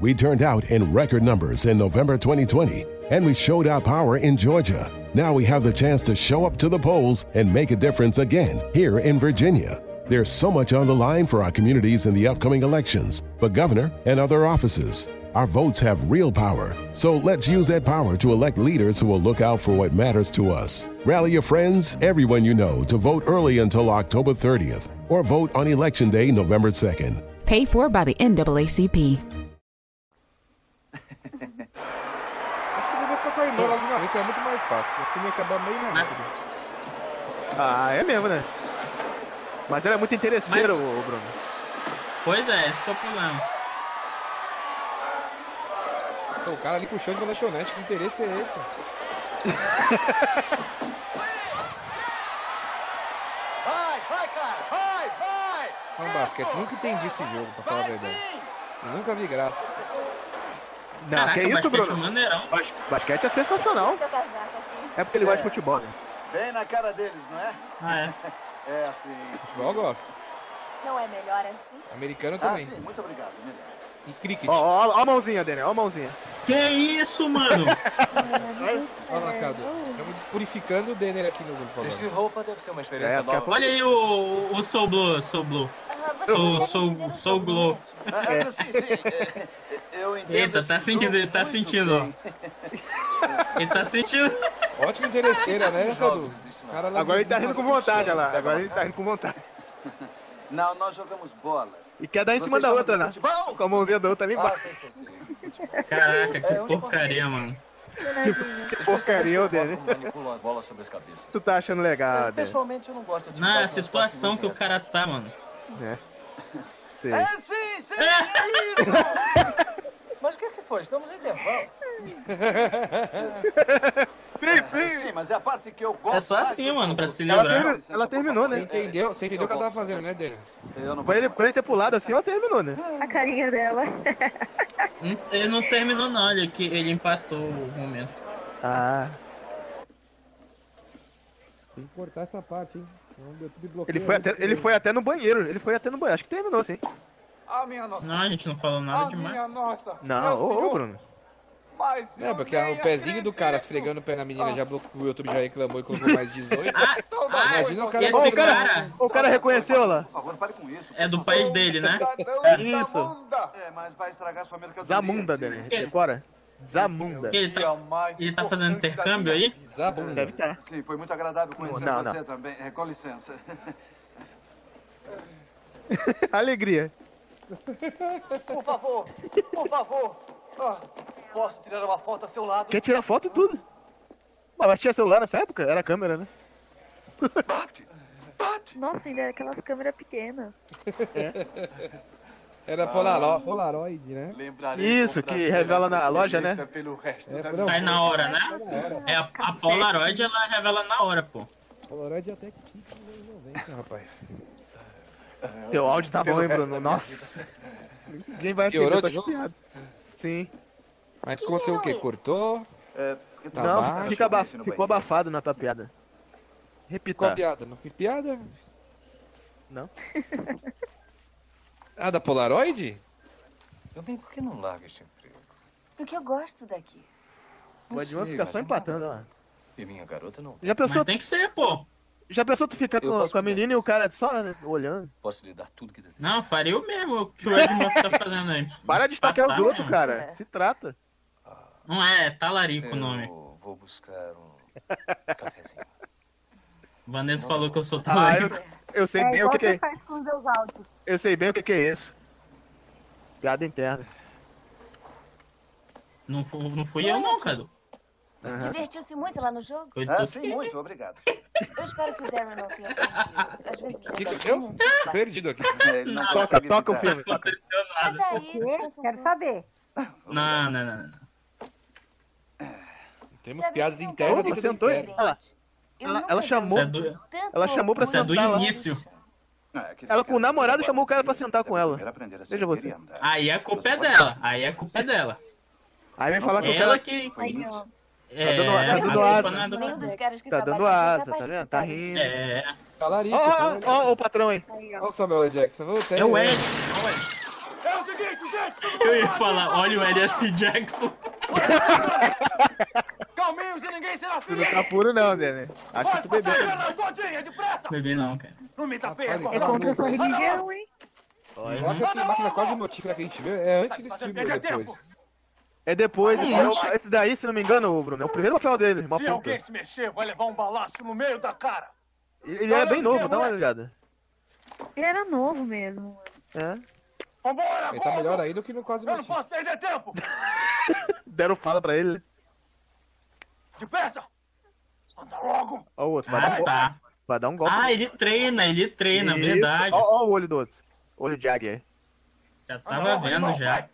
We turned out in record numbers in November 2020, and we showed our power in Georgia. Now we have the chance to show up to the polls and make a difference again here in Virginia. There's so much on the line for our communities in the upcoming elections, for governor and other offices. Our votes have real power, so let's use that power to elect leaders who will look out for what matters to us. Rally your friends, everyone you know, to vote early until October 30th, or vote on Election Day, November 2nd. Paid for by the NAACP. Acho que eu devia ficar com a irmã logo de uma vez, que era é muito mais fácil. O filme ia acabar bem mais rápido. Ah, é mesmo, né? Mas era muito interesseiro, ô, Bruno. Pois é, esse que é o problema. Pô, o um cara ali puxou de uma lanchonete, que interesse é esse? Vai, vai, cara! Vai, vai! É um basquete. Nunca entendi esse jogo, pra falar a verdade. Eu nunca vi graça. Não, que é tá isso, Bruno? Bas- basquete é sensacional. Seu casaco aqui. É porque ele gosta de futebol, né? Bem na cara deles, não é? Ah, é? É, assim. Futebol eu gosto. Não é melhor assim? Americano Ah, também. sim, muito obrigado. melhor. E cricket. Ó, ó, ó a mãozinha, Daniel, ó a mãozinha. Que isso, mano? [LAUGHS] Olha lá, Cadu. Estamos despurificando o Denner aqui no grupo agora. Esse roupa deve ser uma experiência É, um porque a nova. Olha aí o, o Soul Blue, Soul Blue. Soul, Soul, Soul Glow. Ah, é. ah, sim, sim. é, Eu entendo. Eita, tá esse sentindo, jogo ele tá muito sentindo, ó. Ele tá sentindo. Ótimo interesseira, né, Cadu? Cara é lá Agora ele tá dentro rindo do com vontade, chão. olha lá. Agora ele tá Tá indo com vontade. Não, nós jogamos bola. E quer dar em Vocês cima da jogam outra, né? futebol? Com a mãozinha da outra ali Ah, embaixo. sim, sim, sim. Caraca, É, que onde porcaria, mano. Que porcaria, ô, Denner. Pula a bola sobre as cabeças. Tu tá achando legal, Mas Denner. pessoalmente eu não gosto de. Na é situação que o cara tá, mano. É. Sei. É sim, sim, é [LAUGHS] isso! Mas é o que, que foi? Estamos em [LAUGHS] intervalo. Sim, sim. mas é a parte que eu gosto. É só mais assim, do mano, jogo. pra se Ela, livrar. termi- ela terminou, né? Você entendeu, você entendeu o que ela tava fazendo, né, Denner? Pra ele, pra ele ter pulado assim, ela terminou, né? A carinha dela. Não- Ele não terminou, não. Ele, que- ele empatou o momento. Ah. Tem que cortar essa parte, hein? Senão o YouTube bloqueia Ele foi, aí, até, porque- ele foi até no banheiro. Ele foi até no banheiro. Acho que terminou, sim. Ah, minha nossa. Não, a gente não falou nada ah, demais. minha nossa. Não, ô, ô, Bruno. Mas É, porque o pezinho do cara esfregando o pé na menina já bloqueou, o YouTube já reclamou e colocou mais 18. Ah, Imagina o cara... esse Ô, cara- O cara reconheceu lá. Por favor, pare com isso. É do país dele, né? Isso. É, mas vai estragar sua é mercadoria. Zamunda, sim. Denner. Decora. Zamunda. Ele tá, ele tá fazendo intercâmbio aí? tá. Deve estar. Sim, foi muito agradável conhecer Não, você não. também. É, com licença. [LAUGHS] [LAUGHS] Alegria. Por favor, por favor. Ah, posso tirar uma foto ao seu lado? Quer tirar foto e tudo. Mas mas tinha celular nessa época? Era câmera, né? Nossa, é ainda era aquelas câmeras pequenas. É. Era Polaro- Polaro- Polaroid, né? Isso, que revela na loja, né? É Sai na hora, né? É, a, a Polaroid ela revela na hora, pô. Polaroid é até que tinha nos anos 90, rapaz. Teu áudio tá É, Pelo bom, hein, resto Bruno? da minha Nossa. Ninguém vai entender. Piorou eu tô de novo? chateado. Sim. Mas aconteceu o quê? Cortou? É, Tá não, baixo? fica abaf- ficou abafado na tua piada. Repita. Qual piada? Não fiz piada? Não. [LAUGHS] Ah, da Polaroid? Meu bem, por que não larga este emprego? Do que eu gosto daqui. O Edmund sei, fica mas só é empatando lá. E minha garota não. Já pensou? Mas tem que ser, pô. Já pensou tu ficar Eu com, posso com a menina e o cara só olhando? Ah, Posso lhe dar tudo que deseja. Não, faria o mesmo o que o Edmundo tá fazendo aí. Para de destacar os Papai, outros, né? cara. Se trata. Não é, é talarico o nome. Vou buscar [LAUGHS] um. Vanessa falou que eu sou Ah, talarico. eu, eu sei bem o que, que é. faz com os seus áudios. Eu sei bem o que, que é isso. Piada interna. Não, fu- não fui eu não, Cadu. Divertiu-se muito lá no jogo? Eu tô- Ah, sim, muito, obrigado. Eu espero que o Darren não tenha aprendido. Às vezes O que aconteceu? Perdido aqui. É, não Tá Toca, toca o filme. Senta aí, descansa um Quero saber. Não, não, não. não. Temos piadas internas dentro do tentou- interno. ela, ela, ela chamou. Ela chamou pra Isso é sentar. do lá. início. é Ela com o namorado chamou o cara pra sentar com ela. Veja você. Aí a culpa é dela. Aí a culpa é dela. Aí vem falar que o Ela cara. que. Tá dando, É, tá dando a asa. culpa não é do- Nenhum dos caras que Tá dando trabalham asa, tá vendo? Tá rindo. É. Talarico, Ó, então, ó, ó, o patrão aí. Olha o Samuel L. Jackson. É o Ed. Ed. É o seguinte, gente! Eu ia falar, olha o LS Jackson. Calminhos e ninguém será Tu feliz! não tá puro não, Dene. Acho que tu bebeu. Ela todinha, depressa! Bebi não, cara. Não Tá me dá pé! É contra essa religião, hein? Nossa, essa máquina é quase motífera que a gente viu é antes desse filme ou Pega depois. É depois. Hum, esse, é o- gente. esse daí, se não me engano, Bruno, é o primeiro papel dele. Uma Se puta. alguém se mexer, vai levar um balaço no meio da cara! Ele ele era bem novo, dá uma olhada. Ele era novo mesmo. É. Vambora! Ele tá melhor aí do que no quase Eu não motífera. posso perder tempo! Deram fala pra ele. Depressa! Anda logo! Ó o outro, vai, dar, Ah, um golpe. tá. vai dar um golpe. Ah, ele treina, ele treina, Isso. verdade. Ó, ó o olho do outro. Olho de águia aí. Já tava vendo já.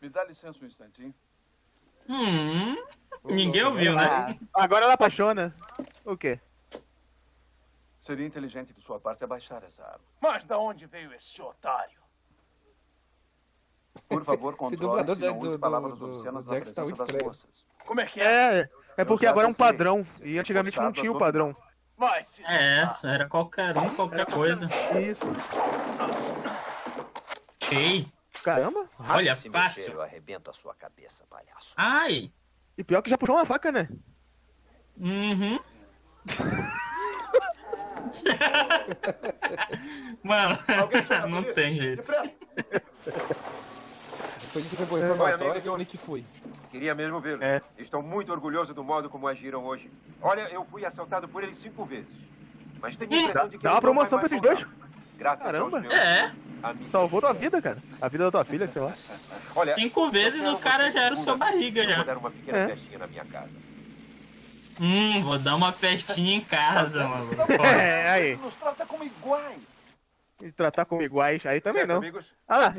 Me dá licença um instantinho. Hum, ninguém ouviu, né? Ah, agora ela apaixona. O quê? Seria inteligente de sua parte abaixar essa arma. Mas da onde veio esse otário? Por favor, Esse controle dublador se do, não do, use do, palavras do, obscenas do na Jackson tá muito presença das estranho. moças. Como é que é? É, é porque já agora é um pensei. padrão. E antigamente não Forçado, tinha o tô- padrão. Vai se... É, essa era qualquer um, qualquer coisa. um. Isso. Cheio. Caramba. Olha, Se mexer, fácil. eu arrebento a sua cabeça, palhaço. Ai. E pior que já puxou uma faca, né? Uhum. [LAUGHS] Mano, [LAUGHS] não tem jeito. Depois disso [LAUGHS] foi pro reformatório que o Nick foi. um Queria mesmo vê-los. É. Estou muito orgulhoso do modo como agiram hoje. Olha, eu fui assaltado por eles cinco vezes. Mas tenho a impressão de que. Dá eles uma não promoção pra vai esses mais dois. voltar. Graças Caramba. aos meus É. amigos. Salvou tua vida, cara. A vida da tua filha, sei lá. Olha, Cinco vezes o cara já era o seu barriga eu já. vou dar uma pequena É. festinha na minha casa. Hum, vou dar uma festinha em casa, Tá maluco. [LAUGHS] [LAUGHS] É, aí. Nos trata como iguais. E tratar como iguais, aí também Certo, não. amigos? um Ah lá,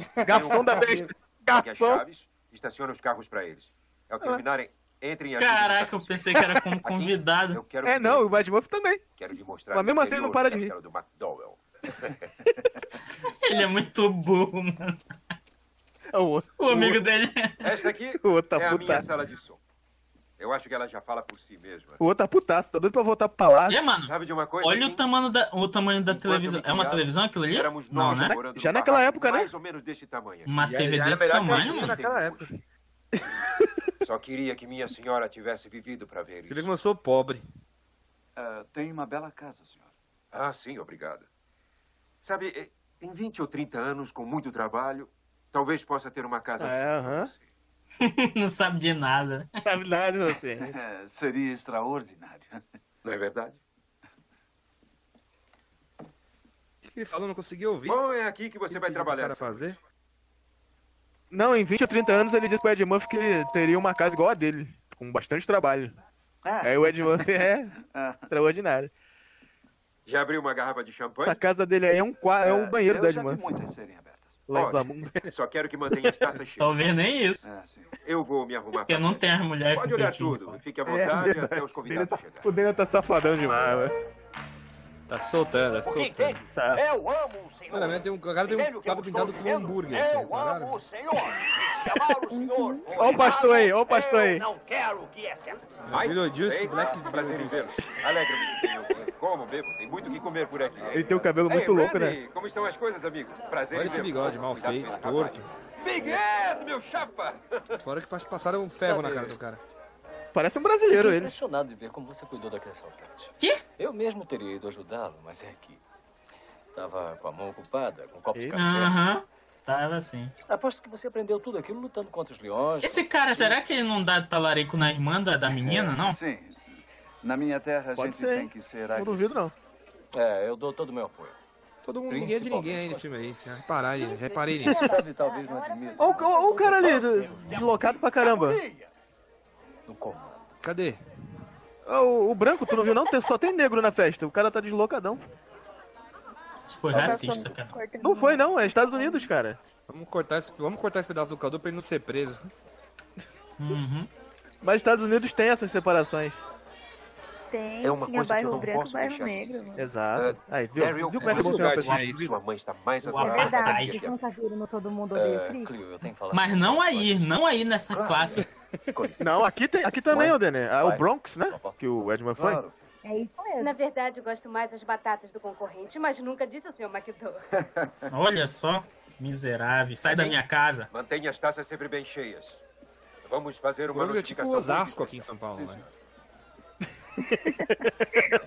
[LAUGHS] garçom da besta. Pegue as Garçom. chaves, estacione os carros pra eles. Ao terminarem, entrem e ajudem Caraca, eu pensei que era como convidado. Eu quero, É, não, o Bad Wolf também. quero lhe mostrar Mas mesmo o assim ele não interior para do de rir. castelo do McDowell. Ele é muito [LAUGHS] burro, mano. É o outro. [LAUGHS] O amigo dele. Essa [LAUGHS] aqui O outro é tá a minha putaço. sala de som. Eu acho que ela já fala por si mesma. O outro tá putaço. Tá doido pra voltar pro palácio. É, mano. Sabe de uma coisa? Olha hein? o tamanho da, o tamanho da televisão. É uma televisão aquilo ali? Éramos Não, nós né? morando Já num naquela barraco época, né? Mais ou menos desse tamanho. Uma E TV era melhor desse que a tamanho, gente mano. naquela [LAUGHS] época. época. Só queria que minha senhora tivesse vivido pra ver Se liga, isso. como eu sou pobre. Ah, tem uma bela casa, senhora. Ah, sim, obrigado. Sabe, eh, em 20 ou 30 anos, com muito trabalho, talvez possa ter uma casa assim. É, aham. [LAUGHS] Não sabe de nada. Não [LAUGHS] sabe nada de [LAUGHS] você. É, Seria extraordinário. [LAUGHS] Não é verdade? O que que ele falou? Não consegui ouvir. O Bom, é aqui que você vai que o trabalhar. cara fazer? Não, em 20 ou 30 anos ele disse pro Ed Murphy que ele teria uma casa igual a dele, com bastante trabalho. Aí o Ed Murphy é [LAUGHS] extraordinário. Já abriu uma garrafa de champanhe? Essa casa dele aí é um quarto, é o banheiro do Ed Murphy. muitas serem abertas. Lá em Zamunda. [LAUGHS] Só quero que mantenha as [LAUGHS] taças cheias. É, Talvez nem isso. Eu vou me arrumar Porque pra não festa. tem as mulheres com Pode olhar peitinho tudo. fora. Fique à É, vontade verdade. até os convidados O chegarem. Daniel tá- O Daniel tá safadão demais, mano. Tá soltando, tá O que soltando. tem? Tá. Eu amo o senhor. Mano, a menina tem um, o cara tem Entende um o que eu quadro pintado estou com um dizendo? hambúrguer. É, vocês Eu repararam? amo o senhor. E se amar o [LAUGHS] senhor. for Ó o pastor aí, ó o pastor errado, aí. Eu não quero que é certo. É Billy Juice, Eita, Black Prazer em Juice. vê-lo. Alegro-me de vê-lo. Como, bebo? Tem muito o que comer por aqui. Ele tem o cabelo Ei, muito louco, né? Freddy, Como estão as coisas, amigos? Prazer Olha em esse vê-lo. bigode mal Cuidado com feito, esse rapaz. torto. Big Ed, meu chapa! [LAUGHS] Fora que passaram um ferro na cara do cara. Parece um brasileiro ele. impressionado de ver como você cuidou da criação, Cat. Quê? Eu mesmo teria ido ajudá-lo, mas é que... Tava com a mão ocupada, com um copo de café. Aham. Tava assim. Aposto que você aprendeu tudo aquilo lutando contra os leões. Esse cara, será que ele não dá talarico na irmã da, É, da menina, não? Sim. Na minha terra a Pode gente ser, tem hein? que ser Não duvido, não. É, eu dou todo o meu apoio. Todo mundo, ninguém é de ninguém aí nesse filme aí. né? Já reparar, aí, reparei nisso. Quem sabe talvez não admita. Ó o, ó o cara ali, do- deslocado pra caramba. No comando. Cadê? Ó, Ah, o, o branco, tu não viu não? Tem- Só tem negro na festa. O cara tá deslocadão. Isso foi racista, cara. Não foi não, é Estados Unidos, cara. Vamos cortar esse, vamos cortar esse pedaço do caldo pra ele não ser preso. Uhum. Mas Estados Unidos tem essas separações. Tem, É uma tinha coisa que eu bairro não branco, posso bairro deixar de negro. mano. Ah, Exato. Aí, viu? Daryl, Viu como é que mas funciona a o pessoa? gato né? de Sua mãe está mais É adorável Verdade, do vocês que nunca viram no Todo Mundo Odeia o É, Chris? Clio, eu tenho que falar. Mas não aí, não aí nessa classe. Não, aqui, tem, aqui também, Vai. ô Dené. Ah, o Vai. Bronx, né? Que o Edman foi. Ah. [LAUGHS] Claro. É isso mesmo. Na verdade, eu gosto mais das batatas do concorrente, mas nunca disse ao senhor McDowell. Olha só, miserável. Sai da minha casa. Mantenha as taças sempre bem cheias. Vamos fazer uma Vamos ver tipo notificação. Osasco aqui em São Paulo, né?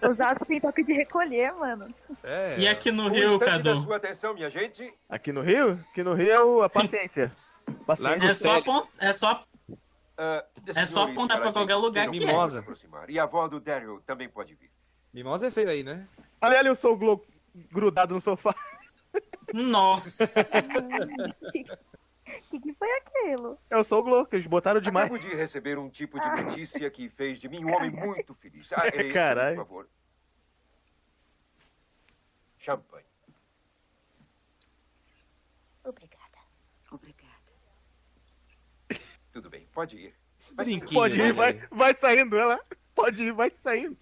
Osasco tem toque de recolher, [LAUGHS] mano. É. E aqui no Um Rio, instante Cadu? da sua atenção, minha gente. Aqui no Rio? Aqui no Rio é o- a paciência. É só, apont- é só Ah, É só senhores, apontar pra caradinhos, qualquer lugar terão que se é. aproximar. E a avó do Daryl também pode vir. Mimosa é feio aí, né? Olha ali, eu sou glo... grudado no sofá. Nossa. O que, que foi aquilo? Eu sou É o Glo, que eles botaram demais. Acabo de receber um tipo de notícia que fez de mim um homem muito feliz. Ah, esse, Caralho. por favor. Champanhe. Obrigada. Tudo bem, pode ir. brinquinho, né, Pode Pode ir, ir, vai, vai saindo, ela. Pode ir, vai saindo.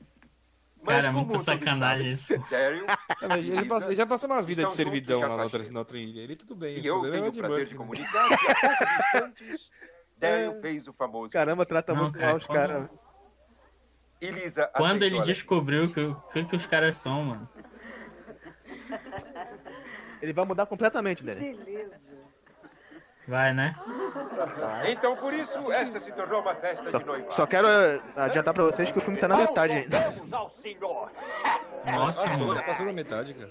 Cara, é como muita todos tá sacanagem sabem, Daryl É, mas [LAUGHS] ele, Lisa passou- ele já passou umas vidas né? de estão servidão juntos já lá na faz outra, tempo. na outra ilha. Ele tudo bem. E eu problema é tenho o o prazer Ed Murphy, de né? comunicar que há poucos [LAUGHS] instantes Daryl fez o famoso. É. Caramba, trata Não, muito cara, mal os quando- caras. Elisa Quando aceitou né? ele a descobriu que, o que, que os caras são, mano. Ele vai mudar completamente, Dené. Beleza. Vai, né? Então, por isso, esta se tornou uma festa de noivado. Só quero eh, adiantar pra vocês que o filme tá na metade ainda. Vamos ao senhor. Nossa, passou, mano. já passou na metade, cara.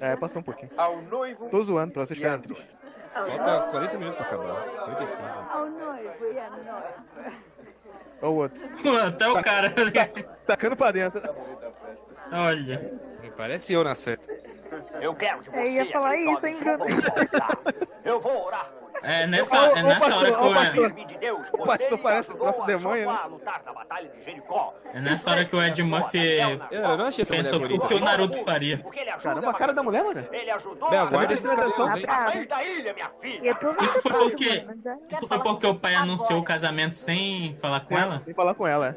É, passou um pouquinho. Ao noivo. Tô zoando pra vocês ficarem tristes. Falta 40 minutos pra acabar. 45. Ao noivo e à noiva. Olha o outro. Tá- Até o [LAUGHS] cara. Tacando pra dentro. tá- Olha. Parece eu na seta. Eu quero que Eu ia você falar aqui isso, tome hein, chuva Bruno? voltar. Eu vou orar. É nessa, é nessa hora que eu o Ed, Firme de Deus, O pastor você lhe parece o tá ajudou próprio a demônio, Josué né? a lutar na batalha de Jericó. é nessa hora que o Ed Murphy Eu não achei essa mulher pensou tudo bonita. que o Naruto faria. Caramba, então, a cara da mulher, mano. Ele ajudou Me a aguarda esses cabelos, hein? sair da ilha, minha filha. Eu tô Isso foi chocada, porque- mano, mas é- Isso foi porque o pai anunciou o casamento sem falar com ela? Sem falar com ela.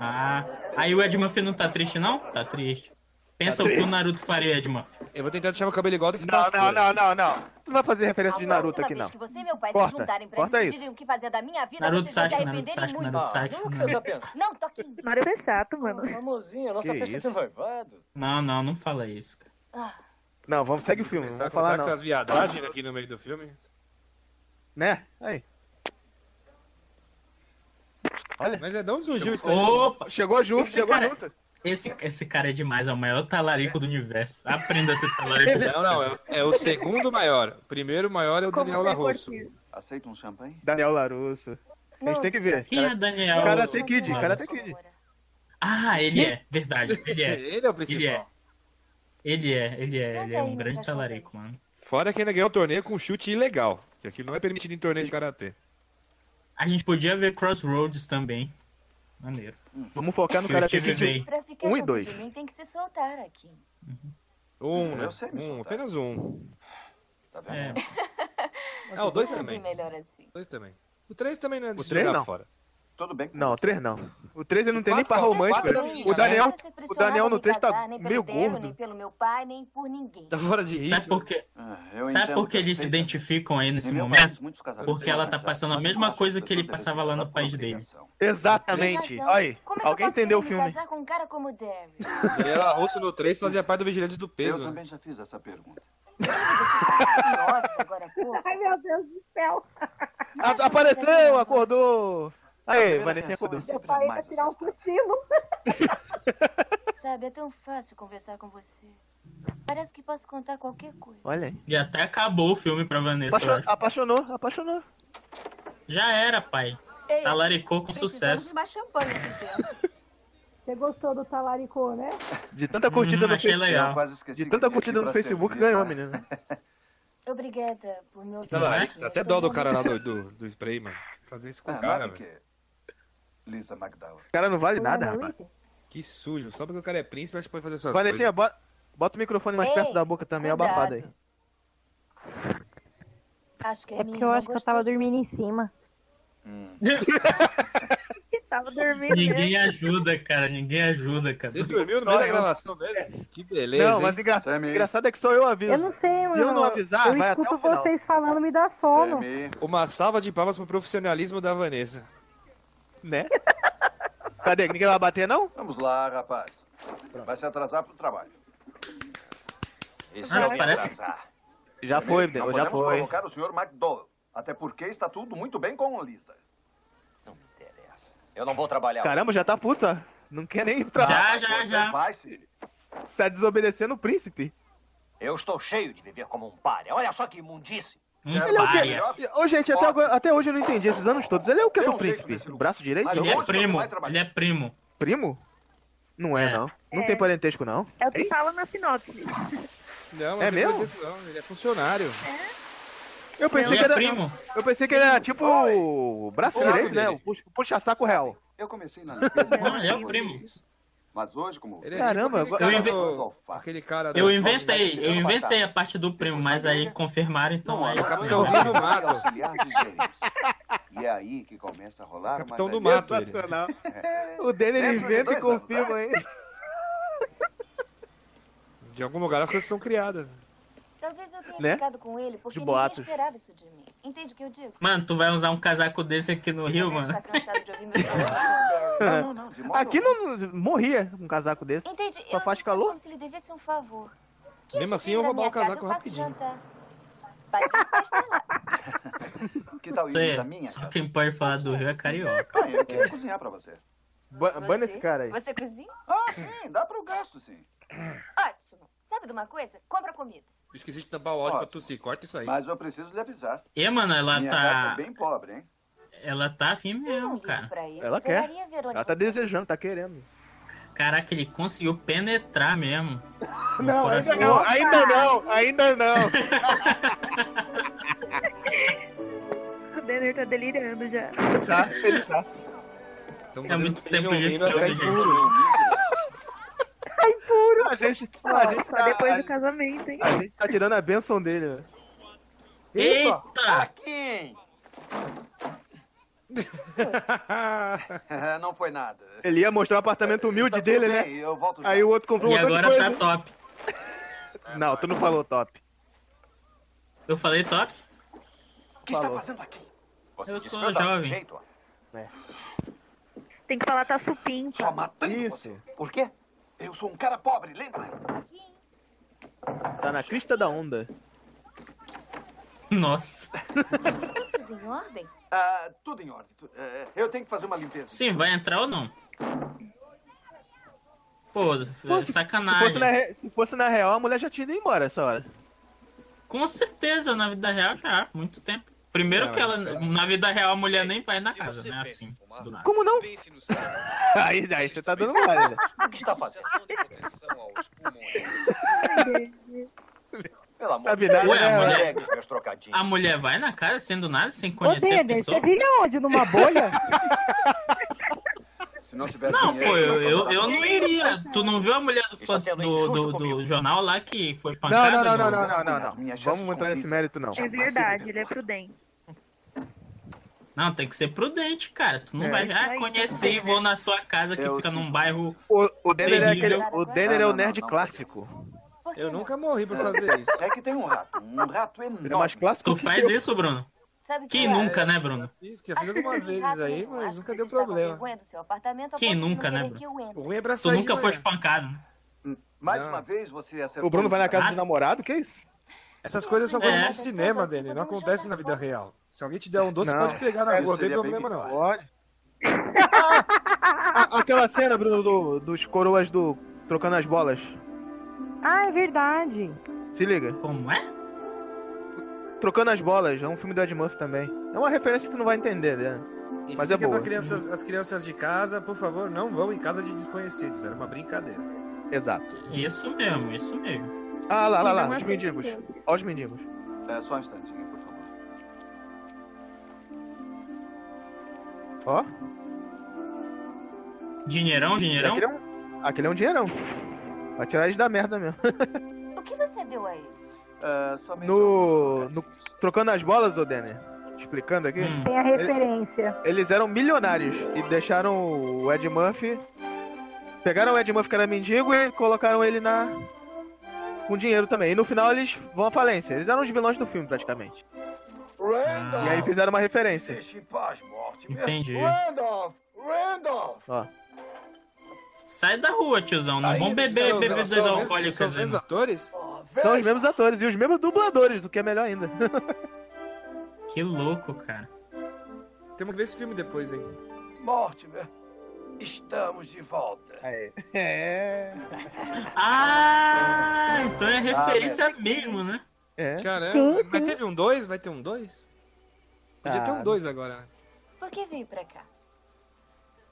Ah. Aí o Ed Murphy não tá triste, não? Tá triste. Pensa o que o Naruto faria, Ed Murphy. Eu vou tentar deixar meu cabelo igual desse Não, pastor. não, não, não, não. Tu não vai fazer referência de Naruto Toda aqui, vez não. que você e meu pai Corta, se juntarem pra corta decidirem isso. o que fazer da minha vida, Naruto vocês vão se Sasha, Naruto arrependerem Sasha, muito. Naruto Sasha. Não, o que você tá pensando? Não toquem. Mário é chato, mano. Amorzinho, nossa Que festa isso? de noivado. Não, não, não fala isso. cara. Não, vamos, segue o filme. Não Começar a vamos falar falar, com essas não. viadagens aqui no meio do filme. Né? Aí. Olha. Mas é de onde surgiu isso aí? Opa! Chegou junto, Esse chegou cara- junto. Esse, esse cara é demais, é o maior talarico do universo. Aprenda a ser talarico. Não, não, é, é o segundo maior. O primeiro maior é o Como Daniel foi Larusso. curtido. Aceita um champanhe? Daniel Larusso. A gente tem que ver. Quem é Daniel? Cara, cara tem Kid, cara tem Kid. Ah, ele é, verdade, ele é. Ele é o Ele é. principal. Ele é, ele é, ele é aí, tá um meu grande cachorro. talarico, mano. Fora que ainda ganhou o torneio com um chute ilegal. Que aquilo não é permitido em torneio de karatê. A gente podia ver Crossroads também. Maneiro. Vamos focar no Eu cara estive bem. Pra ficar Um e junto dois. de mim, tem que se soltar aqui. Um, né? Eu sei me Um, soltar. apenas um. Tá vendo? É, É, Ah, o dois Tudo também. melhor assim. Dois também. O três também não é de O três jogar não. fora. Tudo bem. Não, três não. O três ele não tem nem né? Quatro, par quatro romântico. né? da menina, O Daniel, Nunca fui o pressionada Daniel a no me três casar, tá nem pelo meio Daniel, gordo. Nem pelo meu pai, nem por ninguém. Tá fora de ritmo. sabe por quê? Ah, eu Sabe entendo por que eles se perfeitamente. identificam aí nesse Em meu país, momento? muitos casamentos Porque ela tá são arranjados, passando a mas eu mesma acho coisa as que ele pessoas passava lá no devem país se casar por dele. obrigação. Exatamente. Tem razão. Aí, Como é que eu alguém posso entendeu o querer filme. Me casar com um cara como o Derry. Daniel Larusso no três fazia parte do Vigilantes do Eu Peso, né? também já fiz essa pergunta. Nossa, agora há pouco. Ai, meu Deus do [LAUGHS] céu. A- apareceu, acordou. Aí, Primeira Vanessa reação é acordou. sempre a Parei pra mais tirar um acertada. cochilo. [LAUGHS] Sabe, é tão fácil conversar com você. Parece que posso contar qualquer coisa. Olha aí. E até acabou o filme pra Vanessa, eu Apaixonou, acho. apaixonou, apaixonou. Já era, pai. Ei, Um Talaricou com precisamos sucesso. de mais champanhe um aqui dentro. Você gostou do talaricô, né? De tanta curtida Hum, no achei Facebook. legal. Eu quase esqueci De que vim tanta aqui curtida no pra Facebook servir, ganhou a tá? menina. Obrigada por me ouvir. Tá Né? lá, dá até Eu dó tô do cara lá do, do, do spray, mano. Fazer isso com o Ah, cara, mas velho. que Lisa McDowell. O cara não vale nada, Lana rapaz. Whitney? Que sujo. Só porque o cara é príncipe, acho que pode fazer suas Vanessinha, coisas. bota, bota o microfone mais Ei, perto da boca também, cuidado. abafado aí. Acho que a É minha porque eu irmã É acho que é eu gostou tava de dormindo em cima. [LAUGHS] Hum. Tava né? dormindo. Ninguém ajuda, cara. Ninguém ajuda, cara. Você dormiu no Só meio da eu. gravação mesmo? Que beleza. não, mas hein? assim, engra- engraçado é que só eu aviso. Eu não sei, mano. Se eu não avisar, eu vai até escuto o final. vocês falando, me dá é sono. Uma salva de palmas pro profissionalismo da Vanessa. Né? Cadê? Ninguém vai bater, não? Vamos lá, rapaz. Vai se atrasar pro trabalho. Esse Ah, é o parece- atrasar. Já foi, Não Bigo, já podemos foi. provocar o senhor McDowell. Até porque está tudo muito bem com o Lisa. Eu não vou trabalhar. Caramba, já tá puta. Não quer nem entrar. já, já. Vai, Siri. Tá desobedecendo o príncipe. Eu estou cheio de viver como um pária. Olha só que imundice. Ele é o quê? Ô, gente, até, agora- até hoje eu não entendi esses anos todos. Ele é o que um do príncipe? Braço direito? Ele é primo. Ele é primo. Primo? Não é, não. Não É. tem parentesco, não. É o que fala na sinopse. Não, É não tem mesmo? contexto, não. Ele é funcionário. Eu pensei Ele que é era. primo. Eu pensei que ele era tipo o braço Braço direito, né? direito. O puxa- puxa-saco real. Eu comecei na defesa. Não, ele é o de primo. vocês. Mas hoje, como. Ele é Caramba, tipo eu aquele inve- cara, do... aquele cara do- Eu inventei, eu inventei a parte do primo, mas aí confirmaram, então é isso. Capitãozinho do Mato. Auxiliar de gerência. E é aí que começa a rolar. É É. Capitão uma do das- Mato, ele. [LAUGHS] Sensacional. O dele ele Dentro de inventa e dois anos, confirma, hein? De algum lugar as coisas são criadas. Talvez eu tenha Né? ficado com ele porque De ninguém boatos. esperava isso de mim. Entende o que eu [LAUGHS] digo? Mano, tu vai usar um casaco desse aqui no Rio, né? mano? Está cansado de ouvir né, meus conselhos. Não, Aqui não morria um casaco desse. Entende? Só eu faz me sinto calor? como se lhe devesse um favor. Mesmo acha assim, que eu vem vou pra roubar minha o casaco casa, eu faço rapidinho. jantar. Patrícia vai estar lá. Que tal irmos à Tá minha É, só quem pode falar do Rio é carioca. Ah, eu quero cozinhar pra você. Bana esse Tá cara aí. Você cozinha? Ah, sim, dá pro gasto, sim. Ótimo. Sabe de uma coisa? Compra comida. Esqueci de tampar o áudio pra tossir. Corta isso aí. Mas eu preciso lhe avisar. E, mano, ela minha casa tá. é bem pobre, hein? Ela tá afim mesmo, cara. Pra isso, Ela quer. adoraria ver onde Ela tá você- desejando, tá querendo. Caraca, ele conseguiu penetrar mesmo. no Não, ainda coração. não, ainda não, ainda não. [LAUGHS] O Denner tá delirando já. Tá, ele tá. É muito tempo de vai ficar filme, gente. impuro. Puro. A gente, a gente Só depois do tá, casamento, hein? a gente tá tirando a benção dele. né? Eita! [LAUGHS] Quem? É, não foi nada. Ele ia mostrar o apartamento humilde Tá tudo dele, bem, né? Eu volto já. Aí o outro comprou E um montão de agora tá coisa. top. Não, tu não falou top. Eu falei top? O que está fazendo aqui? Eu disse sou que eu tava de jovem. jeito, ó. É. Tem que falar tá supimpa. Só matando você. Por quê? Eu sou um cara pobre, lembra? Tá na crista da onda. Nossa. Tudo em ordem? Ah, tudo em ordem. tu- eh, eu tenho que fazer uma limpeza. Sim, vai entrar ou não? Pô, é Se fosse, sacanagem. na, re- se fosse na real, a mulher já tinha ido embora essa hora. Com certeza, na vida real já, muito tempo. Primeiro Não, que ela, na vida real, a mulher nem vai na casa, né? Assim, do nada. Como não? [LAUGHS] Aí, aí você tá dando mole, né? O que está fazendo? Pelo amor Sabe de Deus. nada, Ué, né? É, a mulher, Pegue os meus trocadinhos. a mulher vai na casa sendo nada, sem Ô, conhecer a Dede, você pessoa? vive onde? Numa bolha? Se não tiver Não, dinheiro, pô, eu, vai eu, comprar eu não nada. iria. Tu não viu a mulher do, fa- do, do, do jornal lá que foi Não, espancada? não, não, no- não, não, não, não, não. Vamos entrar nesse mérito, não. É verdade, ele é prudente. Não, tem que ser prudente, cara. Tu não É. vai ah, conhecer e vou na sua casa que fica num bairro. O, o Denner é, aquele, Terrível. o, Denner é Não, o não, nerd não, não. clássico. Eu nunca morri pra fazer isso. É que tem um rato. Um rato Ele é mais enorme. clássico Tu que faz eu. isso, Bruno? Sabe o que é, é? Quem eu acho? nunca, né, Bruno? Isso, é que eu fiz algumas vezes aí, mas nunca deu Estava problema. vergonha do seu apartamento ao Quem ponto de não nunca, né, querer Bruno? que eu entre. O ruim é pra Tu sair, nunca foi né? espancado. né? Hum, Mais uma vez você acertou. O Bruno vai na casa do Ah, namorado, que é isso? Essas coisas são coisas É. de cinema, Dani. Não acontece na vida real. Se alguém te der um doce, Não. pode pegar É, na Isso rua. Não tem seria bem problema, não. Pode. [LAUGHS] Aquela cena, Bruno, do- dos coroas do trocando as bolas. Ah, é verdade. Se liga. Como é? Trocando as bolas, é um filme do Ed Murphy também. É uma referência que tu não vai entender, né? E Mas é fica boa. pra crianças, as crianças de casa, por favor, não vão em casa de desconhecidos. Era uma brincadeira. Exato. Isso mesmo, isso mesmo. Ah, lá, lá, é Não é assim, lá, os aceita mendigos. Deus. Olha os mendigos. É só um instantinho, por favor. Ó. Dinheirão, dinheirão? Aquele é um, aquele é um dinheirão. Vai tirar eles da merda mesmo. O que você deu a ele? Ah, somente No, no- Trocando as bolas, ô Denner. Os explicando aqui? Hum. Tem a [LAUGHS] Ele- referência. Eles eram milionários e deixaram o Ed Murphy. Pegaram o Ed Murphy, que era mendigo, e colocaram ele na. com dinheiro também. E no final eles vão à falência. Eles eram os vilões do filme, praticamente. E aí fizeram uma referência. Entendi. Randolph! Randolph! Ó. Sai da rua, tiozão. Não vão beber bebidas alcoólicas. né? atores? São os mesmos atores e os mesmos dubladores, o que é melhor ainda. [LAUGHS] Que louco, cara. Temos que ver esse filme depois, hein? Mortimer, estamos de volta. [LAUGHS] É. Ah, então é referência mesmo, né? É. Caramba, Sim, mas teve um dois? Vai ter um dois? Podia Ah, ter um não- dois agora, né? Por que veio pra cá?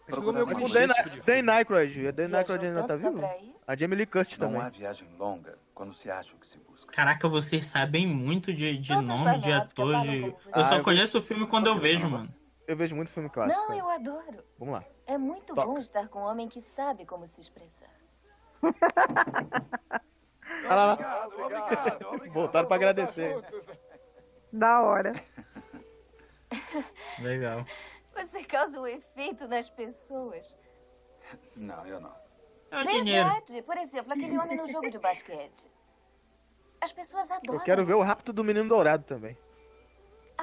Ficou meio O clichê Dan, esse tipo de Dan Aykroyd. O Dan Aykroyd ainda tá tanto só vivo? pra isso? A Jamie Lee Curtis Não também. há viagem longa quando se acha o que se busca. Caraca, vocês sabem muito de, de Todos nome, nós de nada, ator, cada um de... como Eu Ah, só eu conheço o filme quando eu vejo, mano. Eu vejo muito filme clássico. Não, né? eu adoro. Vamos lá. É muito Toca. bom estar com um homem que sabe como se expressar. Olha lá, lá. Voltaram pra agradecer. Da hora. Legal. Você causa um efeito nas pessoas. Não, eu não. É Verdade. Por exemplo, aquele homem no jogo de basquete. As pessoas adoram. Eu quero ver o Rapto do Menino Dourado também.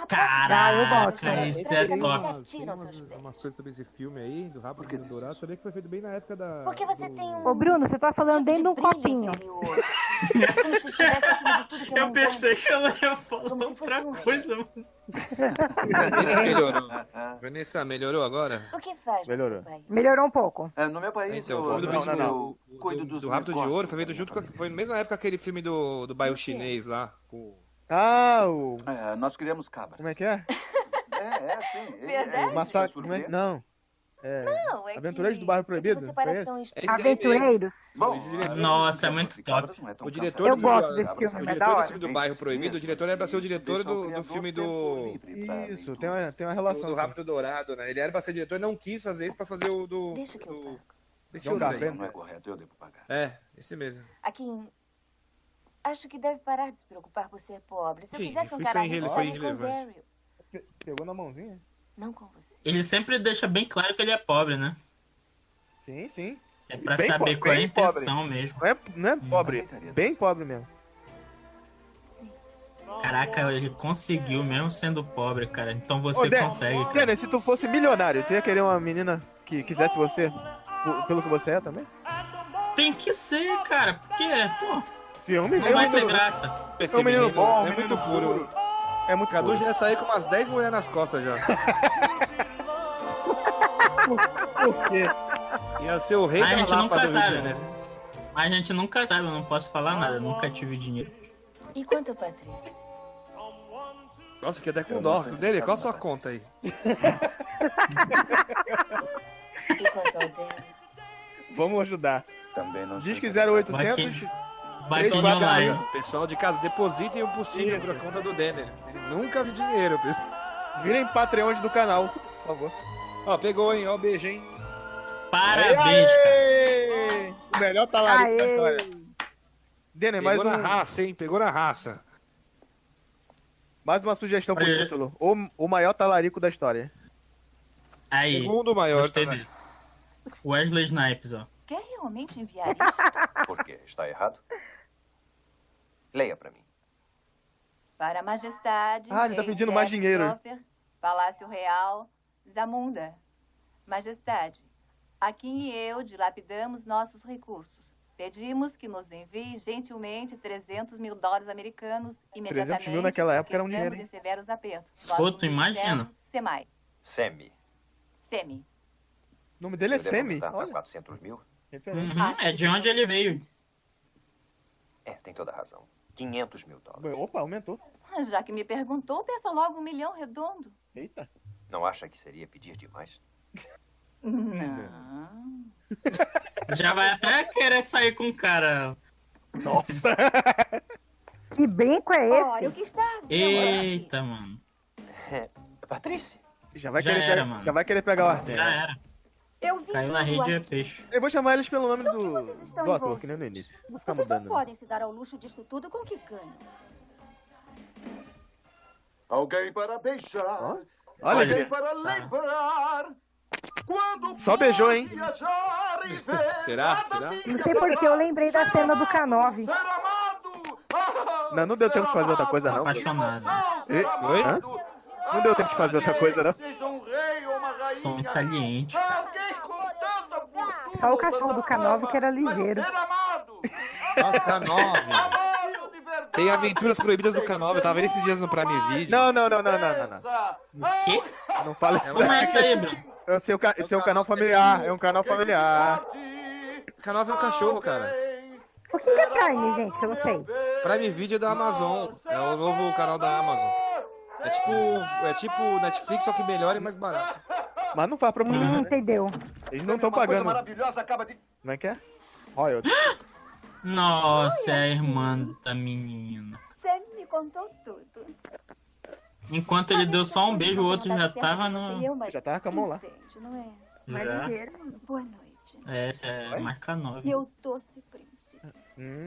Caraca, isso é Praticamente top. se atiram aos seus Uma coisa sobre esse filme aí, do Rápido e do Dourado, eu sabia que foi feito bem na época da... Porque você tem um. Ô, Bruno, você tá falando dentro de um copinho. Eu pensei que ela ia falar outra um coisa, mano. [LAUGHS] É, Vanessa melhorou. Vanessa, melhorou agora? O que faz? Melhorou. Melhorou um pouco. É, no meu país, Então, eu, foi do não, mesmo- não, não. eu cuido Do, dos do Rápido de negócios né? Ouro foi feito junto com. a- Foi na mesma época aquele filme do, do bairro chinês lá. Com... Ah, o. É, nós criamos cabras. Como é que é? É, é sim. É, O Massa... Como é que- Não. É... Não, é que- Aventureiros do Bairro Proibido? você parece um Conhece? tão É esse aí Aventureiros. Bom, ah, Nossa, é muito top. Então, tá O diretor Eu do gosto filme- desse filme, O é diretor da do hora. filme do Bairro Proibido, o diretor era pra ser o diretor do, um do filme do. então. Isso, tem uma, tem uma relação. Do Rápido Dourado, né? Ele era pra ser diretor e não quis fazer isso pra fazer o do. Deixa que eu pago. Esse Não, outro não, não aí. é correto, eu devo pagar. É, esse mesmo. Aqui. em- Acho que deve parar de se preocupar por ser pobre. Se eu Sim, fizesse um isso é cara irrele- rico, foi eu estaria com irrelevante. Daryl. Pegou na mãozinha? Não com você. Ele sempre deixa bem claro que ele é pobre, né? Sim, sim. É pra Bem saber po- qual é a bem pobre. intenção mesmo. Hum. Não é, não é pobre, bem pobre mesmo. Caraca, ele conseguiu mesmo sendo pobre, cara. Então você Ô, Dan- consegue, cara. Dennis, se tu fosse milionário, tu ia querer uma menina que quisesse você p- pelo que você é também? Tem que ser, cara. Porque, pô, Filme não vai ter graça. Esse É um menino menino bom, é um muito puro. É muito Cadu puro. já ia sair com umas 10 mulheres nas costas já. Por quê? Ia ser o rei Mas a da gente Lapa nunca do Rio de sabe. Janeiro. Mas a gente nunca sabe, eu não posso falar nada. eu Nunca tive dinheiro. E quanto, Patrícia? Nossa, fiquei até com dó. Dele, qual a sua conta aí? E quanto ao Daryl? Vamos ajudar. Também não Diz que sei. é 0800. Vai vir Pessoal de casa, online. Pessoal de casa, depositem o possível pra conta do Denner. Ele nunca vi dinheiro, pessoal. Virem Patreons do canal, por favor. Ó, pegou, hein? Ó, o beijo, hein? Parabéns, cara. Ei, O melhor tá talarico da Aê. história. Denner, mais, Pegou na um- raça, hein? Pegou na raça. mais uma sugestão pro Aê. título. O, o maior talarico da história. Aí. Segundo maior, Gostei tá, né? desse. Wesley Snipes, ó. Quer realmente enviar isto? Por quê? Está errado? Leia pra mim. Para a Majestade. Ah, ele tá Rei pedindo mais Jeff dinheiro. Joffre, Palácio Real, Zamunda. Majestade, a quem eu dilapidamos nossos recursos. Pedimos que nos envie gentilmente 300 mil dólares americanos imediatamente. 300 mil naquela época era um porque dinheiro, estamos em severos apertos. Pô, tu imagina. Semai. Semi. Semi. O nome dele é eu devo Semi. aumentar pra Olha. 400 tá mil? referência. Uhum, é de onde ele veio. É, tem toda a razão. 500 mil dólares. Opa, aumentou. Ah, Já que me perguntou, peça logo um milhão redondo. Eita. Não acha que seria pedir demais? Hum. Não. Já vai até querer sair com o cara. Nossa. [LAUGHS] Que brinco é esse? Olha o que está havendo. Eita, mano. Patrícia? Já vai, Já querer era, pegar, mano. já vai querer pegar o Arthur. Já era. Eu vim Caiu na tudo rede é aqui. peixe. Eu vou chamar eles pelo nome Então, do, o que vocês estão do ator, envolvidos? que nem né, no início. Vou ficar né? Vocês não mudando. podem se dar ao luxo disso tudo com o que ganham. Alguém para beijar. Olha alguém aqui. tá. para lembrar. Quando Só beijou, hein? viajar e ver. [LAUGHS] Será? Será? Não sei porque eu lembrei da cena do K9. Não, não deu tempo de fazer outra coisa, não. Apaixonado. E- Oi? Hã? Não deu tempo de fazer outra coisa, não. Som saliente. Só o cachorro do K9 que era ligeiro. Nossa, K9. Tem aventuras proibidas do K9. Eu tava vendo esses dias no Prime Video. Não, não, não, não, não, não. não. Quê? Não fala isso. Como é daí. essa aí, Bruno? É o seu, ca... seu canal familiar. É um canal familiar. K9 é um cachorro, cara. O que que é Prime, gente, que eu não sei? Prime Video é da Amazon. É o novo canal da Amazon. É tipo, é tipo Netflix, só que melhor e mais barato. Mas não faz pra mulher. Hum, né? entendeu. Eles não estão Tá Uma coisa pagando. maravilhosa acaba de. Como é que é? Royalties. Ah, Nossa, é a irmã da menina. Sam me contou tudo. tá Enquanto ele deu só um beijo, o outro já tava no. Já tava com a mão lá. Entende, é não é? Já. Boa noite. É, Essa é marca nova. Eu doce príncipe.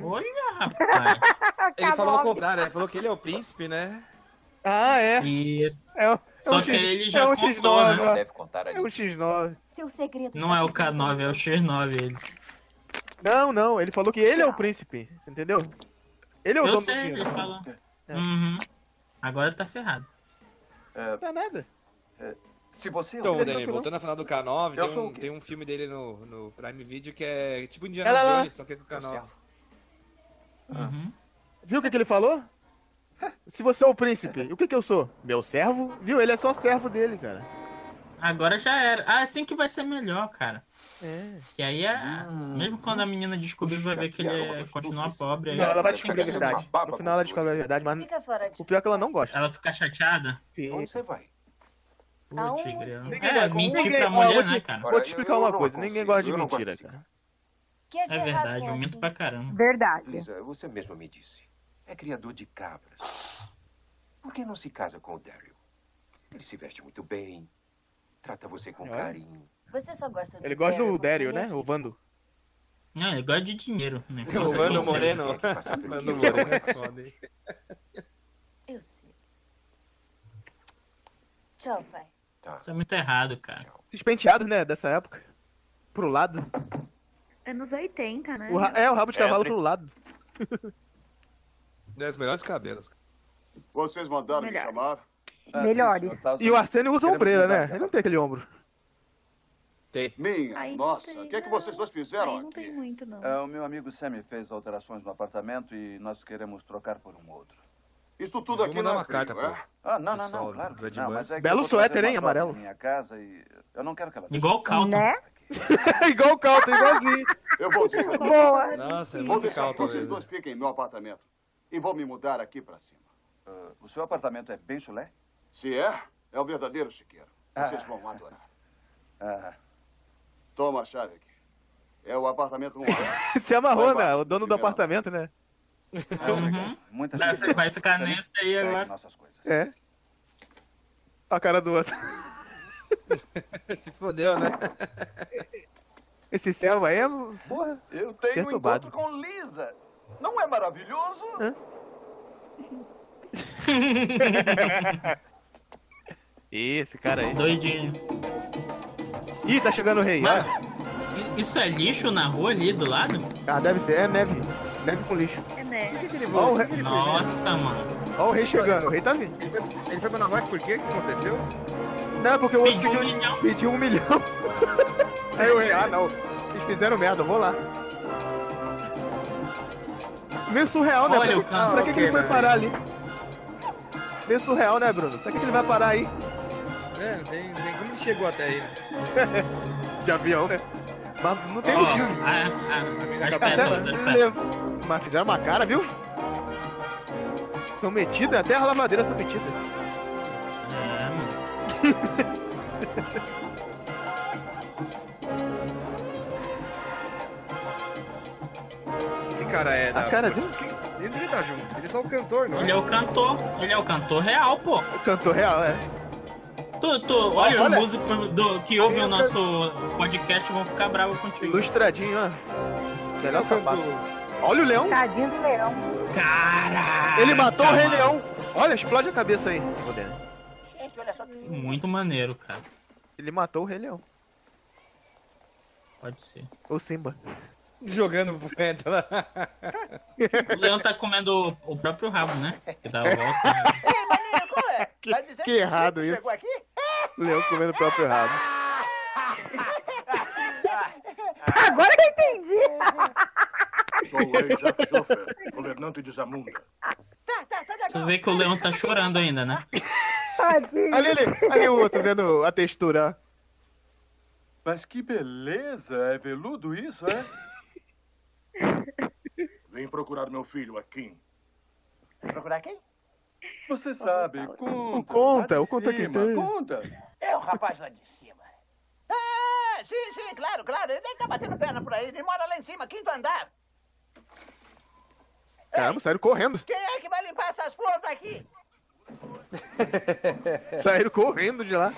Olha, rapaz. Hum. Ele K9. falou ao contrário, ele falou que ele é o príncipe, né? Ah, é? Isso. É, um- Só é um que X- ele já é um contou, X9, né? ó. Deve contar É um X9. Seu segredo. Não é o K9, é o X9 ele. Não, não. Ele falou que ele é o príncipe. Entendeu? Ele é o Eu dono sei, do ele filme. falou. Uhum. Agora tá ferrado. Não dá nada. Se você Então, Ele Dani, não- voltando a final do K9, Eu tem sou o um, quê? tem um filme dele no, no Prime Video que é tipo Indiana Ela lá. Jones, só que é com o K9. Uhum. Viu o que, que ele falou? Se você é o príncipe, o que, que eu sou? Meu servo? Viu? Ele é só servo dele, cara. Agora já era. Ah, assim que vai ser melhor, cara. É. Que aí, é... mesmo quando a menina descobrir, vai ver que ele é continua pobre. Aí Hum. Não, ela vai tem que descobrir a verdade. No final ela descobre a verdade, mas Fica fora de o pior é que ela não gosta. Ela fica chateada? Onde você vai? Putz, grilo. assim, Ninguém É, gosta- mentir ninguém- pra ó, mulher, vou te- né, cara? Vou te explicar uma coisa, ninguém gosta de eu não gosto mentira, cara. Que é de É errado verdade, eu com minto pra caramba. Verdade. Lisa, você mesma me disse. É criador de cabras. Por que não se casa com o Daryl? Ele se veste muito bem, trata você com carinho. Você só gosta Ele gosta do Dario, né? O Vando. Não, ele gosta de dinheiro. Né? O Vando Moreno. Vando Moreno é foda, hein? Eu sei. Tchau, pai. Isso é muito errado, cara. Esses penteados, né, dessa época. Pro lado. Anos 80, É né? O ra- é, o rabo de É, cavalo tri- pro lado. É os melhores cabelos. Vocês mandaram me chamar? Ah, Melhores. Tá E o Arsênio é usa ombreira, né? Ele não tem aquele ombro. [LAUGHS] Tem. Minha, nossa, o que é que vocês dois fizeram aqui? tem muito, não. Ah, É o meu amigo. O Sammy fez alterações no apartamento e nós queremos trocar por um outro. Isso tudo aqui não é frio, é? Ah, não, não, não, claro que não, mas é que Belo eu vou suéter, fazer uma hein, troca amarelo? Né? na Minha casa e eu não quero que ela Igual o Calton. igual o Calton, igualzinho. Eu vou dizer. Boa. Nossa, é Vou muito deixar que caldo vocês mesmo. dois fiquem no apartamento. E vou me mudar aqui pra cima. Ah, O seu apartamento é bem chulé? Se é, é o verdadeiro chiqueiro. Vocês Ah. vão adorar. Toma a chave aqui. É o apartamento 1 Se amarrou, né? O dono do apartamento, né? É um Muitas Uhum. Vai, vai ficar nessa aí agora. nossas coisas. É. A cara do outro. [LAUGHS] Se fodeu, né? Esse servo aí é, porra, tenho Eu um Perturbado. encontro com Lisa. Não é maravilhoso? Ih, esse cara aí. Doidinho. Ih, tá chegando o rei. Mano, olha. i- isso é lixo na rua ali do lado? [LAUGHS] Ah, deve ser. É neve. Neve com lixo. É, né? Por que, que ele Ó, o voou? Por rei- que que ele foi? Nossa, mano. Ó o rei chegando. O rei tá vindo. Ele foi, ele foi pra Nova York por quê? O que aconteceu? Não, porque o outro Pediu um pediu, milhão. pediu [LAUGHS] um milhão. Aí o rei, ah não. Eles fizeram merda, eu vou lá. Meio surreal, né? Olha pra o que, cara. pra que, que Ok, ele foi né? parar ali? Meio surreal, né, Bruno? Pra que, que ele vai parar aí? É, não tem, não tem como ele chegou até aí. né? [LAUGHS] De avião, né? Mas não tem Ó, motivo. a- a- É, as Até pétalas, as pétalas. lev- Mas fizeram uma cara, viu? São metidas, até as lavadeiras são metidas. É, mano. O que Esse cara é da. A cara dele? Ele não devia estar junto. Ele é só o cantor, não é? Ele é o cantor. Ele é o cantor real, pô. [LAUGHS] Cantor real, é. Tu, tu, olha, os olha. músicos do- que ouvem o Ele é o nosso podcast vão ficar bravos contigo. Ilustradinho, ó. Ele é Melhor o cantor. sapato. Olha o leão. Tadinho do leão. Caraca! Ele matou o Rei mano. Leão. Olha, explode a cabeça aí, Rodena. Gente, olha só que [LAUGHS] filme. Muito maneiro, cara. Ele matou o Rei Leão. Pode ser. Ou Simba. Jogando poeta [LAUGHS] lá. O leão tá comendo o próprio rabo, né? Que dá né? a volta. Que, que errado isso. Chegou aqui? O Leão comendo o próprio rabo. Agora que eu entendi. Sou o rei Jacques Joffer, governante de Zamunda. Tu vê que o leão tá chorando ainda, né? Ali, ali, ali o outro vendo a textura. Mas que beleza! É veludo isso, é? Vim procurar meu filho, Akin. Procurar quem? Você sabe, conta. conta, lá o de conta que cima, tem. Conta. É o rapaz lá de cima. Ah, sim, sim, claro, claro. Ele deve estar batendo perna por aí. Ele mora lá em cima, quinto andar. Caramba, saíram [LAUGHS] correndo. Quem é que vai limpar essas flores daqui? Saíram correndo de lá.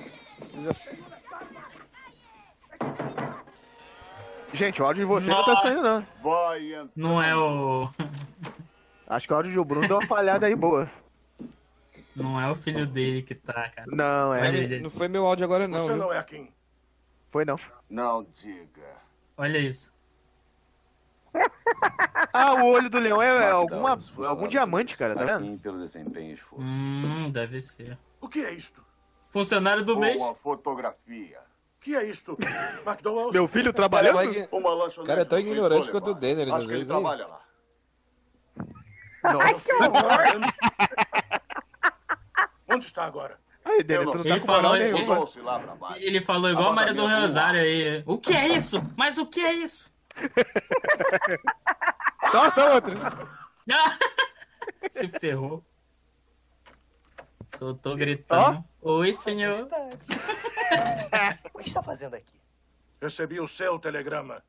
Gente, o áudio de você não tá Nossa. saindo, não. Vai entrar. Não é o. Acho que o áudio do Bruno deu uma falhada aí boa. Não é o filho dele que tá, cara. Não, é. Olha ele. Não foi meu áudio agora, não. Você viu? não é aqui. Foi não. Não diga. Olha isso. [LAUGHS] Ah, o olho do leão é, é alguma, algum diamante, cara, tá vendo? Pelo desempenho e [LAUGHS] esforço. Hum, deve ser. O que é isto? Funcionário do mês. Boa fotografia. O que é isto? McDonald's? Meu filho trabalhando? Cara, vai que- Uma lanchonete Cara, é tão no Queens ignorante quanto o Boulevard. Denner, às Acho que ele vezes, aí. trabalha lá. Nossa. Onde está agora? Aí, Denner, tu não tá Ele com falou, moral ele, nenhuma. Mudou-se lá pra baixo. ele falou igual a Maria do Apartamento Rosário aí. O que é isso? Mas o que é isso? [LAUGHS] Nossa, outro. [LAUGHS] Se ferrou. Soltou gritando. Oi, senhor. O que está fazendo aqui? Recebi o seu telegrama.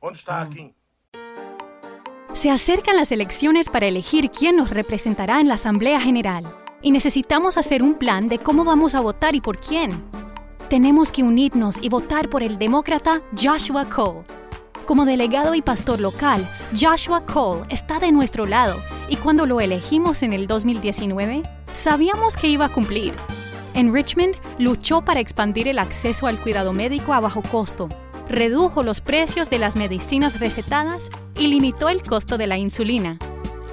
Onde está Akin? Se acercan las elecciones para elegir quién nos representará en la Asamblea General y necesitamos hacer un plan de cómo vamos a votar y por quién. Tenemos que unirnos y votar por el demócrata Joshua Cole. Como delegado y pastor local, Joshua Cole está de nuestro lado y cuando lo elegimos en el 2019, sabíamos que iba a cumplir. En Richmond, luchó para expandir el acceso al cuidado médico a bajo costo, redujo los precios de las medicinas recetadas y limitó el costo de la insulina.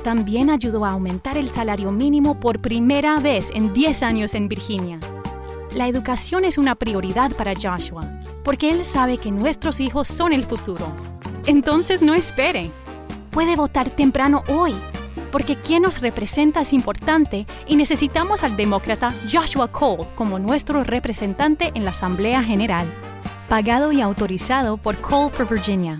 También ayudó a aumentar el salario mínimo por primera vez en 10 años en Virginia. La educación es una prioridad para Joshua, porque él sabe que nuestros hijos son el futuro. Entonces no espere. Puede votar temprano hoy, porque quien nos representa es importante y necesitamos al demócrata Joshua Cole como nuestro representante en la Asamblea General. Pagado y autorizado por Cole for Virginia.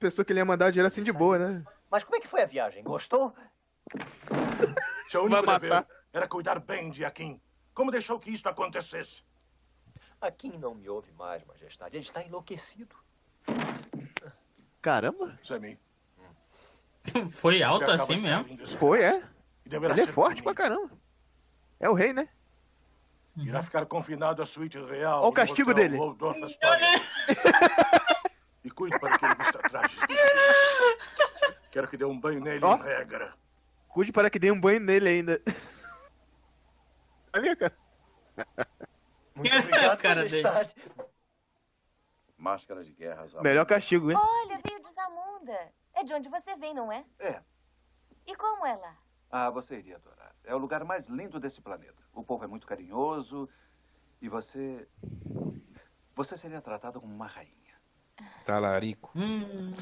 Pensou que ele ia mandar dinheiro assim de boa, né? Mas como é que foi a viagem? [LAUGHS] Gostou? Seu único dever era cuidar bem de Akin. Como deixou que isto acontecesse? Aqui não me ouve mais, majestade. Ele está enlouquecido. Caramba. Sammy. Foi alto Você acaba assim de mesmo. Foi, é? E deverá Ele é ser forte pra caramba. É o rei, né? Irá ficar confinado à suíte real. Olha o castigo dele. Waldorf Astoria. [LAUGHS] e cuide para que ele vista trajes. de frio. Quero que dê um banho nele em regra. Cuide para que dê um banho nele ainda. Olha, cara. Muito obrigado, Cara majestade. Máscaras de guerra. Melhor castigo, hein? Olha, veio de Zamunda. É de onde você vem, não é? É. E como é lá? Ah, você iria adorar. É o lugar mais lindo desse planeta. O povo é muito carinhoso e você. Você seria tratado como uma rainha. Talarico. Hum.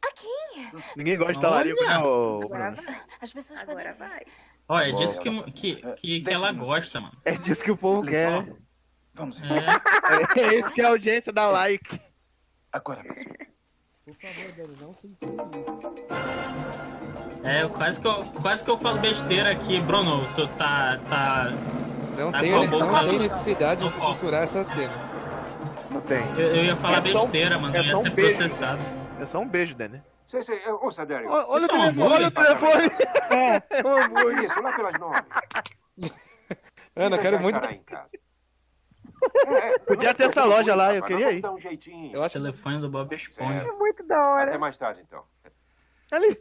Aqui. Ninguém gosta de talarico, Olha. né, ô, Bruno? As pessoas Agora vai. Olha, é Bom. disso que, que, que, que ela gosta, mano. É disso que o povo quer, né? Vamos ver. É. é isso que a audiência dá like. Agora mesmo. Por favor, Denis, não se É, eu quase que eu, quase que eu falo besteira aqui. Bruno, tu tá. tá Não, tá tem, com a né? não boca- tem necessidade de você censurar essa cena. Não tem. Eu, eu ia falar É só um- besteira, mano. é Eu ia só um ser beijo. processado. É só um beijo, Dani. Sei, sei, é, ouça, Dério. Ó, olha o telefone, olha né? o telefone. É, um hambúrguer. Isso, lá pelas nove. Ana, Ainda quero já muito- estará em [LAUGHS] casa. É, é, Podia não ter essa tem loja lá, muito, eu rapaz, queria vamos ir. dar um jeitinho. O telefone do Bob Esponja. É. Muito da hora. Até mais tarde, então. Ali.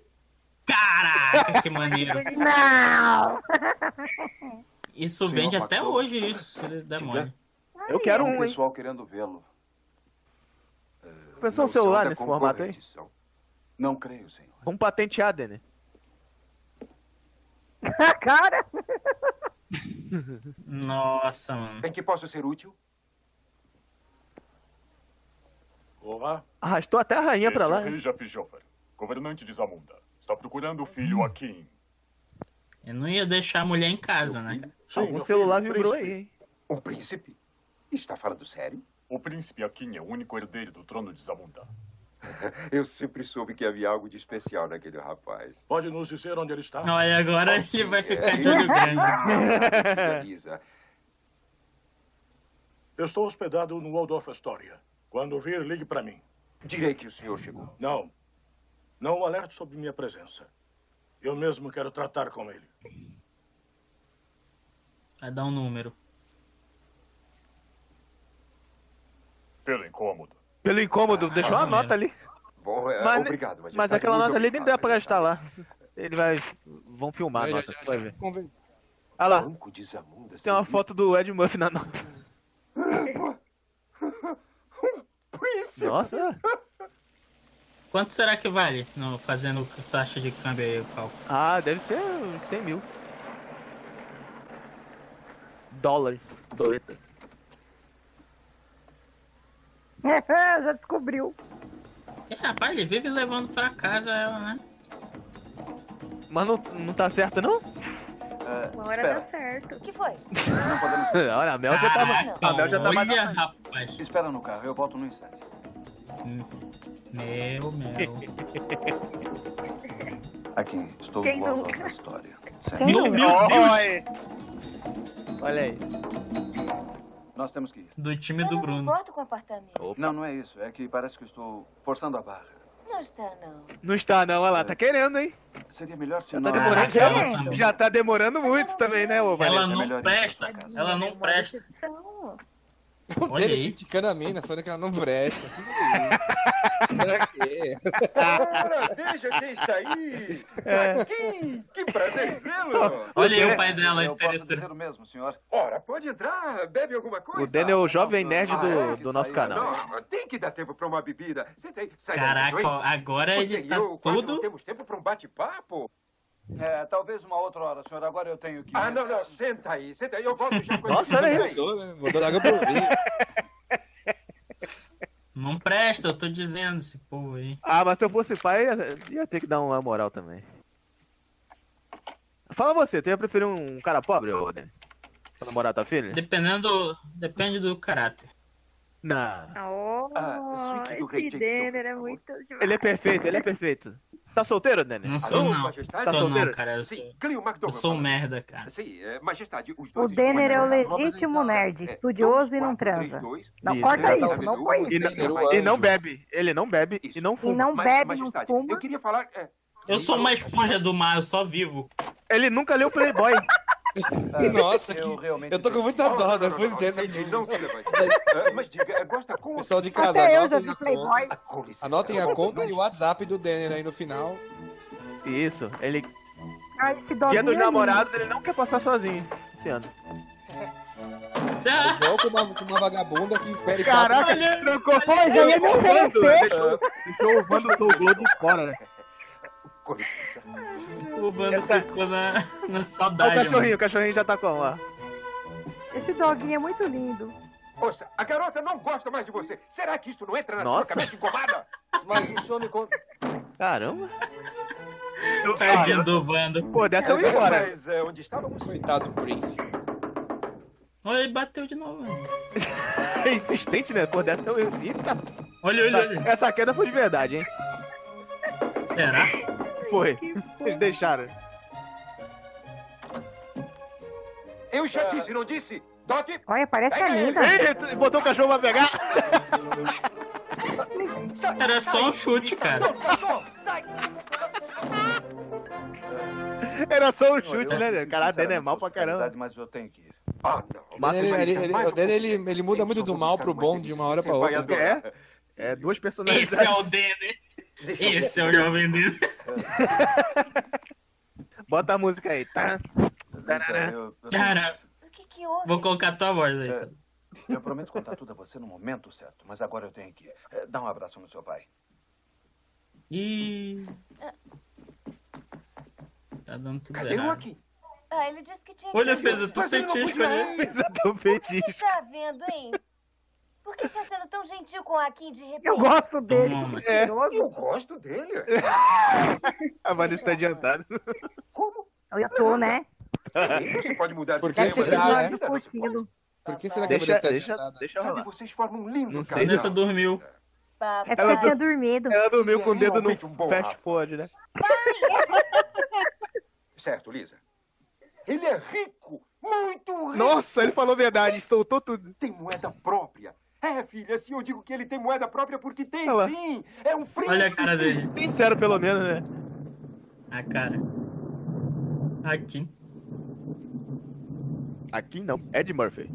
Caraca, que maneiro. [LAUGHS] Não! Isso Senhor vende até Macron. hoje, isso, se demônio. Eu quero Há um, hein? pessoal querendo vê-lo. É, Pensou um Não são celular da nesse formato aí? concorrente, são. Não creio, senhor. Vamos patentear, [LAUGHS] Dani. Cara! Nossa, mano. Em que posso ser útil? Olá, Arrastou até a rainha pra este lá. lá, é o hein? rei Jafijofar, governante de Zamunda. Está procurando o Hum. filho Akin. Eu não ia deixar a mulher em casa, né? Algum celular vibrou aí, hein? Um príncipe? Está falando sério? O príncipe Akin é o único herdeiro do trono de Zamunda. [LAUGHS] Eu sempre soube que havia algo de especial naquele rapaz. Pode nos dizer onde ele está? Olha, agora ele vai ficar de olho grande. Eu estou hospedado no Waldorf Astoria. Quando vir, ligue para mim. Direi que o senhor chegou. Não. Não o alerte sobre minha presença. Eu mesmo quero tratar com ele. Vai dar um número. Pelo incômodo. Pelo incômodo, deixou uma maneiro. nota ali. Bom, é, Mas, obrigado, mas, majestade. aquela Muito nota ali nem obrigado, dá pra gastar lá. Ele vai. Vão filmar a Já, já, nota, já, tu vai já. ver. Conven- Olha lá, Banco de Zamunda. tem uma serviço- foto do Ed Murphy na nota. Um Príncipe! Nossa! Quanto será que vale no, fazendo taxa de câmbio aí, o cálculo? Ah, deve ser uns 100 mil. Dólares. Doletas. [LAUGHS] Já descobriu. É, rapaz, ele vive levando pra casa ela, né? Mas não, não tá certo, não? Uma hora Espera. dá certo. O que foi? [LAUGHS] Olha, a Mel já Caraca, tava. A Mel já tá tava. olha, rapaz. Espera no carro, eu volto [LAUGHS] no instante. Meu, meu. Aqui, estou Quem no ao nunca? da história. Quem Meu nunca? Deus! Oi! Olha aí. Nós temos que ir. Do time do Não Bruno. importa com o apartamento. Não, não é isso. É que parece que estou forçando a barra. Não está, não. Não está, não, olha lá, tá querendo, hein? Seria melhor se Já tá nós... demorando, Ah, já, já tá demorando muito também, né, ô Ela Valência? não presta, ela não presta. O Olha dele aí. criticando a mina, falando que ela não presta. Que [LAUGHS] isso? Ora, veja quem está aí! É. Aqui! Que prazer vê-lo! Olha aí o pai dela, Eu posso interessante. dizer o mesmo, senhor. Ora, pode entrar, bebe alguma coisa. O Daniel é o jovem nerd Ah, é? do, do nosso canal. Não, tem que dar tempo pra uma bebida. Senta aí, sai Caraca, daí, ó, agora Você ele e tá eu quase tudo- Não temos tempo pra um bate-papo. É, talvez uma outra hora, senhor. Agora eu tenho que... ir. Ah, não, não, senta aí, senta aí, eu volto já. com Nossa, isso. olha Mudou, né? Mudou da água pro vinho. [LAUGHS] Não presta, eu tô dizendo esse povo aí. Ah, mas se eu fosse pai, ia, ia ter que dar uma moral também. Fala você, tu ia preferir um cara pobre, ô Daniel? Pra namorar tua filha? Dependendo, depende do caráter. Não. Oh, Ah, suíte do esse rei Jake, então, Denner é muito demais. Ele é perfeito, ele é perfeito. Tá solteiro, Daniel? Não sou não. Tá Sou solteiro? não, cara. É, Eu Sim, sou, Cleo eu McDowell. sou um merda, cara. Sim, é, majestade, os O dois... Denner é o né? estão- legítimo nerd, estudioso e não transa. Não corta exatamente. isso, não põe tá E isso. não, e não bebe, ele não bebe e não fuma. E não bebe, não fuma. Eu queria falar... é, Eu sou uma esponja do mar, eu só vivo. Ele nunca [LAUGHS] leu Playboy. É, É. Nossa, que... realmente eu tô com muita dó da coisa dessa. Não se levante. Ah, Mas diga, é, gosta com... Pessoal de casa, Até eu já anotem vi a conta. Playboy. Com licença. Anotem Tá a conta e o WhatsApp do Denner aí no final. Isso, ele. Ah, esse Dia dos doguinho namorados, ele não quer passar sozinho esse ano. Igual com uma, com uma vagabunda que espere Caraca, quatro- ele trocou Pois, eu ia me deixou o Vando, oferecer. deixou- Deixou o Vando Sou Globo fora, né? Com licença. O Bando Essa- ficou na, na Ó, o saudade. né? cachorrinho, mano. o cachorrinho já tá como? Ó. Esse doguinho é muito lindo. Ouça, a garota não gosta mais de você. Será que isto não entra na Nossa. sua cabeça engomada? [LAUGHS] Mas o senhor me conta. Caramba. Tadinho do Vando. Pô, dessa eu ia embora. Mas é, onde estávamos? Coitado do Prince. Olha, ele bateu de novo. mano. É insistente, né? Pô, dessa eu ia. Eita. Olha, olha, Essa, olha. essa queda foi de verdade, hein? Será? foi. Eles deixaram. [LAUGHS] Eu já disse, não disse? Doc? Olha, parece a linda. Ih, botou o cachorro pra pegar. [LAUGHS] Era só um chute, cara. Era só um chute, né? né? Caralho, Dene é mal pra caramba. Mas eu tenho que ir. Ah, não. O Dene, ele, ele- o Dene, ele- ele muda muito do mal pro bom de uma hora pra outra. É, é duas personalidades. Esse é o Dene. Esse é o jovem Dene. Bota a música aí, tá? Tarará. Cara, vou colocar tua voz aí. É, Eu prometo contar tudo a você no momento certo, mas agora eu tenho que ir. Eh, Dá um abraço no seu pai. Ih. Tá dando tudo um Cadê o errado. Joaquim? Ah, ele disse que tinha Olha, que... fez até o Mas ele não petisco podia ali. ir. Fez até o Por que petisco. tá vendo, hein? Por que está sendo tão gentil com o Akin de repente? dele. É. É. Eu gosto dele. A Vanessa está adiantada. Eu tô, né? Você pode mudar de Por que tema, será, né? né? um Não pode. Por que será que Deixa- a Vanessa tá deixa- adiantada? deixa rolar. Vocês formam um lindo Não casal. sei. Vanessa dormiu. É porque tá Ela eu tinha dor- dormido. Ela dormiu com o dedo no Realmente um bom fast rabo. food, né? [LAUGHS] Certo, Lisa. Ele é rico, muito rico. Nossa, ele falou a verdade, soltou tudo. Tem moeda própria. É, filha, se eu digo que ele tem moeda própria porque tem Olha lá. sim. É um príncipe. Olha a cara dele. Sincero, pelo menos, né? A cara. Aqui. Aqui não, Ed Murphy.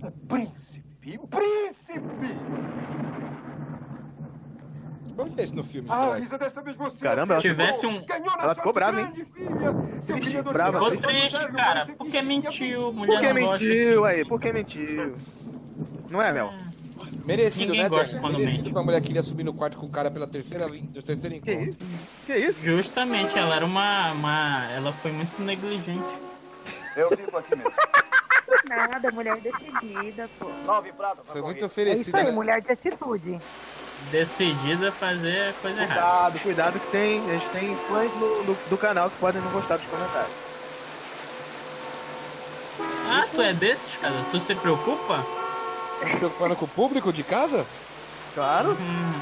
Um Príncipe, um príncipe. Vamos ver isso no filme. Ah, atrás. Lisa, dessa vez você Caramba, ela acertou. tivesse um- Ganhou na ela ficou sorte brava, hein? grande, filha. Seu Triste, brilhador de brava. olhos Ficou triste, brilharam, cara, você porque mentiu, Por mulher que não gosta. mentiu aí? Por que mentiu? Não é, Mel? Ah. Merecido, Ninguém né, gosta Dani? quando Merecido pra mulher que iria subir no quarto com o cara pela terceira, do terceiro encontro. Que isso? Justamente, ela era uma, uma. Ela foi muito negligente. Eu vivo aqui mesmo. Nada, mulher decidida, pô. Nove pratos. Foi muito É oferecida. isso aí, né? mulher de atitude. Decidida a fazer a coisa errada. Cuidado, cuidado que tem. A gente tem fãs no- do, do canal que podem não gostar dos comentários. Ah, tu é desses, cara? Tu se preocupa? Tá se preocupando com o público de casa? Claro. Uhum.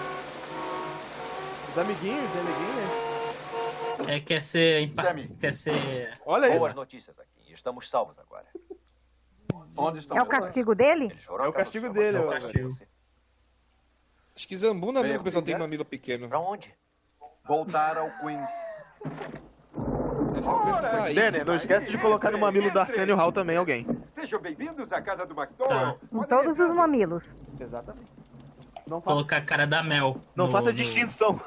Os amiguinhos, os amiguinhos. É, quer ser. Empa... Quer ser. Olha isso. Boas notícias aqui. Estamos salvos agora. Onde estão É o meus castigo dele? É o castigo dele, ó. Acho que Zambuna mesmo Bem, que o pessoal tem né? mamilo pequeno. Pra onde? Voltar ao Queens. tá Ah, Ora, Denner, não esquece de colocar no mamilo do Arsenio Hall também alguém. Sejam bem-vindos à casa do McDonald's. Tá. Em todos os mamilos. Exatamente. Colocar a cara da Mel. Não no- faça no- distinção.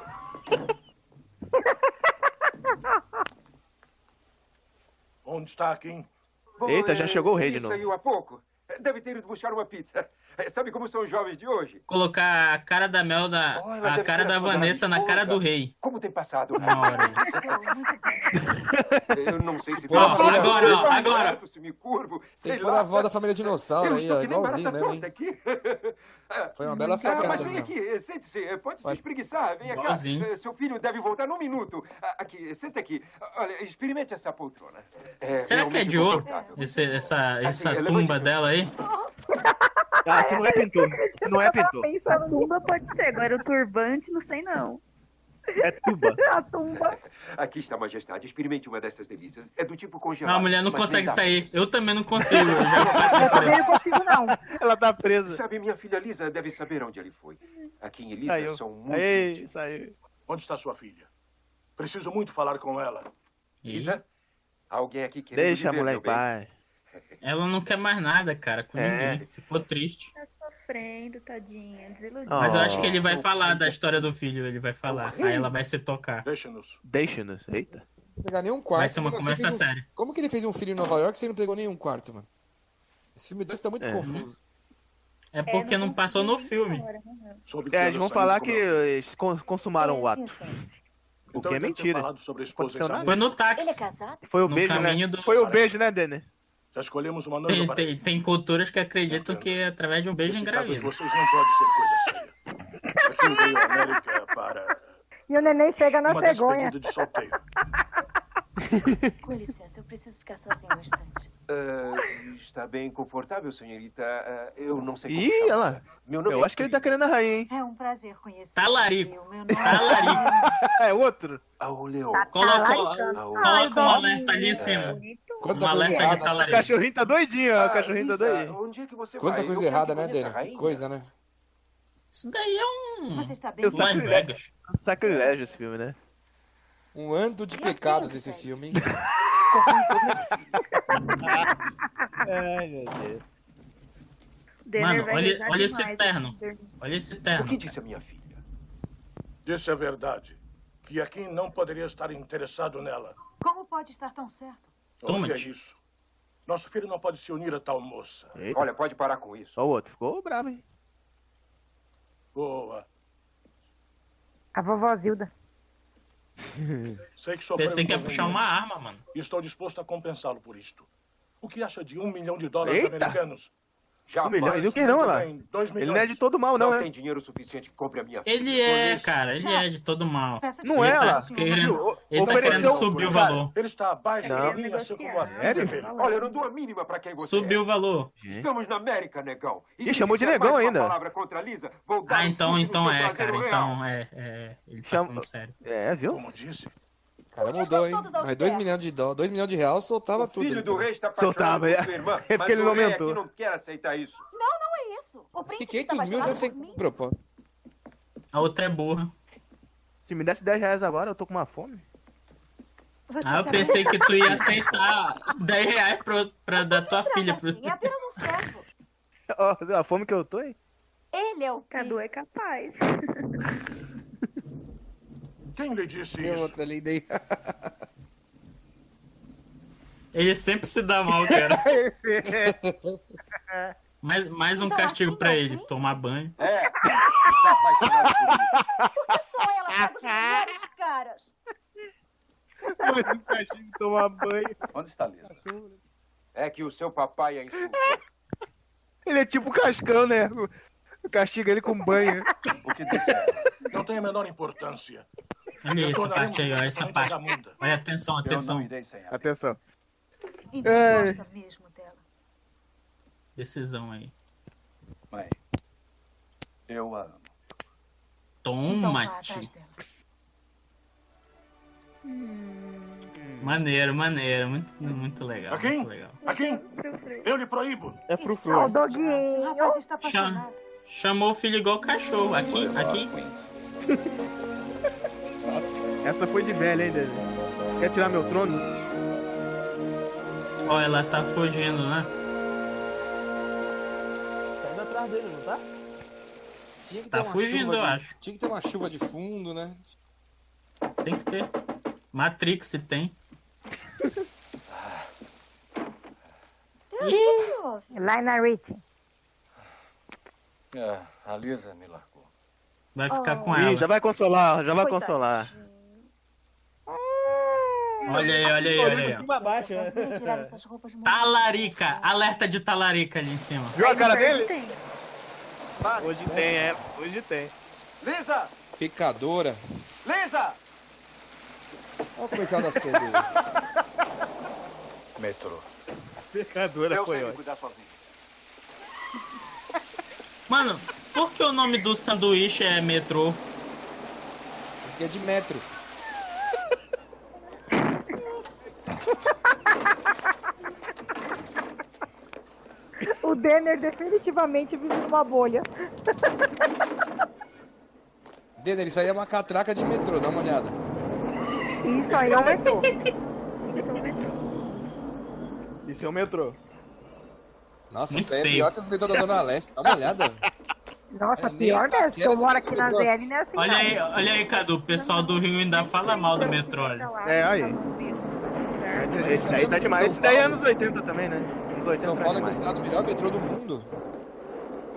Onde está Kim? Eita, já chegou o rei ele de novo. saiu há pouco. Deve ter ido buscar uma pizza. É, Sabe como são os jovens de hoje? Colocar a cara da Mel da. Ela a deve cara ser da sua né? Vanessa na cara do maravilhosa. rei. Como tem passado? Na hora. [LAUGHS] Eu não sei se... Pô, agora, se me agora. barato, Se me curvo, Tem sei que pôr a lá. avó da família dinossauro Eu aí, estou ó. que nem Igualzinho, barata né? hein? aqui. [LAUGHS] Foi uma bela sacada, Ah, mas vem meu. aqui, sente-se, pode se Vai. espreguiçar, vem cá. Igualzinho. Eh, Seu filho deve voltar num minuto. Ah, Aqui, senta aqui. Olha, experimente essa poltrona. Será que é realmente de ouro? confortável. Esse- Assim, essa essa levante tumba dela aí? Ah, isso não é pintor. Isso não é Tô pintor. pensando, tumba pode ser. Agora o turbante, não sei não. É tuba. A tumba. [LAUGHS] Aqui está, majestade, experimente uma dessas delícias. É do tipo Não, congelado. a mulher não mas consegue lendário. sair. Eu também não consigo. Eu já passei por isso. [LAUGHS] Ela tá presa. Sabe, minha filha Lisa deve saber onde ele foi. Aqui em Elisa Saiu. são muito... Aí, saiu. Onde está sua filha? Preciso muito falar com ela. Lisa? Alguém aqui querendo Deixa a lhe ver, mulher em meu bem. paz. Ela não quer mais nada, cara, com É. ninguém. Ficou triste. Tá sofrendo, tadinha, desiludida. Mas eu acho que ele vai falar da história do filho, ele vai falar. Aí ela vai se tocar. Deixa-nos. Deixa-nos. Eita. Não pegar nenhum quarto. Vai ser uma Como conversa assim, séria. Como que ele fez um filho em Nova York se ele não pegou nenhum quarto, mano? Esse filme 2 tá muito É. confuso. É porque não passou no filme. né, É, eles vão falar que eles con- É, consumaram o ato. Então O que é mentira. falado sobre a Aconteceu esposa nada. Isabel. No táxi. Ele é casado? Foi o No beijo, né? caminho do- Foi o beijo, né, Denner? Já escolhemos uma noiva Tem, para... tem- tem culturas que acreditam que através de um beijo engravida. Vocês não podem ser coisa séria. Aqui veio a América para E o neném chega na uma despedida cegonha. de solteiro. Com licença, eu preciso ficar sozinho um instante. Ah, está bem confortável, senhorita. Ah, eu não sei como Ih, chamar. olha lá. Meu nome eu é acho que ele tá querendo a rainha, hein? É um prazer conhecer. Talarico. [LAUGHS] é outro. Auleu. Coloca, Ah, coloca um alerta ali em cima. Quanta Um coisa alerta de errada, né? O talarico. cachorrinho tá doidinho, ó. O cachorrinho tá doidinho. Ah, Onde é que você Quanta vai? coisa Eu quero errada, que né, conheça Dani? a rainha. Que coisa, né? Isso daí é um. Você está bem? Eu Las sacrilégio. Vegas. um Tá Sacrilégio esse filme, né? Um ano de pecados esse filme, hein? [LAUGHS] [LAUGHS] Ai, meu Deus. Mano, olha, olha esse terno. Olha esse terno. O que disse a minha filha? Disse a verdade. Que aqui não poderia estar interessado nela. Como pode estar tão certo? O que é isso? Nosso filho não pode se unir a tal moça. Olha, pode parar com isso. Ó o outro. Ficou bravo, hein? Boa. A vovó Zilda. Sei que sofreu Pensei que ia puxar uma inconvenientes. arma, mano. E estou disposto a compensá-lo por isto. O que acha de um milhão de dólares Eita! americanos? Já Um milhão. Ele não quer não, olha lá. Dois Ele não é de todo mal, não, não né? tem dinheiro suficiente que compre a minha filha. Ele é, cara, ele é de todo mal. Não é, Ele tá lá. querendo- Ele tá Ofereceu- querendo subir o valor. Ele está abaixo Não. de mim, assim como a vida Sério? dele. Olha, eu não dou a mínima pra quem você Subiu o valor. é. Estamos na América, negão. Ih, chamou se de disser negão mais uma ainda. palavra contra a Lisa, vou dar um Ah, então, chute no então seu é, cara. traseiro real. Então é. é ele tá Chama- falando sério. É, viu? Como disse, Cara, mudou, hein? Mas 2 milhões de dólares, 2 milhões de reais soltava tudo. então. Filho ali do também. rei está Soltava, apaixonado é. por sua irmã. É porque mas ele o não rei aumentou. aqui não quer aceitar isso. Não, não é isso. O Acho que príncipe 500 estava mil apaixonado deve ser por mim. propósito. A outra é burra. Se me desse 10 reais agora, eu tô com uma fome. Você Ah, eu está pensei bem? que tu ia aceitar 10 reais pra, pra dar tua filha. Pro... Assim, é apenas um servo. [LAUGHS] Ó, a fome que eu tô, hein? Ele é o Cadu é capaz. quem lhe disse Tem isso? outra ali daí. Ele sempre se dá mal, [LAUGHS] cara. É. Mais, mais um Então, castigo assim pra é o ele, tomar banho. É, [LAUGHS] está apaixonado por mim. que só ela tá paga os melhores caras. Um cachorro tomar banho. Onde está a Lisa? né? É que o seu papai é insulto. Ele é tipo cascão, né? Castiga ele com banho. O que disse ela? Não tem a menor importância. Olha Eu tô na essa parte aí, olha essa Muito parte. vagabunda. Olha, atenção, atenção. Atenção. E É. Então, gosta mesmo dela. Decisão aí. Mãe, eu a amo. Então vá Toma, atrás tio. dela. Hum. Maneiro, maneiro. Muito, muito legal. Aqui? Muito legal. Aqui? Eu lhe proíbo. É pro Ah, Ó, o Fru. doguinho. O rapaz está Chama- apaixonado. chamou o filho igual cachorro. Aqui, aqui. Essa foi de velha, hein, Dani? Quer tirar meu trono? Ó, ela tá fugindo, né? Tá indo atrás dele, não tá? Tinha que Tá ter uma fugindo, chuva eu de- acho. Tinha que ter uma chuva de fundo, né? Tem que ter. Matrix se tem. Deus, é o que que houve? Lina Rich. Ah, a Lisa me largou. Vai ficar Oh. com Ih, ela. já vai consolar, já vai Coitadinho. consolar. Olha aí, olha aí, olha aí. ó. abaixo. Eu vou tirar [LAUGHS] essas roupas muito- Talarica. Alerta de talarica ali em cima. Viu a cara dele? Tem. Hoje tem, é. Hoje tem. Lisa! Pecadora. [LAUGHS] Lisa! Olha como é que ela foi dele. Metrô. Pecadora Eu foi sei me ótimo. cuidar sozinho. Mano, por que o nome do sanduíche é metrô? Porque é de metro. O Denner definitivamente vive numa bolha. Denner, isso aí é uma catraca de metrô, dá uma olhada. Isso aí aumentou. Isso aumentou. Isso é o metrô. Nossa, Muito isso aí é feio. pior que os metrô da Zona [LAUGHS] Leste, dá uma olhada. Nossa, É, nem pior tá mesmo, que eu querendo moro esse aqui na negócio. ZL, né? Assim, Olha não. aí, olha aí, Cadu. O pessoal do Rio ainda fala mal do metrô. olha. É, aí. Mas Esse daí tá sabendo que demais. São Esse daí é Paulo- anos 80 também, né? Anos 80 São tá Paulo é demais. considerado o melhor metrô do mundo.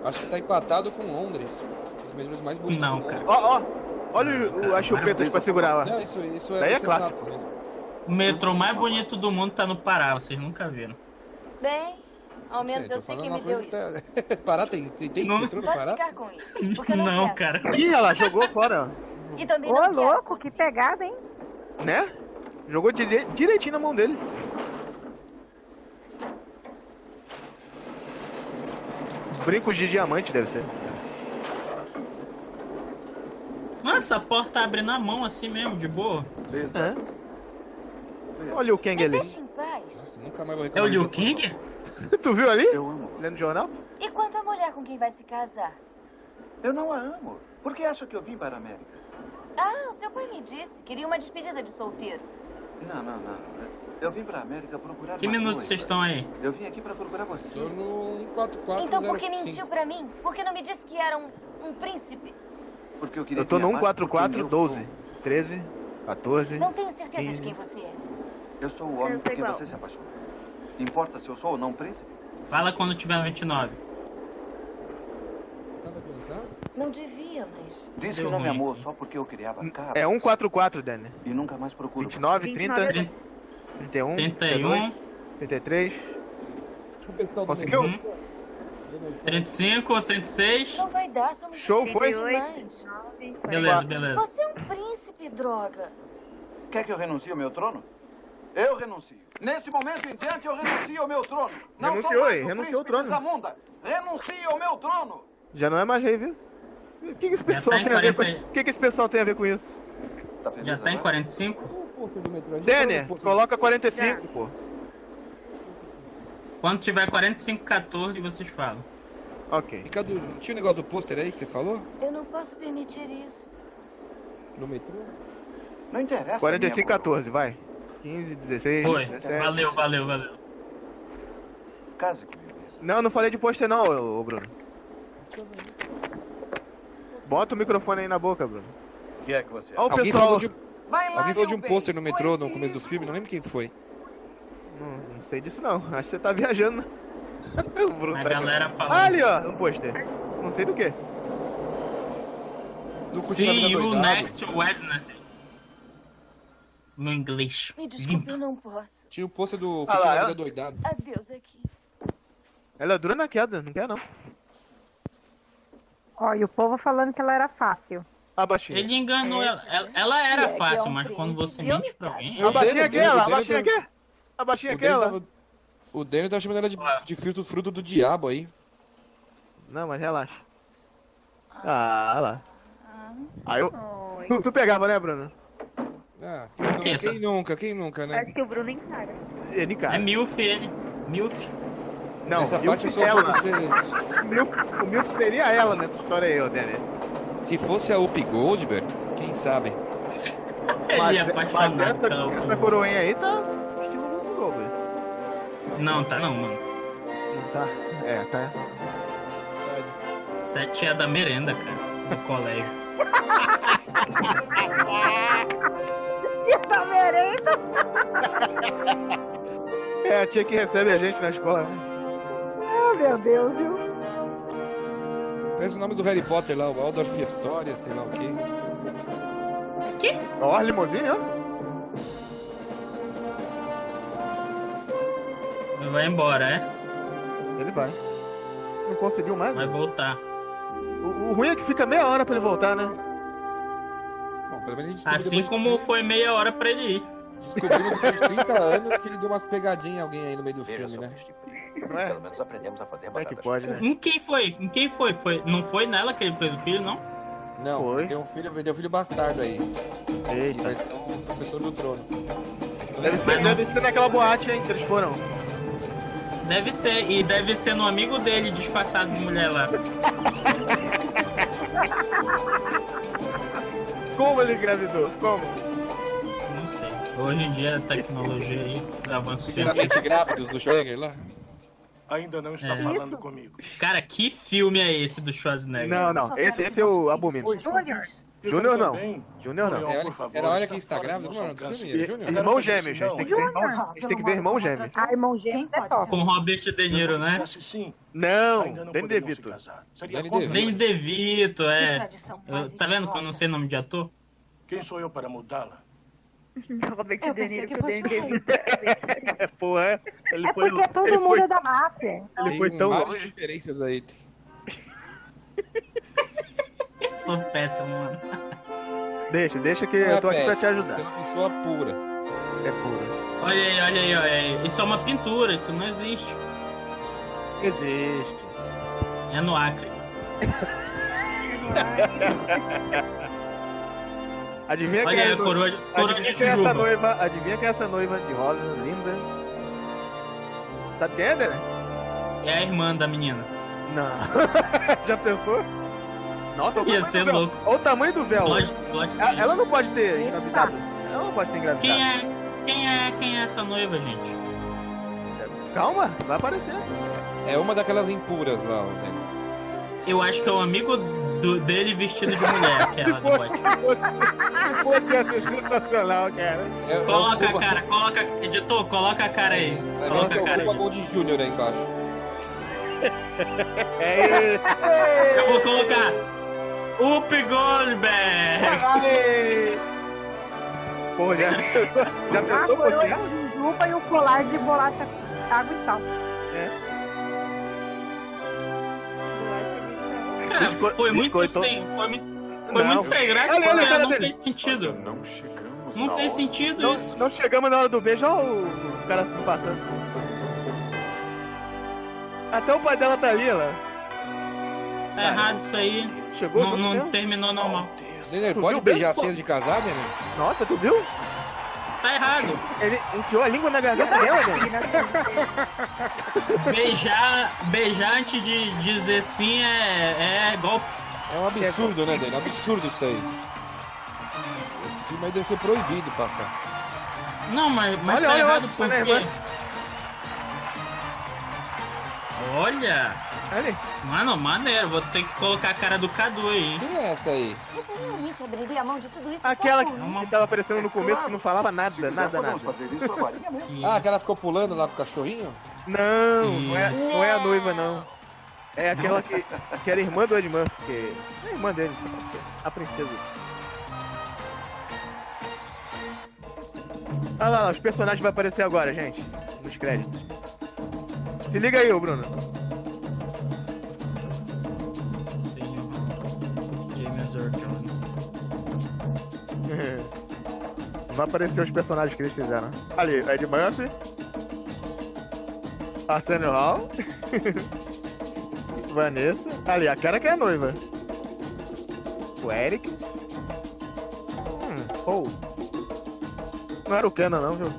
Acho que tá empatado com Londres. Um dos metrôs mais bonitos Não, do mundo. cara. Ó, ó. Olha o- o- as chupetas pra segurar lá. Não, isso, isso é, Daí é isso clássico. fato mesmo. [LAUGHS] O metrô mais bonito do mundo tá no Pará, vocês nunca viram. Bem, ao menos Sério, eu tô sei falando quem uma me deu coisa isso. que tá... Pará tem, tem, tem Não. metrô no Pode Pará? ficar com isso, porque eu não, [LAUGHS] Não, quero. cara. Ih, olha lá, jogou fora, E também Ô, não quero. louco, que pegada, hein? ó. né? Jogou dire- direitinho na mão dele. Brincos de diamante, deve ser. Mano, essa porta abre na mão assim mesmo, de boa. É. Olha o Kang ali. Em paz. Nunca mais vou É o Liu Kang? [LAUGHS] tu viu ali? Eu amo. Lendo jornal? E quanto à mulher com quem vai se casar? Eu não a amo. Por que acha que eu vim para a América? Ah, o seu pai me disse. Queria uma despedida de solteiro. Não, não, não. Eu vim para a América procurar. Que uma minuto coisa. vocês estão aí? Eu vim aqui para procurar você. Estou no 144. então por que mentiu pra mim? Por que não me disse que era um, um príncipe? Porque eu queria. Eu tô no me amar porque 144, eu 12, 13, 14. Não tenho certeza de 15. quem você é. Eu sou o homem Eu tô por quem igual. você se apaixonou. Importa se eu sou ou não príncipe? Fala quando tiver um 99. Não devia, mas. Diz que não me amou só porque eu criava cabras. É 144, Danny. E nunca mais procuro. 29, 30, 31, 31. 33. Conseguiu? Uhum. 35, 36. Não vai dar, somos Show, foi? diferentes demais. Beleza, beleza. Você é um príncipe, droga. um- Quer que eu renuncie ao meu trono? Eu renuncio. Nesse momento em diante, eu renuncio ao meu trono. Não sou Renunciou, mais hein? o Renunciou príncipe o trono. Zamunda. Renuncio ao meu trono. Já não é mais rei, viu? O que, que esse pessoal tá em tem a ver com 40. O que, que esse pessoal tem a ver com isso? Já tá em 45? Danny, coloca 45, pô. Quando tiver 45, 14, vocês falam. Ok. Ricardo, tinha um negócio do pôster aí que você falou? Eu não posso permitir isso. No metrô? é Não interessa. 45, 14, vai. 15, 16, Foi. 17. Valeu, valeu, Tá valeu. Caso Não, não falei de pôster não, ô, ô, Bruno. Bota o microfone aí na boca, Bruno. O que é que você Olha o Alguém pessoal. falou de, alguém falou de um pôster no metrô no começo do filme, não lembro quem foi. Não, não sei disso não. [LAUGHS] Acho que você tá viajando. [LAUGHS] o Bruno A tá galera viajando. falando. Ah, ali, ó, um pôster. Não sei do que. Do See you next Wednesday. No inglês. Me desculpe, eu não posso. Tinha o pôster do Ah lá, Continua ela- Vida Doidado. Adeus aqui. Ela é dura na queda, não quer não. Ó, e o povo falando que ela era fácil. A Ah, baixinha. Ele enganou ela. Ela, ela É, era que é fácil, um mas quando você príncipe. mente pra alguém. A baixinha Daniel, aqui, ela, a Daniel, baixinha é Daniel. aqui. A baixinha O aqui, Daniel ela. tava, o Daniel tava chamando ela de, de fruto, fruto do diabo aí. Não, mas relaxa. Ah, olha lá. Aí eu... [LAUGHS] Tu, tu pegava, né, Bruno? Ah, quem, é nu- Que essa- quem nunca, quem nunca, né? que o Bruno encara. [LAUGHS] Ele, cara. É Milf ele. Milf. Não, Essa Milf parte eu sou um ela. pouco sem- O Milf, o Milf seria ela nessa história aí, ô Daniel. Se fosse a Up Goldberg, quem sabe? Ele é mas apaixonado essa, pela Whoopi. essa coroinha aí tá estilo Whoopi Goldberg. Não, tá não, mano. Não tá? É, tá. Isso é tia da merenda, cara. Do colégio. Tia da merenda. É a tia que recebe a gente na escola, né? Ah, meu Deus, viu? Parece o nome do Harry Potter lá, o Aldor Fiestoria, sei lá o quê. Ó, a limousine, ó. Ele vai embora, é? Ele vai. Não conseguiu mais? Vai voltar. O, o ruim é que fica meia hora pra ele voltar, né? Bom, pelo menos a gente Assim descobriu como foi meia hora pra ele ir. descobrimos depois de 30 anos que ele deu umas pegadinhas em alguém aí no meio do filme, né? Pelo menos aprendemos a fazer é batatas. né? Em quem foi? Em quem foi? foi? Não foi nela que ele fez o filho, não? Não, ele deu um filho, ele deu um filho bastardo aí. Que vai ser o sucessor do trono. A história Deve é- ser, deve ser naquela boate, hein, que eles foram. Deve ser. E deve ser no amigo dele, disfarçado de mulher lá. Como ele engravidou? Como? Não sei. Hoje em dia, a tecnologia aí, os avanços Ligeiramente científicos. grávidos do Schwarzenegger lá. Ainda não está É. falando comigo. Cara, que filme é esse do Schwarzenegger? Não, não. Esse, esse é o abomino. Júnior não. Júnior não. Era- era Olha Quem Está Grávido, Nossa, mano, do alcance. filme, E- Júnior. Irmão gêmeo, gente. Tem que ver irmão, a gente tem que ver irmão gêmeo. Ah, irmão gêmeo é top. Com Robert De Niro, né? Não, Danny DeVito. Seria Danny conveniente. DeVito, é. tradição Eu- tá vendo que eu não sei nome de ator? Quem sou eu para mudá-la? Robert Eu De pensei Niro que que o fosse Danny você. DeVito. É, porra. Ele É foi, porque ele todo mundo foi, é da máfia. [LAUGHS] ele foi Tem tão várias longe. diferenças aí. Sou péssimo, mano. Deixa, deixa que Não é eu tô aqui pra te péssimo, Você é ajudar. uma pessoa pura. É puro. Olha aí, olha aí, olha aí. Isso é uma pintura, isso não existe. Existe. É no Acre. [LAUGHS] Adivinha Olha quem aí, é no- coroa de- coroa adivinha de quem é essa Jujuba. noiva, adivinha quem é essa noiva de rosa, linda? Sabe quem é, Dene? É a irmã da menina. Não. [LAUGHS] [LAUGHS] Já pensou? Nossa, o Ia tamanho ser do véu. louco. Olha o tamanho do véu. Pode- pode Ela- ter. Ela não pode ter engravidado. Ela não pode ter engravidado. Quem é, quem é, quem é essa noiva, gente? Calma, vai aparecer. É uma daquelas impuras lá, né? Eu acho que é o amigo do- dele vestido de [LAUGHS] mulher, que é ela do bote. Você é sensacional, cara. É, Coloca a cara, coloca, editor, coloca a cara aí. Vai ver Coloca que a cara é o Cuba aí. Gold Júnior aí embaixo. É, Eu vou colocar Up Goldberg. Pô, já, já A pensou coroa você? de jujuba e o colar de bolacha, água e sal. né? é, Cara, foi muito biscoito- sem, foi, mu- foi Não. muito sem graça Olha, olha a porque cara não dele. fez sentido. Não chegamos Não fez sentido não, isso. não chegamos na hora do beijo, olha o, o cara se empatando. Até o pai dela tá ali, ó. Tá errado isso aí. Chegou não, junto não mesmo? terminou normal. Nenê, Tu pode viu bem? beijar a Pô. ceia de casar, Nenê? Nossa, tu viu? Tá errado. Ele enfiou a língua na garganta dela, né? Beijar, beijar antes de dizer sim é, é golpe. É um absurdo, né, Nenê? É um absurdo isso aí. Esse filme aí deve ser proibido passar. Não, mas, mas Olha, tá olha, errado olha, tá por na quê? irmã. Olha! Olha. Mano, maneiro, vou ter que colocar a cara do Cadu aí, hein? Quem é essa aí? Essa realmente abriria um a mão de tudo isso Aquela só que, por mim. que tava aparecendo no começo que não falava Tipo, nada, nada, nada. Ah, aquela ficou pulando lá com o cachorrinho? Não, não é, não é a noiva, não. É aquela que, que era irmã do Edmund, porque. É a irmã dele, a princesa. Olha lá, os personagens vão aparecer agora, gente. Nos créditos. Se liga aí, ô Bruno. Senhor. James Earl Jones. [LAUGHS] Vai aparecer os personagens que eles fizeram. Ali, Ed Murphy. Arsenio Hall. [LAUGHS] Vanessa. Ali, a cara que é a noiva. O Eric. Hum, Paul. Não era o Cana, não, viu?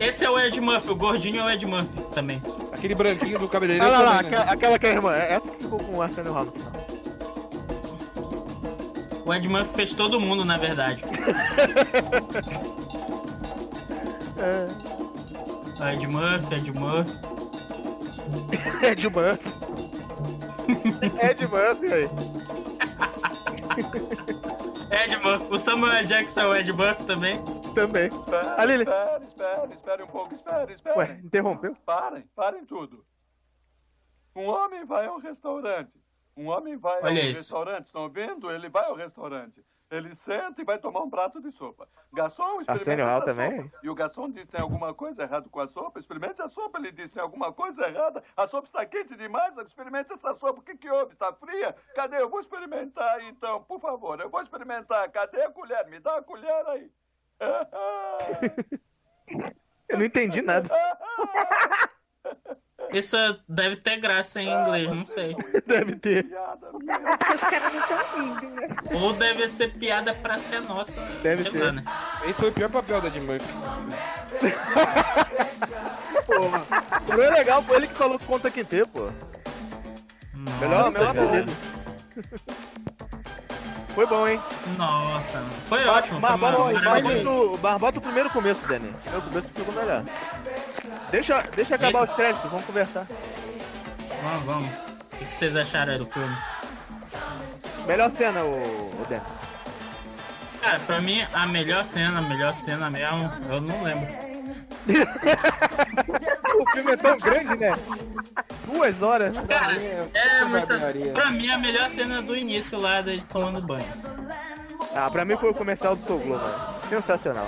Esse é o Ed Murphy, o gordinho é o Ed Murphy também. Aquele branquinho do Olha cabeleireiro Ah, lá, lá, também, né? aquela, aquela que é a irmã. é Essa que ficou com o Arsenio Hall no final. O Ed Murphy fez todo mundo, na [LAUGHS] verdade. É, Ed Murphy, Ed Murphy. [LAUGHS] Ed Murphy. Ed Murphy aí. Ed Murphy. O Samuel Jackson é o Ed Murphy também. Também. Espera, Ali, espera, espera, espera um pouco, espera, espera. Ué, interrompeu? Parem, parem tudo. Um homem vai a um restaurante. Um homem vai Olha a um isso. restaurante, estão vendo? Ele vai ao restaurante. Ele senta e vai tomar um prato de sopa. Garçom, experimenta Arsenio Hall essa também? sopa. E o garçom diz tem alguma coisa errada com a sopa. Experimente a sopa. Ele diz tem alguma coisa errada. A sopa está quente demais. Experimente essa sopa. O que, que houve? Está fria? Cadê? Eu vou experimentar então, por favor. Eu vou experimentar. Cadê a colher? Me dá a colher [LAUGHS] aí. [LAUGHS] Eu não entendi nada. Isso é- deve ter graça em inglês, não sei. Deve ter. né? Ou deve ser piada pra ser nossa. Deve sei ser. lá, né? Esse foi o pior papel da Ed Murphy. Porra. O meu é legal, foi ele que falou que conta Quintê, pô. melhor melhor cara. apelido. Foi bom, hein? Nossa, foi Ba- ótimo. Ba- Foi ba- maravilhoso. barbota, o- barbota o primeiro começo, Dani. Primeiro começo ficou melhor. Deixa, deixa acabar os créditos, vamos conversar. Vamos, vamos. O que que vocês acharam aí do filme? Melhor cena, o, o Dani. Cara, pra mim, a melhor cena, a melhor cena mesmo, eu não lembro. o filme é tão grande, né? Duas horas. Cara, é muita... barbearia. Pra mim, a melhor cena é do início lá, dele tomando banho. Ah, pra mim foi o comercial do Sou Globo. mano. Sensacional.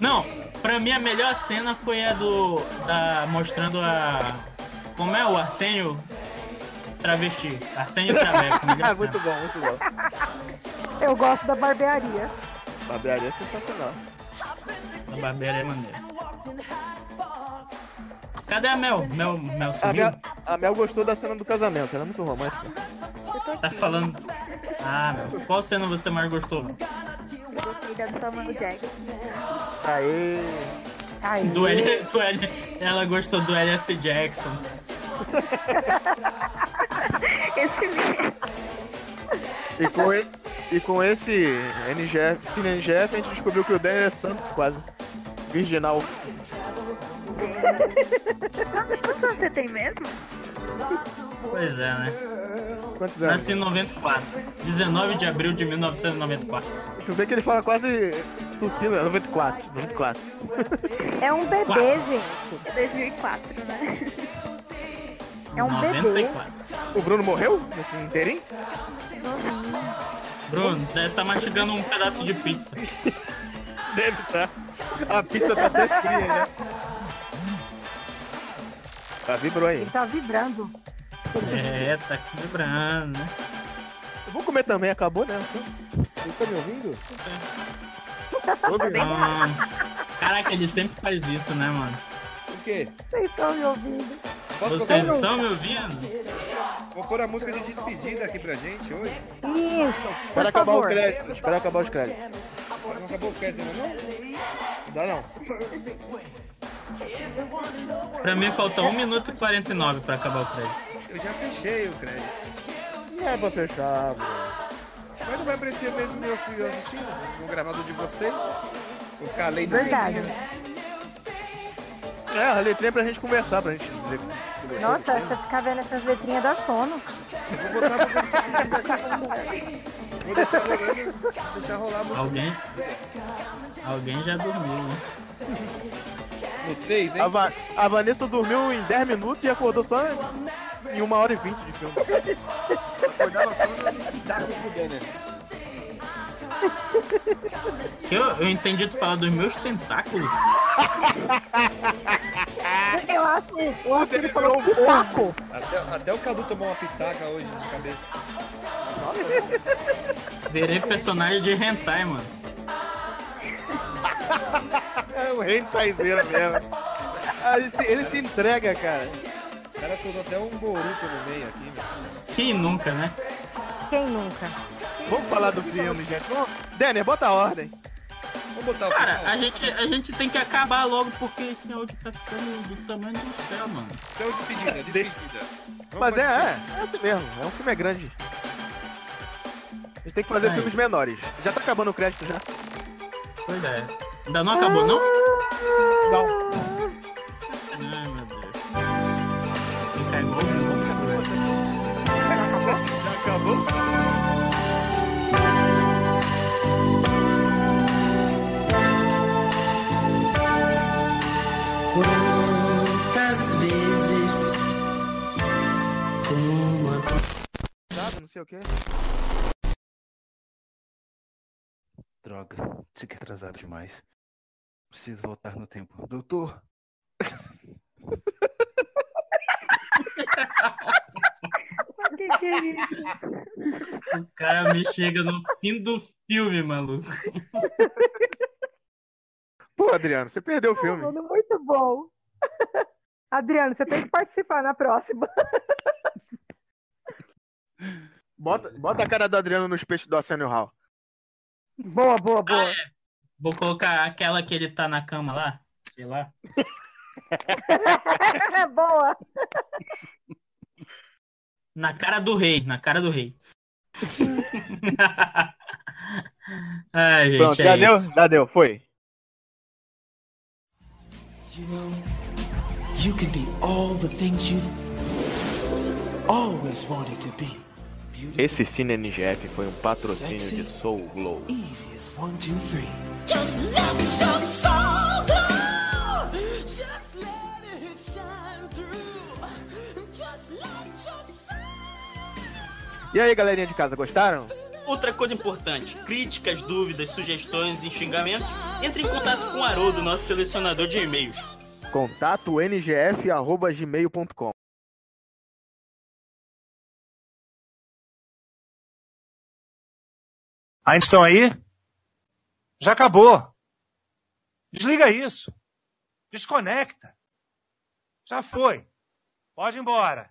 Não, pra mim a melhor cena foi a do. da- mostrando a. Como é o Arsênio travesti? [LAUGHS] É Arsênio traveco, melhor cena. [LAUGHS] muito bom, muito bom. Eu gosto da barbearia. Barbearia é sensacional. A barbearia é maneira. Cadê a Ah, Mel? Mel, Mel A sumiu? Mel, a Mel gostou da cena do casamento, ela é muito romântica. Tá falando. Ah, Mel. Qual cena você mais gostou? Eu gostei da do Samuel Jack. Aê! Aí. Do L, do L, ela gostou do LS Jackson. [LAUGHS] Esse mesmo. E com, e, e com esse NGF, Cine NGF, a gente descobriu que o Dan é santo quase. Virginal. Quantos anos você tem mesmo? Pois é, né? Quantos anos? Nasci em 94. 19 de abril de 1994. Tu vê que ele fala quase tossindo, é 94, 94. É um bebê, gente. É 2004, né? É um bebê. 94. O Bruno morreu nesse inteirinho? Bruno, deve estar mastigando um pedaço de pizza. Deve estar. A pizza tá até fria, né? Tá vibrou aí. Ele tá vibrando. É, tá aqui vibrando, né? Eu vou comer também, acabou, né? Ele tá me ouvindo? Tá Não. Caraca, ele sempre faz isso, né, mano? O quê? Vocês estão me ouvindo. Posso Vocês colocar um- estão me ouvindo? Vou pôr a música de despedida aqui pra gente hoje. Isso. Espera acabar o crédito, espera acabar os créditos. Não acabou os créditos ainda não? Dá não. Pra mim falta 1 minuto e 49 pra acabar o crédito. Eu já fechei o crédito. Não é pra fechar, mano. Mas não vai aparecer É mesmo meus meus assistindo. Vocês vão gravar do de vocês. Vou ficar além do Verdade. fim, né? É, a letrinha pra gente conversar, pra gente dizer. que- Nossa, essa ficar vendo essas letrinhas dá sono. [LAUGHS] Vou deixar rolando, deixar rolar a música. Alguém? Alguém já dormiu, né? No 3, hein? A, Va- a Vanessa dormiu em 10 minutos e acordou só em 1 hora e 20 de filme. Acordava só no dar com o Daniel. Que eu, eu entendi tu falar dos meus tentáculos. Eu acho que assim, o Arthur ele falou virou um pitaco. Até, até o Cadu tomou uma pitaca hoje na cabeça. [LAUGHS] Virei personagem de hentai, mano. É um rei taizeira mesmo. Ah, Ele se, ele se entrega, cara. O cara soltou até um boruto no meio aqui, meu. Quem nunca, né? Quem nunca? Vamos falar do filme, gente. Vamos- Denner, bota a ordem. Vamos botar o Cara, final. a gente, a gente tem que acabar logo porque esse áudio tá ficando do tamanho do céu, mano. Então despedida, despedida. Vamos Mas é, pra despedida. é, é assim mesmo. É um filme é grande. A gente tem que fazer Mas- filmes menores. Já tá acabando o crédito já? Pois é. Ainda não acabou, não? Não. Ai, meu Deus. Cagou, cagou, cagou. Acabou? Quantas vezes como a Tá, Sabe, não sei o que. Droga, cheguei atrasado demais. Preciso voltar no tempo. Doutor! [LAUGHS] Que que é isso? O cara me chega no fim do filme, maluco. [LAUGHS] Pô, Adriano, você perdeu o filme. Mano, muito bom. [LAUGHS] Adriano, você tem que participar na próxima. Bota, bota a cara do Adriano nos peixes do Arsenio Hall. Boa, boa, boa. Ah, é. Vou colocar aquela que ele tá na cama lá. Sei lá. [LAUGHS] boa. Na cara do rei, na cara do rei. Ai, gente, Pronto, é já deu? isso. Já deu, foi. You know, you can be all the things you've always wanted to be. Esse Cine NGF foi um patrocínio Sexy. de Soul Glow. Easy as one, two, three. Just let your soul go. Just let it shine through. Just let your E aí, galerinha de casa, gostaram? Outra coisa importante, críticas, dúvidas, sugestões e xingamentos, entre em contato com o Haroldo, nosso selecionador de e-mails. Contato ngf.gmail.com Ainda estão aí? Já acabou. Desliga isso. Desconecta. Já foi. Pode ir embora.